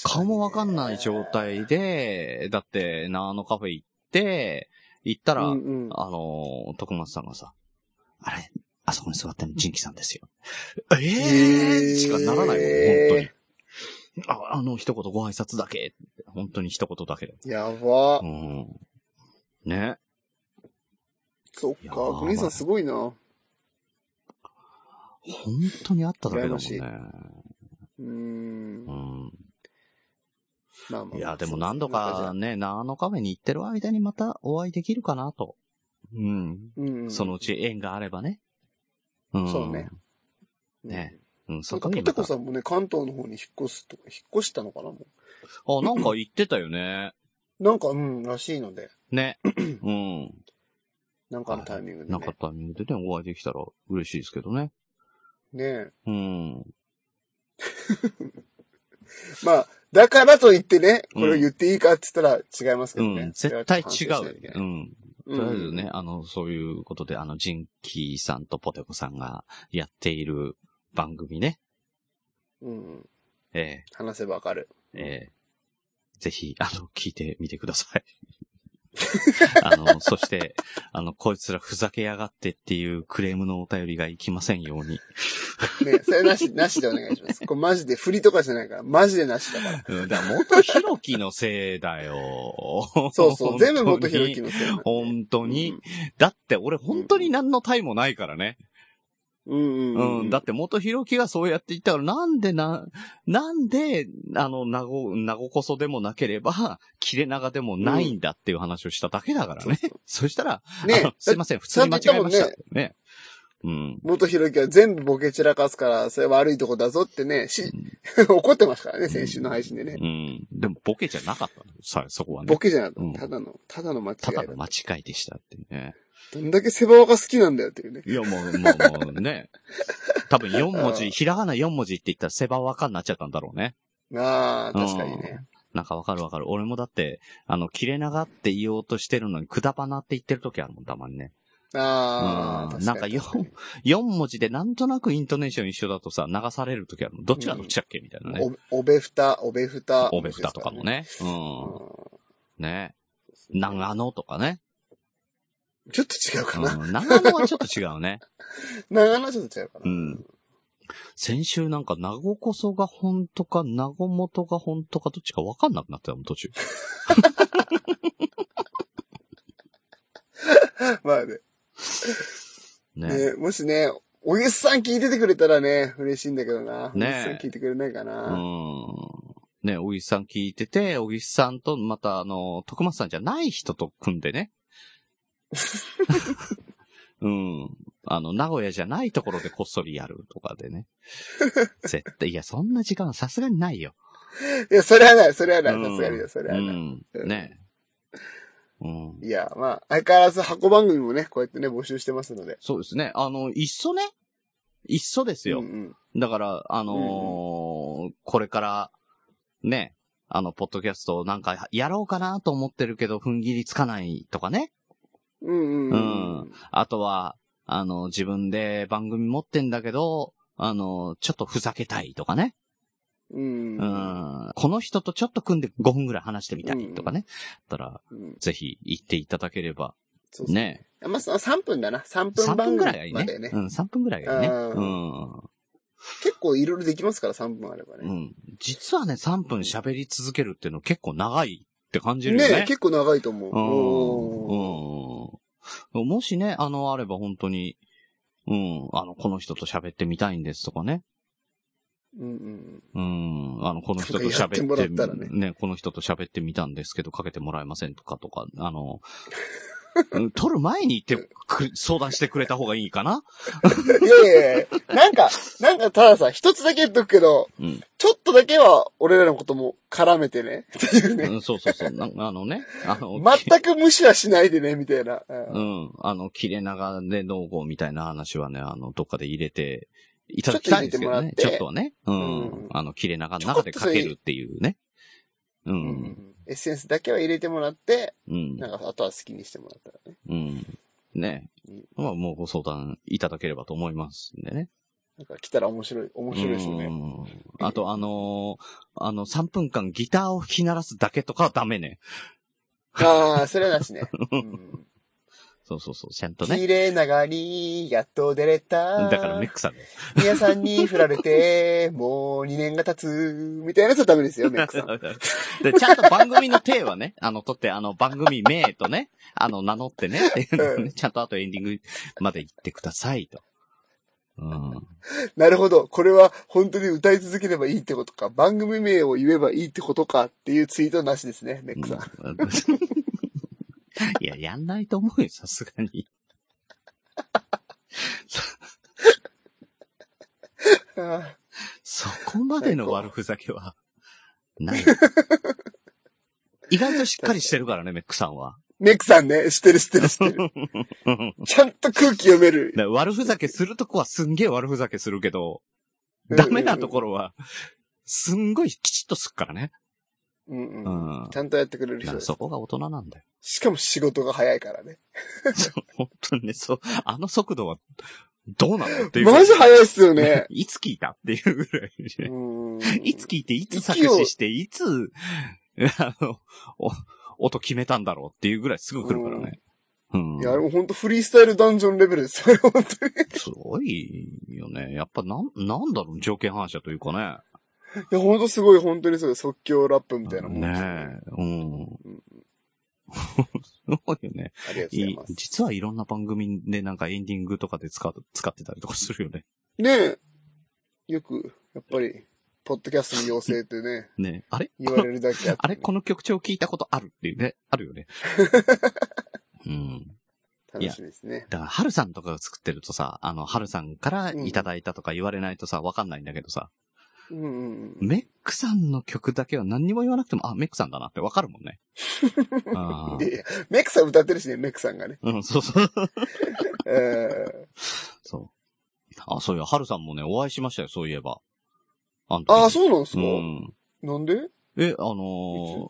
Speaker 2: 顔もわかんない状態で、だって、なあのカフェ行って、行ったら、
Speaker 3: うんうん、
Speaker 2: あの、徳松さんがさ、あれ、あそこに座ってるのジンキさんですよ。ええー、しかならないもん、本当に。あ、あの、一言ご挨拶だけ。本当に一言だけで。
Speaker 3: やば
Speaker 2: う。ん。ね。
Speaker 3: そっ
Speaker 2: や
Speaker 3: か
Speaker 2: ば、い
Speaker 3: グリーンさんすごいな。
Speaker 2: 本当にあっただけだもんね
Speaker 3: 羨。うーん
Speaker 2: う。ん。
Speaker 3: まあまあ
Speaker 2: いや、でも何度か、ね、長野カフェに行ってる間にまたお会いできるかなと。うん。
Speaker 3: うんうん、
Speaker 2: そのうち縁があればね。うん。
Speaker 3: そうね。
Speaker 2: ね。うん、
Speaker 3: そ
Speaker 2: その
Speaker 3: んか、
Speaker 2: 時
Speaker 3: ポ
Speaker 2: に
Speaker 3: テ
Speaker 2: また
Speaker 3: コさんもね、関東の方に引っ越すとか、引っ越したのかなも
Speaker 2: あ、なんか言ってたよね。
Speaker 3: う。なんか、うん、らしいので、
Speaker 2: ね。うん。
Speaker 3: なんかのタイミングで
Speaker 2: な
Speaker 3: ね。
Speaker 2: んかタイミングでね、お会いできたら嬉しいですけどね。
Speaker 3: ねえ
Speaker 2: うん。
Speaker 3: まあ、だからといってね、これを言っていいかって言ったら違いますけ
Speaker 2: う
Speaker 3: どね。
Speaker 2: ん。絶対違
Speaker 3: それはちょっと反省しなきゃいうけ
Speaker 2: よ
Speaker 3: な。い
Speaker 2: うん。とりあえずね、あの、そういうことで、あの、ジンキーさんとポテコさんがやっている番組ね。
Speaker 3: うん。
Speaker 2: え
Speaker 3: 話せばわかる。
Speaker 2: えええぜひ、あの、聞いてみてください。あの、そして、あの、こいつらふざけやがってっていうクレームのお便りがいきませんように。
Speaker 3: ね、それなし、なしでお願いします。これマジで、振りとかじゃないから、マジでなしだから。
Speaker 2: うん、だから元ひろきのせいだ よ。
Speaker 3: そうそう、全部元ひろ
Speaker 2: き
Speaker 3: きのせいなんで。
Speaker 2: 本当に。だって俺本当に何の対もないからね。
Speaker 3: うんうんうん。
Speaker 2: うん。だって元ひろきがそうやって言ったから、なんでな、なんで、あの、なご、なごこそでもなければ、切れ長でもないんだっていう話をしただけだからね。そしたら、あの
Speaker 3: ね
Speaker 2: すいません、普通に間違えまし
Speaker 3: ち
Speaker 2: た
Speaker 3: ゃん
Speaker 2: っ
Speaker 3: と
Speaker 2: てね。うん。
Speaker 3: 元ひろきは全部ボケ散らかすから、それは悪いとこだぞってね、し、 怒ってましたからね、先週の配信でね
Speaker 2: う。ん。でも、ボケじゃなかったのさ、そこはね
Speaker 3: ボ。ケじゃなく
Speaker 2: うん
Speaker 3: て、ただの、ただの間違い
Speaker 2: ただ
Speaker 3: だ
Speaker 2: の。間違いでしたってね。
Speaker 3: どんだけセバワが好きなんだよっていうね。
Speaker 2: いや、もう、もう、もうね。多分4文字、ひらがな4文字って言ったらセバワカになっちゃったんだろうね。
Speaker 3: ああ、確かにね。
Speaker 2: なんかわかるわかる。俺もだって、あの、切れ長って言おうとしてるのに、くだばなって言ってる時あるもん、たまにね。
Speaker 3: ああ、
Speaker 2: う
Speaker 3: 確
Speaker 2: ん
Speaker 3: か
Speaker 2: なん
Speaker 3: に。
Speaker 2: か4、4文字でなんとなくイントネーション一緒だとさ、流される時あるもん。どっちがどっちだっけみたいなね。
Speaker 3: お、おべふた、おべふた。
Speaker 2: おべふたとかも。ね。
Speaker 3: うん
Speaker 2: う。ん。ね。長野とかね。
Speaker 3: ちょっと違うかな。
Speaker 2: うん。長野はちょっと違うね。
Speaker 3: 長野ちょっと違 うか
Speaker 2: う
Speaker 3: な。
Speaker 2: ん。先週なんか、なごこそが本当か、なごもとが本当か、どっちかわかんなくなってたもん、途中。
Speaker 3: まあね
Speaker 2: ね。
Speaker 3: ね、もしね、おゆさん聞いててくれたらね、嬉しいんだけどな。
Speaker 2: ね
Speaker 3: おゆさん聞いてくれないか
Speaker 2: う
Speaker 3: な。
Speaker 2: ん。ね、小木さん聞いてて、小木さんと、また、あの、徳松さんじゃない人と組んで ね。うん。あの、名古屋じゃないところでこっそりやるとかでね。絶対、いや、そんな時間はさすがにないよ。
Speaker 3: いや、それはない、それ はない。
Speaker 2: うん
Speaker 3: さすがにだ、それ
Speaker 2: う
Speaker 3: はない。
Speaker 2: ん。ね。うん。
Speaker 3: いや、まあ、相変わらず箱番組もね、こうやってね、募集してますので。
Speaker 2: そうですね。あの、いっそね。いっそですよ。
Speaker 3: うんうん。
Speaker 2: だから、あのーこれから、ね、あの、ポッドキャストをなんかやろうかなと思ってるけど、踏ん切りつかないとかね。
Speaker 3: うんうんうん。
Speaker 2: うあとは、あの、自分で番組持ってんだけど、あの、ちょっとふざけたいとかね。
Speaker 3: うん。
Speaker 2: う。ん。この人とちょっと組んで5分ぐらい話してみたいとかね。だったら、
Speaker 3: うん。
Speaker 2: ぜひ行っていただければ。
Speaker 3: そうそう。
Speaker 2: ね。
Speaker 3: あまあ、そ3分だな。3分
Speaker 2: 3
Speaker 3: 番
Speaker 2: 分
Speaker 3: 組
Speaker 2: ぐらいがいい
Speaker 3: ま
Speaker 2: ね。
Speaker 3: でね
Speaker 2: う。ん、3分ぐらいがいいね。
Speaker 3: う
Speaker 2: うん。
Speaker 3: 結構いろいろできますから、3分あれば
Speaker 2: う
Speaker 3: ね。
Speaker 2: ん。実はね、3分喋り続けるっていうの結構長いって感じるよね。
Speaker 3: ね結構長いと思う。おー
Speaker 2: うん。うん。もしね、あの、あれば本当に、うん、あの、この人と喋ってみたいんですとかね。
Speaker 3: うんうん。
Speaker 2: うん、あの、この人と
Speaker 3: なんかやって
Speaker 2: 喋
Speaker 3: も
Speaker 2: っ
Speaker 3: ら
Speaker 2: て、
Speaker 3: ったらね
Speaker 2: この人と喋ってみたんですけど、かけてもらえませんとかとか、あの、うん撮る前に言ってくれ、相談してくれた方がいいかない
Speaker 3: やいやいや、なんか、なんかたださ、一つだけ言っとくけど、
Speaker 2: うん
Speaker 3: ちょっとだけは俺らのことも絡めてね、っていう ね。
Speaker 2: うん、そうそうそう。なあのね、あの、
Speaker 3: 全く無視はしないでね、みたいな。う
Speaker 2: う
Speaker 3: ん
Speaker 2: ん。あの、切れ長でどうこうみたいな話はね、あの、どっかで入れていただきたいんですけどね。ち
Speaker 3: ち
Speaker 2: ょ
Speaker 3: ょ
Speaker 2: っと
Speaker 3: っと
Speaker 2: はね。うん。
Speaker 3: うん
Speaker 2: あの、切れ長の中でかけるっていうね。う。
Speaker 3: うんんエッセンスだけは入れてもらって、
Speaker 2: うん
Speaker 3: な。んか、あとは好きにしてもらったらね。
Speaker 2: うん。ね。まあ、もうご相談いただければと思いますんでね。
Speaker 3: なんか来たら面白い、面白いですよ
Speaker 2: う
Speaker 3: ね。
Speaker 2: んあと、あのーあの、3分間ギターを弾き鳴らすだけとかはダメね。
Speaker 3: ああ、それは なしね。うん
Speaker 2: そうそうそう。ちゃんとね。
Speaker 3: 綺麗ながに、やっと出れた。
Speaker 2: だからミックさんね。
Speaker 3: 皆さんに振られて、もう2年が経つ、みたいなやつはダメで すよ、メックさん。
Speaker 2: で、ちゃんと番組の体はね、あの、取って、あの、番組名とね、あの、名乗ってね、っていうのをねちゃんとあとエンディングまで行ってくださいと。うん。
Speaker 3: なるほど。これは本当に歌い続ければいいってことか。番組名を言えばいいってことかっていうツイートなしですね、メックさん。
Speaker 2: いや、やんないと思うよ、さすがに。
Speaker 3: あー
Speaker 2: そこまでの悪ふざけは、ない。意外としっかりしてるからね、メックさんは。
Speaker 3: メックさんね、知ってる知ってる知ってる。 ちゃんと空気読める。
Speaker 2: だ悪ふざけするとこはすんげえ悪ふざけするけど、ダメなところは、すんごいきちっとすっからね。
Speaker 3: うん
Speaker 2: う
Speaker 3: うん。
Speaker 2: ん。
Speaker 3: ちゃんとやってくれる
Speaker 2: だか
Speaker 3: 人
Speaker 2: ら
Speaker 3: です
Speaker 2: そ。こが大人なんだよ。
Speaker 3: しかも仕事が早いからね。
Speaker 2: そう本当にね、そう、あの速度は、どうなのっていう。。
Speaker 3: マジ早いっすよ ね
Speaker 2: いつ聞いたっていうぐらいね、
Speaker 3: うん。
Speaker 2: いつ聞いて、いつ作詞して、いつ、あの、お音決めたんだろうっていうぐらいすぐ来るからね。うん。
Speaker 3: いや、もうほんとフリースタイルダンジョンレベルですよ、本当に。
Speaker 2: すごいよね。やっぱなん、なんだろう、条件反射というかね。
Speaker 3: いや、ほんとすごい、本当にそうです即興ラップみたいなもんですよ
Speaker 2: ねえ。うん
Speaker 3: うん。
Speaker 2: すごいよね。
Speaker 3: ありがと
Speaker 2: い
Speaker 3: うございます。
Speaker 2: 実はいろんな番組でなんかエンディングとかで使う使ってたりとかするよね。
Speaker 3: ねえ。よく、やっぱり、ポッドキャストに妖精って ね、
Speaker 2: ねえあれ
Speaker 3: 言われるだけあって、
Speaker 2: あれこの曲調聞いたことあるっていうね。あるよ ね。うん。
Speaker 3: 楽しみですね。
Speaker 2: だから、春さんとかが作ってるとさ、あの、春さんからいただいたとか言われないとさ、わかんないんだけどさ、
Speaker 3: うんうんうん。
Speaker 2: メックさんの曲だけは何にも言わなくても、あ、メックさんだなってわかるもん ね。あ
Speaker 3: いやいやメックさん歌ってるしね、メックさんがね。
Speaker 2: ーうん、そうそう。
Speaker 3: え
Speaker 2: そう。あ、そういや、春さんもね、お会いしましたよ、そういえば。あん
Speaker 3: ー、ああ、そうなんです
Speaker 2: う
Speaker 3: か、
Speaker 2: ん。
Speaker 3: なんで
Speaker 2: え、あの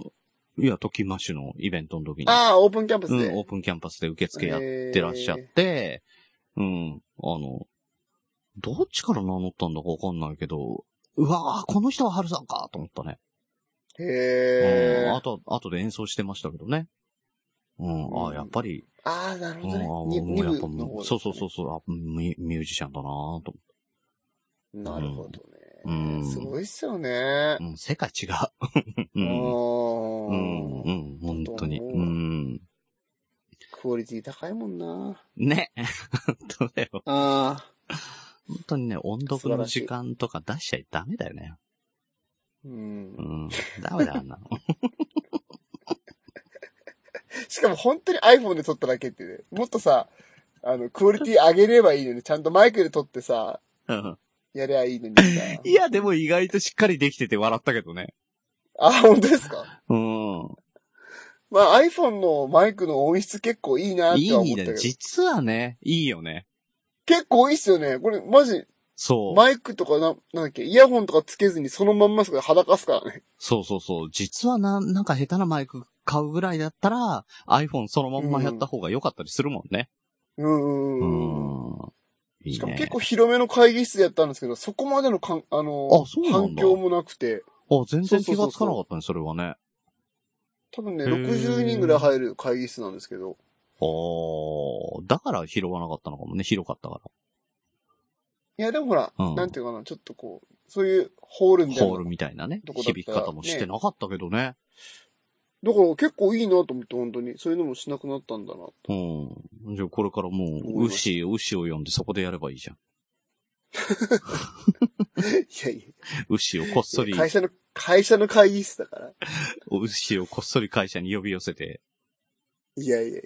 Speaker 2: ー、いや、ときましのイベントの時に、
Speaker 3: ああ、オープンキャンパス
Speaker 2: う
Speaker 3: で。
Speaker 2: ん、オープンキャンパスで受付やっ
Speaker 3: って
Speaker 2: らっしゃって、うん、あの、どっちから名乗ったんだかわかんないけど、うわぁ、この人は春さんかと思ったね。
Speaker 3: へ
Speaker 2: う
Speaker 3: え
Speaker 2: ん。あ。と、あとで演奏してましたけどね。うん、あ
Speaker 3: うん
Speaker 2: あ、やっぱり、
Speaker 3: ああ、なる
Speaker 2: うん、
Speaker 3: ほ
Speaker 2: あ
Speaker 3: ど
Speaker 2: あ
Speaker 3: ね。
Speaker 2: も
Speaker 3: に
Speaker 2: う
Speaker 3: 二
Speaker 2: やっぱ、
Speaker 3: 部の方ですね
Speaker 2: そうそうそうそうあミ、ミュージシャンだなぁと
Speaker 3: なるほどね。
Speaker 2: うん
Speaker 3: すごいっすよ
Speaker 2: 思っ
Speaker 3: ね。
Speaker 2: て。うん、 世界違う。
Speaker 3: う
Speaker 2: うん
Speaker 3: ん
Speaker 2: うん、うん、本当に。
Speaker 3: 本
Speaker 2: う。
Speaker 3: 当思うんクオリティ高いもんな。
Speaker 2: ね。 本当だよ。
Speaker 3: ああ。
Speaker 2: 本当にね、音読の時間とか出しちゃダメだよね。
Speaker 3: うん
Speaker 2: う。ん。ダメだよ、あんなの。
Speaker 3: しかも本当に iPhone で撮っただけってね。もっとさ、あの、クオリティ上げればいいのに、ちゃんとマイクで撮ってさ、
Speaker 2: うん
Speaker 3: やりゃいいのにさ。
Speaker 2: いや、でも意外としっかりできてて笑ったけどね。
Speaker 3: あ、本当ですか
Speaker 2: うん。
Speaker 3: まあ iPhone のマイクの音質結構いいなって
Speaker 2: い
Speaker 3: は思
Speaker 2: い
Speaker 3: った
Speaker 2: ね
Speaker 3: けど。。
Speaker 2: 実はね、いいよね。
Speaker 3: 結構いいっすよね。これマジ、
Speaker 2: そう。
Speaker 3: マイクとかな、なんだっけ、イヤホンとかつけずにそのまんますから裸すからね。
Speaker 2: そうそうそう。実はな、なんか下手なマイク買うぐらいだったら、iPhone そのまんまやった方が良かったりするもんね。
Speaker 3: うん
Speaker 2: う
Speaker 3: うんうん。
Speaker 2: ん。いいね。
Speaker 3: しかも結構広めの会議室でやったんですけど、そこまでのかん、あの、
Speaker 2: あそうなんだ
Speaker 3: 環境もなくて、
Speaker 2: あ、全然気がつかなかったね、それはね。
Speaker 3: 多分ね、
Speaker 2: へー
Speaker 3: 60人ぐらい入る会議室なんですけど、
Speaker 2: おー、だから拾わなかったのかもね、広かったか
Speaker 3: いや、でもほら、
Speaker 2: うん
Speaker 3: なんていうかな、ちょっとこう、そういうホール
Speaker 2: ら。
Speaker 3: みたい
Speaker 2: ホー
Speaker 3: な。
Speaker 2: ルみたいなね
Speaker 3: どこ、だったら
Speaker 2: 響き方もしてなかったけどね。
Speaker 3: だから結構いいなと思って、本当に。そういうのもしなくなったんだな。
Speaker 2: うん。じゃあこれからも
Speaker 3: 思
Speaker 2: う、
Speaker 3: い
Speaker 2: ウ
Speaker 3: まし
Speaker 2: シ、ウシを呼んでそこでやればいいじゃん。
Speaker 3: いやい
Speaker 2: ウシをこっそり
Speaker 3: や、、会社の、会社の会議室だから。
Speaker 2: ウシをこっそり会社に呼び寄せて、
Speaker 3: いやいやいや。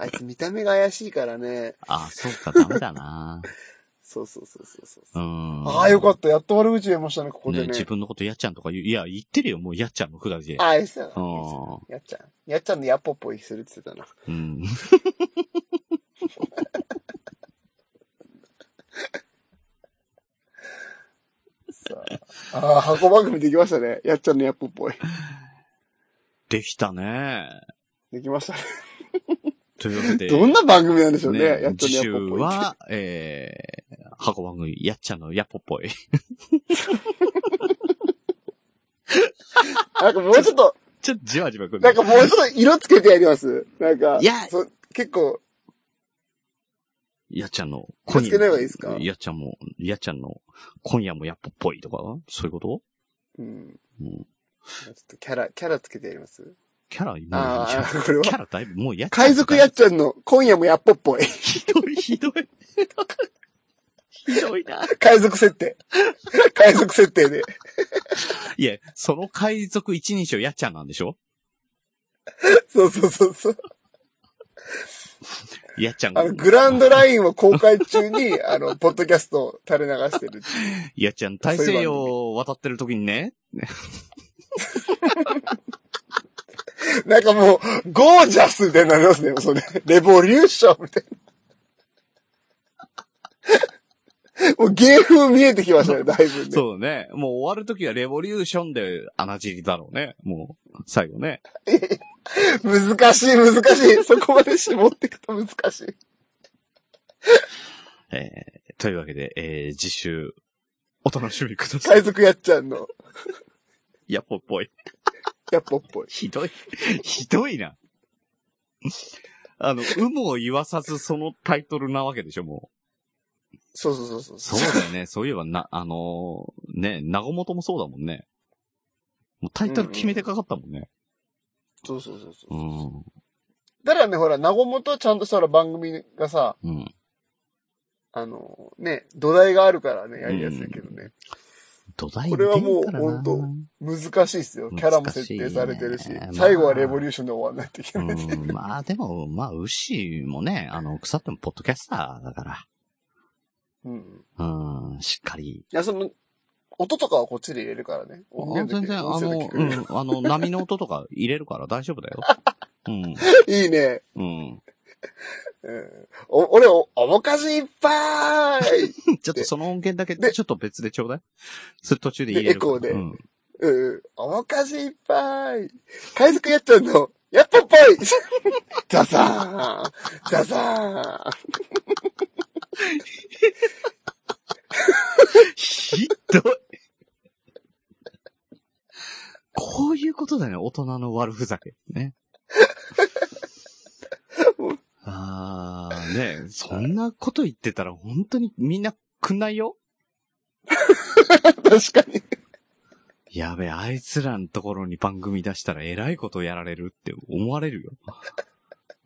Speaker 3: あいつ見た目が怪しいからね。
Speaker 2: ああ、そうか、ダメだな。
Speaker 3: そうそうそうそうそう
Speaker 2: う
Speaker 3: そう。
Speaker 2: ん。
Speaker 3: ああ、よかった。やっと悪口言えましたね、ここ
Speaker 2: ね
Speaker 3: でね。
Speaker 2: 自分のことやっちゃんとか言う、いや、言ってるよ、もうやっちゃんのくだりで。
Speaker 3: ああ、やつだな
Speaker 2: う。
Speaker 3: やっちゃん。やっちゃんのやっぽっぽいするって言ってたな。
Speaker 2: ん。 うん。
Speaker 3: さあ。ああ、箱番組できましたね。やっちゃんのやっぽっぽい。
Speaker 2: できたね。
Speaker 3: できましたね。
Speaker 2: というわけで。
Speaker 3: どんな番組なんでしょうね。
Speaker 2: ね
Speaker 3: やっ、ちゃん
Speaker 2: 次
Speaker 3: のや
Speaker 2: 週
Speaker 3: っぽっぽいって。
Speaker 2: は、えー、箱番組、やっちゃんのやっぽっぽい。
Speaker 3: なんかもうちょっと、
Speaker 2: ちょっとじわじわくるね。
Speaker 3: なんかもうちょっと色つけてやります。なんか、
Speaker 2: いや
Speaker 3: そ結構、
Speaker 2: やっちゃんの、
Speaker 3: 気をつけない方がいいですか
Speaker 2: やっちゃんも、やっちゃんの、今夜もやっぽっぽいとか、そういうこと
Speaker 3: うん。
Speaker 2: うん
Speaker 3: ちょっとキャラ、キャラつけてやります
Speaker 2: キャラ、今
Speaker 3: あ
Speaker 2: キャラ
Speaker 3: あ、これ
Speaker 2: キャ
Speaker 3: は。
Speaker 2: ラだいぶ、もうやっちゃん
Speaker 3: 海賊やっちゃんの今夜もやっぽっぽい。
Speaker 2: ひどい、ひどい。ひどいな。
Speaker 3: 海賊設定。海賊設定で。
Speaker 2: いや、その海賊一人称やっちゃんなんでしょ
Speaker 3: そうそうそうそう。
Speaker 2: やっちゃん
Speaker 3: あ
Speaker 2: が
Speaker 3: の、、グランドラインを公開中に、あの、ポッドキャストを垂れ流してる。
Speaker 2: やっちゃん大西洋を渡ってる時にね、
Speaker 3: なんかもう、ゴージャスみたいになりますね。それ。レボリューションみたいな。もう芸風見えてきましたね、だいぶね。
Speaker 2: そうね。もう終わるときはレボリューションで穴尻だろうね。もう、最後ね。
Speaker 3: 難しい、難し い。そこまで絞っていくと難しい。
Speaker 2: えーというわけで、えー次週、お楽しみください。
Speaker 3: 海賊やっちゃんの、
Speaker 2: やっぽっぽい。
Speaker 3: やっぽっぽい。
Speaker 2: ひどい。ひどいな。あの、有無を言わさずそのタイトルなわけでしょ、も
Speaker 3: そうそうそうそう。
Speaker 2: う。そうだよね。 そういえばな、あのーね、なごもともそうだもんね。もうタイトル決めてかかったもんね。
Speaker 3: そうそうそうそうう。
Speaker 2: ん。
Speaker 3: だからね、ほら、なごもとはちゃんとしたら番組がさ、
Speaker 2: うん。
Speaker 3: あの、ね、土台があるからね、やりやすいけどね。
Speaker 2: 土台
Speaker 3: これはもう
Speaker 2: 出んからな
Speaker 3: ほん難しいっすよ。キャラも設定されてるし、
Speaker 2: 難しいね
Speaker 3: 最後はレボリューションで終わらないといけない。
Speaker 2: うん、まあでも、まあ、牛もね、あの、腐ってもポッドキャスターだか
Speaker 3: うん。い
Speaker 2: ら、うん、しっかり。
Speaker 3: や、その、音とかはこっちで入れるからね。音
Speaker 2: あ
Speaker 3: 源
Speaker 2: 全
Speaker 3: だけ
Speaker 2: 然、あ
Speaker 3: 音声だけ
Speaker 2: の、
Speaker 3: 聞く
Speaker 2: うん、あの、波の音とか入れるから大丈夫だよ。うん、
Speaker 3: いいね。
Speaker 2: うん。
Speaker 3: うんお、俺、お、おもかじいっぱい
Speaker 2: ちょっとその音源だけ、
Speaker 3: で
Speaker 2: ちょっと別でちょうだい。それ途中で入れるから。
Speaker 3: でエコーで
Speaker 2: うん。
Speaker 3: うん、おもかじいっぱい海賊やっちゃうの、やっぱっぽい ザザーンザザ
Speaker 2: ひどい。こういうことだよね、大人の悪ふざけ。ね。ああ、ねえそんなこと言ってたら本当にみんなくんないよ。
Speaker 3: ーン確かに。
Speaker 2: やべえ、あいつらのところに番組出したらえらいことやられるって思われるよ。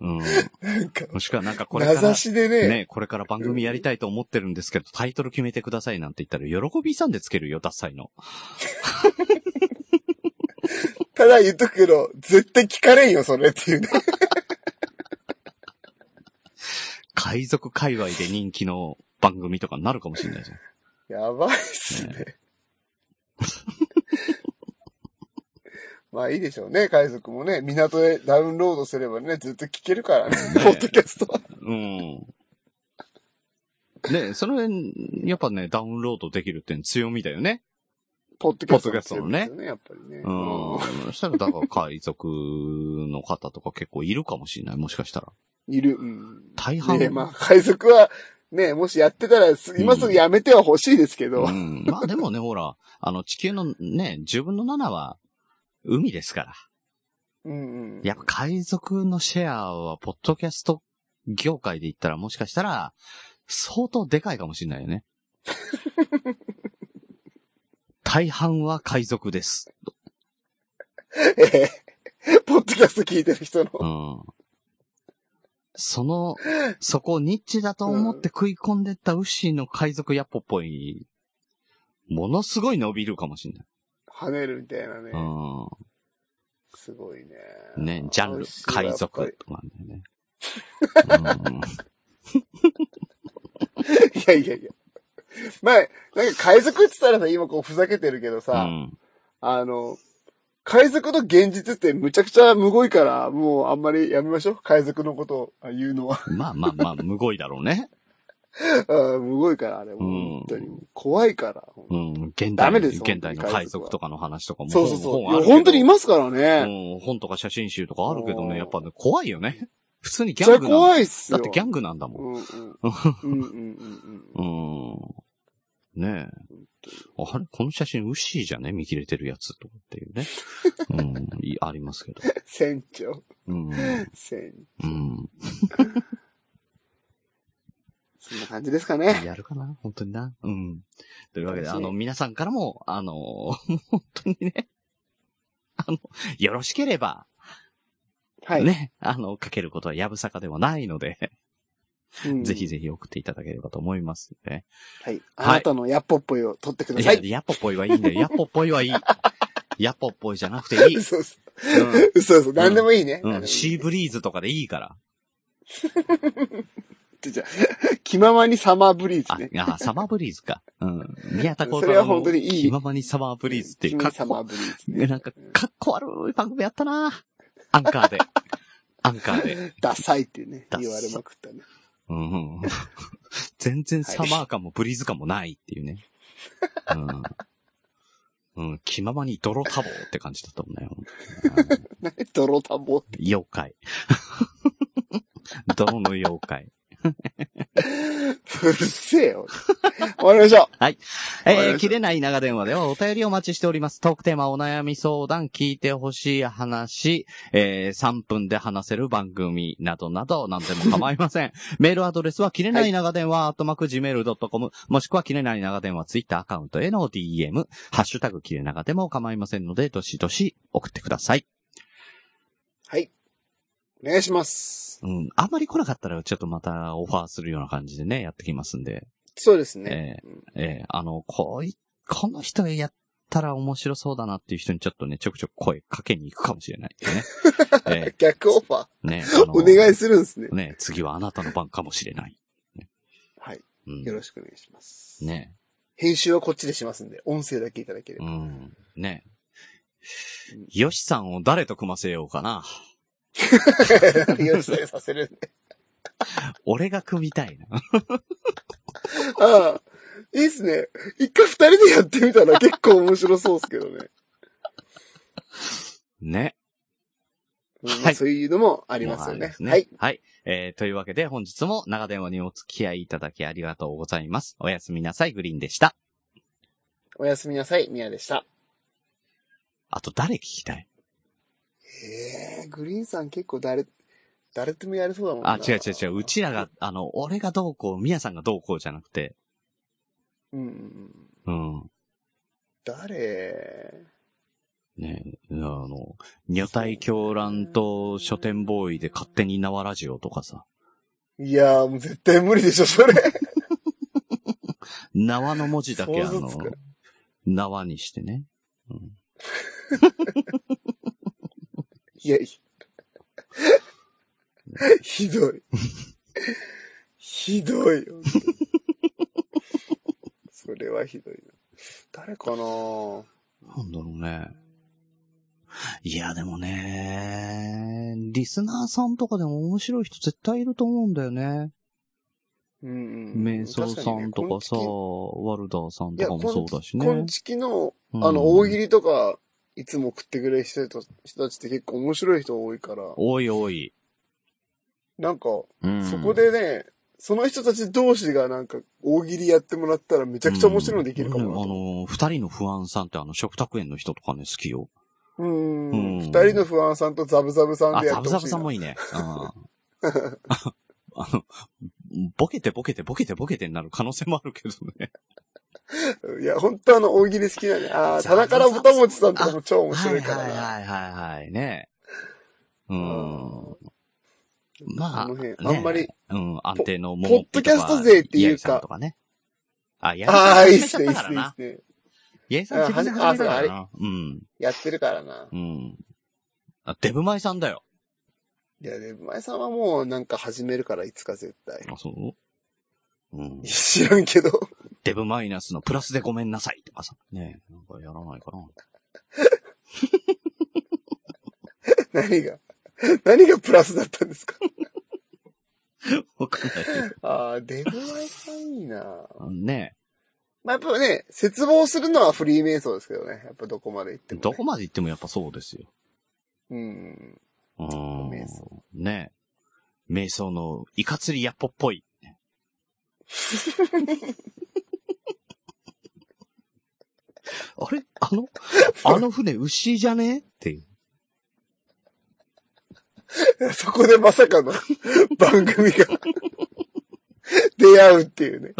Speaker 2: うん。
Speaker 3: なんか、
Speaker 2: もしくはなんかこれか
Speaker 3: 名
Speaker 2: ら
Speaker 3: 指、しでね。
Speaker 2: ね、これから番組やりたいと思ってるんですけど、タイトル決めてくださいなんて言ったら、喜びさんでつけるよ、ダサいの。
Speaker 3: ただ言っとくけど、絶対聞かれんよ、それっていうね。
Speaker 2: 海賊界隈で人気の番組とかになるかもしれないじゃん。
Speaker 3: やばいっすね。 まあいいでしょうね、海賊もね。港へダウンロードすればね、ずっと聞けるからね、ポッドキャストは。
Speaker 2: うん。で、その辺、やっぱね、ダウンロードできるって強みだよね。
Speaker 3: ポッドキャストの強みですよね、やっぱりね。
Speaker 2: うん。そしたら、だから海賊の方とか結構いるかもしれない、もしかしたら。
Speaker 3: いる。うん
Speaker 2: 大半。
Speaker 3: ねまあ、海賊は、ね、もしやってたらす、今すぐやめてはほしいですけど、
Speaker 2: うん。まあでもね、ほら、あの、地球のね、10分の7は、海ですから。
Speaker 3: うんうん。
Speaker 2: やっぱ海賊のシェアは、ポッドキャスト業界で言ったらもしかしたら、相当でかいかもしれないよ ね。大半は海賊です。
Speaker 3: ええ ポッドキャスト聞いてる人の。
Speaker 2: うん。その、そこをニッチだと思って食い込んでったウッシーの海賊やっぽっぽい、ものすごい伸びるかもしれない。
Speaker 3: 跳ねるみたいなね。
Speaker 2: う
Speaker 3: すごいね。
Speaker 2: ん。ね、ジャン
Speaker 3: 美
Speaker 2: ル
Speaker 3: 味しい、わ
Speaker 2: 海
Speaker 3: やっ
Speaker 2: 賊とかね。う ん
Speaker 3: ぱりいやいやいや。 前、なんか海賊って言ったらさ、今こうふざけてるけど
Speaker 2: う
Speaker 3: さ、
Speaker 2: ん。
Speaker 3: あの、海賊の現実ってむちゃくちゃむごいから、もうあんまりやめましょう。海賊のことをあ言うのは。
Speaker 2: まあまあまあ、むごいだろうね。
Speaker 3: うんむごいから、あれ。
Speaker 2: ん
Speaker 3: 本当に。怖いから。
Speaker 2: うん、現代
Speaker 3: ダメです
Speaker 2: 現代の
Speaker 3: 本当に海賊は
Speaker 2: 海賊とかの話とかも。
Speaker 3: そうそうそう。い
Speaker 2: ある
Speaker 3: や
Speaker 2: けど
Speaker 3: 本当にいますから
Speaker 2: う
Speaker 3: ね。
Speaker 2: ん、本とか写真集とかあるけど
Speaker 3: うん
Speaker 2: ね、やっぱね、怖いよね。普通にギ
Speaker 3: めっ
Speaker 2: ャ
Speaker 3: ちゃ
Speaker 2: ングなんだ。
Speaker 3: 怖いっす
Speaker 2: だ
Speaker 3: よ。
Speaker 2: ってギャ
Speaker 3: ン
Speaker 2: ングなんだもん。
Speaker 3: うんうん。うんうんうんうん。
Speaker 2: うん。ねえ。あれこの写真、ウッシーじゃね見切れてるやつとかっていうね。うん、い ありますけど。
Speaker 3: 船長、
Speaker 2: うん。
Speaker 3: 船
Speaker 2: うん。
Speaker 3: そんな感じですかね。
Speaker 2: やるかな本当にな。うん。というわけで、
Speaker 3: 楽
Speaker 2: あ
Speaker 3: しみ
Speaker 2: の、皆さんからも、あの、 本当にね、あの、よろしければ、
Speaker 3: はい。
Speaker 2: ね、あの、かけることはやぶさかではないので、
Speaker 3: うん
Speaker 2: ぜひぜひ送っていただければと思いますね。
Speaker 3: はい。あなたのやっぽっぽいを取ってくだ
Speaker 2: い
Speaker 3: さ
Speaker 2: や、
Speaker 3: い。
Speaker 2: やっぽっぽいはいいんだ よ。やっぽっぽいはいい。やっぽっぽいじゃなくていい。
Speaker 3: 嘘嘘。嘘嘘。何でもいいね。
Speaker 2: うん。
Speaker 3: 何
Speaker 2: うん。
Speaker 3: でもいい
Speaker 2: シーブリーズとかでいいから。
Speaker 3: ちょちょ気ままにサマーブリー
Speaker 2: あ
Speaker 3: ズね。、
Speaker 2: あサマーブリーズか。うん。宮田幸
Speaker 3: そ
Speaker 2: 太
Speaker 3: れは
Speaker 2: 郎
Speaker 3: 本当
Speaker 2: の
Speaker 3: にい
Speaker 2: 気
Speaker 3: い。
Speaker 2: ままにサマーブリーズっていう
Speaker 3: 君
Speaker 2: か
Speaker 3: に
Speaker 2: っ
Speaker 3: サマー
Speaker 2: こ、
Speaker 3: ブリーズね。
Speaker 2: なんか、かっこ悪い番組やったなアンカーで。アンカーで。
Speaker 3: ダサいってね、
Speaker 2: ダサ
Speaker 3: 言われまくったね。
Speaker 2: うんうん、全然サマー感もブリーズ感もないっていうね。うん。うん、気ままに泥多忙って感じだったもんね。うん
Speaker 3: 何泥田んぼって。
Speaker 2: 妖怪。 泥の妖怪。
Speaker 3: うるせえよ。終わりましょ
Speaker 2: えー、切れない長電話ではお便りをお待ちしております。トークテーマ、お悩み相談、聞いてほしい話、えー、3分で話せる番組などなど、何でも構いませ ん。メールアドレスは、切れない長電話、アットマーク、gmail.com、もしくは、切れない長電話、ツイッターアカウントへの DM、ハッシュタグ、切れ長でも構いませんので、どしどし送ってください。
Speaker 3: う。お願いします。
Speaker 2: うん、あんまり来なかったら、ちょっとまたオファーするような感じでね、やってきますんで。
Speaker 3: そうですね。
Speaker 2: ええええあの、こい、この人やったら面白そうだなっていう人にちょっとね、ちょくちょく声かけに行くかもしれないです ね。え
Speaker 3: 逆オファー。
Speaker 2: えね、あの
Speaker 3: お願いするんですね。
Speaker 2: ね、次はあなたの番かもしれない。
Speaker 3: はい。
Speaker 2: う
Speaker 3: よ
Speaker 2: ん。
Speaker 3: ろしくお願いします。
Speaker 2: ね、
Speaker 3: 編集はこっちでしますんで、音声だけいただけれ
Speaker 2: う
Speaker 3: ば。
Speaker 2: ん。ね。よしさんを誰と組ませようかな。
Speaker 3: よろしくさせるんで。
Speaker 2: 俺が組みたいな。
Speaker 3: ああ。いいっすね。一回二人でやってみたら結構面白そうっすけどね。
Speaker 2: ね。
Speaker 3: うん
Speaker 2: はい
Speaker 3: そういうのもありますよ
Speaker 2: もうあ
Speaker 3: ね
Speaker 2: り。
Speaker 3: はい。。
Speaker 2: はい。えーというわけで本日も長電話にお付き合いいただきありがとうございます。おやすみなさい、グリーンでした。
Speaker 3: おやすみなさい、ミヤでした。
Speaker 2: あと誰聞きたい
Speaker 3: ええグリーンさん結構誰、誰ともやれそうだもんな。
Speaker 2: あ、違う違う違う。うちらが、あの、俺がどうこう、みやさんがどうこうじゃなくて。
Speaker 3: うんうんうん。
Speaker 2: うん。
Speaker 3: 誰
Speaker 2: ねあの、女体狂乱と書店ボーイで勝手に縄ラジオとかさ。
Speaker 3: いやーもう絶対無理でしょ、それ。
Speaker 2: 縄の文字だけあ
Speaker 3: 想
Speaker 2: の
Speaker 3: 像つく、
Speaker 2: 縄にしてね。
Speaker 3: いやいや。ひどい。ひどいよ。本当にそれはひどいな。誰かな
Speaker 2: なんだろうね。いや、でもね、リスナーさんとかでも面白い人絶対いると思うんだよね。
Speaker 3: うんうん。
Speaker 2: 瞑想さんとかさ、
Speaker 3: 確
Speaker 2: ワルダーさん
Speaker 3: かに
Speaker 2: と
Speaker 3: ね
Speaker 2: かもそうだし
Speaker 3: い
Speaker 2: ね。
Speaker 3: や、こんちきの、
Speaker 2: あ
Speaker 3: あの、大喜利とか、いつも送ってくれる人と人たちって結構面白い人多いから、
Speaker 2: おいおい。
Speaker 3: なんか、
Speaker 2: うん
Speaker 3: そこでね、その人たち同士がなんか、大喜利やってもらったらめちゃくちゃ面白いのできるかもなと
Speaker 2: うんあの、二人の不安さんってあの、食卓園の人とかね、好きよ。
Speaker 3: うん
Speaker 2: うん
Speaker 3: 二人の不安さんとザブザブさん
Speaker 2: あ、
Speaker 3: でや
Speaker 2: ザ
Speaker 3: っ
Speaker 2: ブ
Speaker 3: て
Speaker 2: ザ
Speaker 3: ほしい
Speaker 2: ブ
Speaker 3: な。
Speaker 2: さんもいいね。うん あの、ボケてボケてボケてボケてになる可能性もあるけどね。
Speaker 3: いや、本当あの、大喜利好きなんで。ああ、
Speaker 2: ザブザ
Speaker 3: 田
Speaker 2: ブ
Speaker 3: 中らぼたもちさんとかも超面
Speaker 2: は
Speaker 3: 白
Speaker 2: い
Speaker 3: いからな。
Speaker 2: はいはいはいはい、ね。うん。まあ、
Speaker 3: この辺
Speaker 2: ね
Speaker 3: あんまり。
Speaker 2: うん、安定のも
Speaker 3: ポッドキャスト勢っていうか
Speaker 2: とかね。あ、や
Speaker 3: ああ、いいっすね、いいっ
Speaker 2: から
Speaker 3: すね、いいっ
Speaker 2: な。
Speaker 3: すね。
Speaker 2: やいさん自分で始めたか
Speaker 3: あ
Speaker 2: ら
Speaker 3: そう
Speaker 2: な。うん。
Speaker 3: やってるからな。
Speaker 2: うん。あ、デブマイさんだよ。
Speaker 3: いや、で、前さんはもうなんか始めるから、いつか絶対。
Speaker 2: あ、そううん。
Speaker 3: 知らんけど。
Speaker 2: デブマイナスのプラスでごめんなさいとかさ。ねえ、なんかやらないかな。
Speaker 3: 何が、 何がプラスだったんですか
Speaker 2: わかんないけ
Speaker 3: ああ、デブ前さんいいな。
Speaker 2: ど。ね
Speaker 3: まあ、やっぱね、絶望するのはフリーメイソーですけどね。やっぱどこまで行っ
Speaker 2: え、
Speaker 3: ても、ね。
Speaker 2: どこまで行ってもやっぱそうですよ。
Speaker 3: うん。
Speaker 2: うーん
Speaker 3: 瞑想。
Speaker 2: ねえ。瞑想のイカ釣りやっぽっぽい。あれあ の、あの船牛じゃねっていう。
Speaker 3: そ こでまさかの番組が出会うっていうね。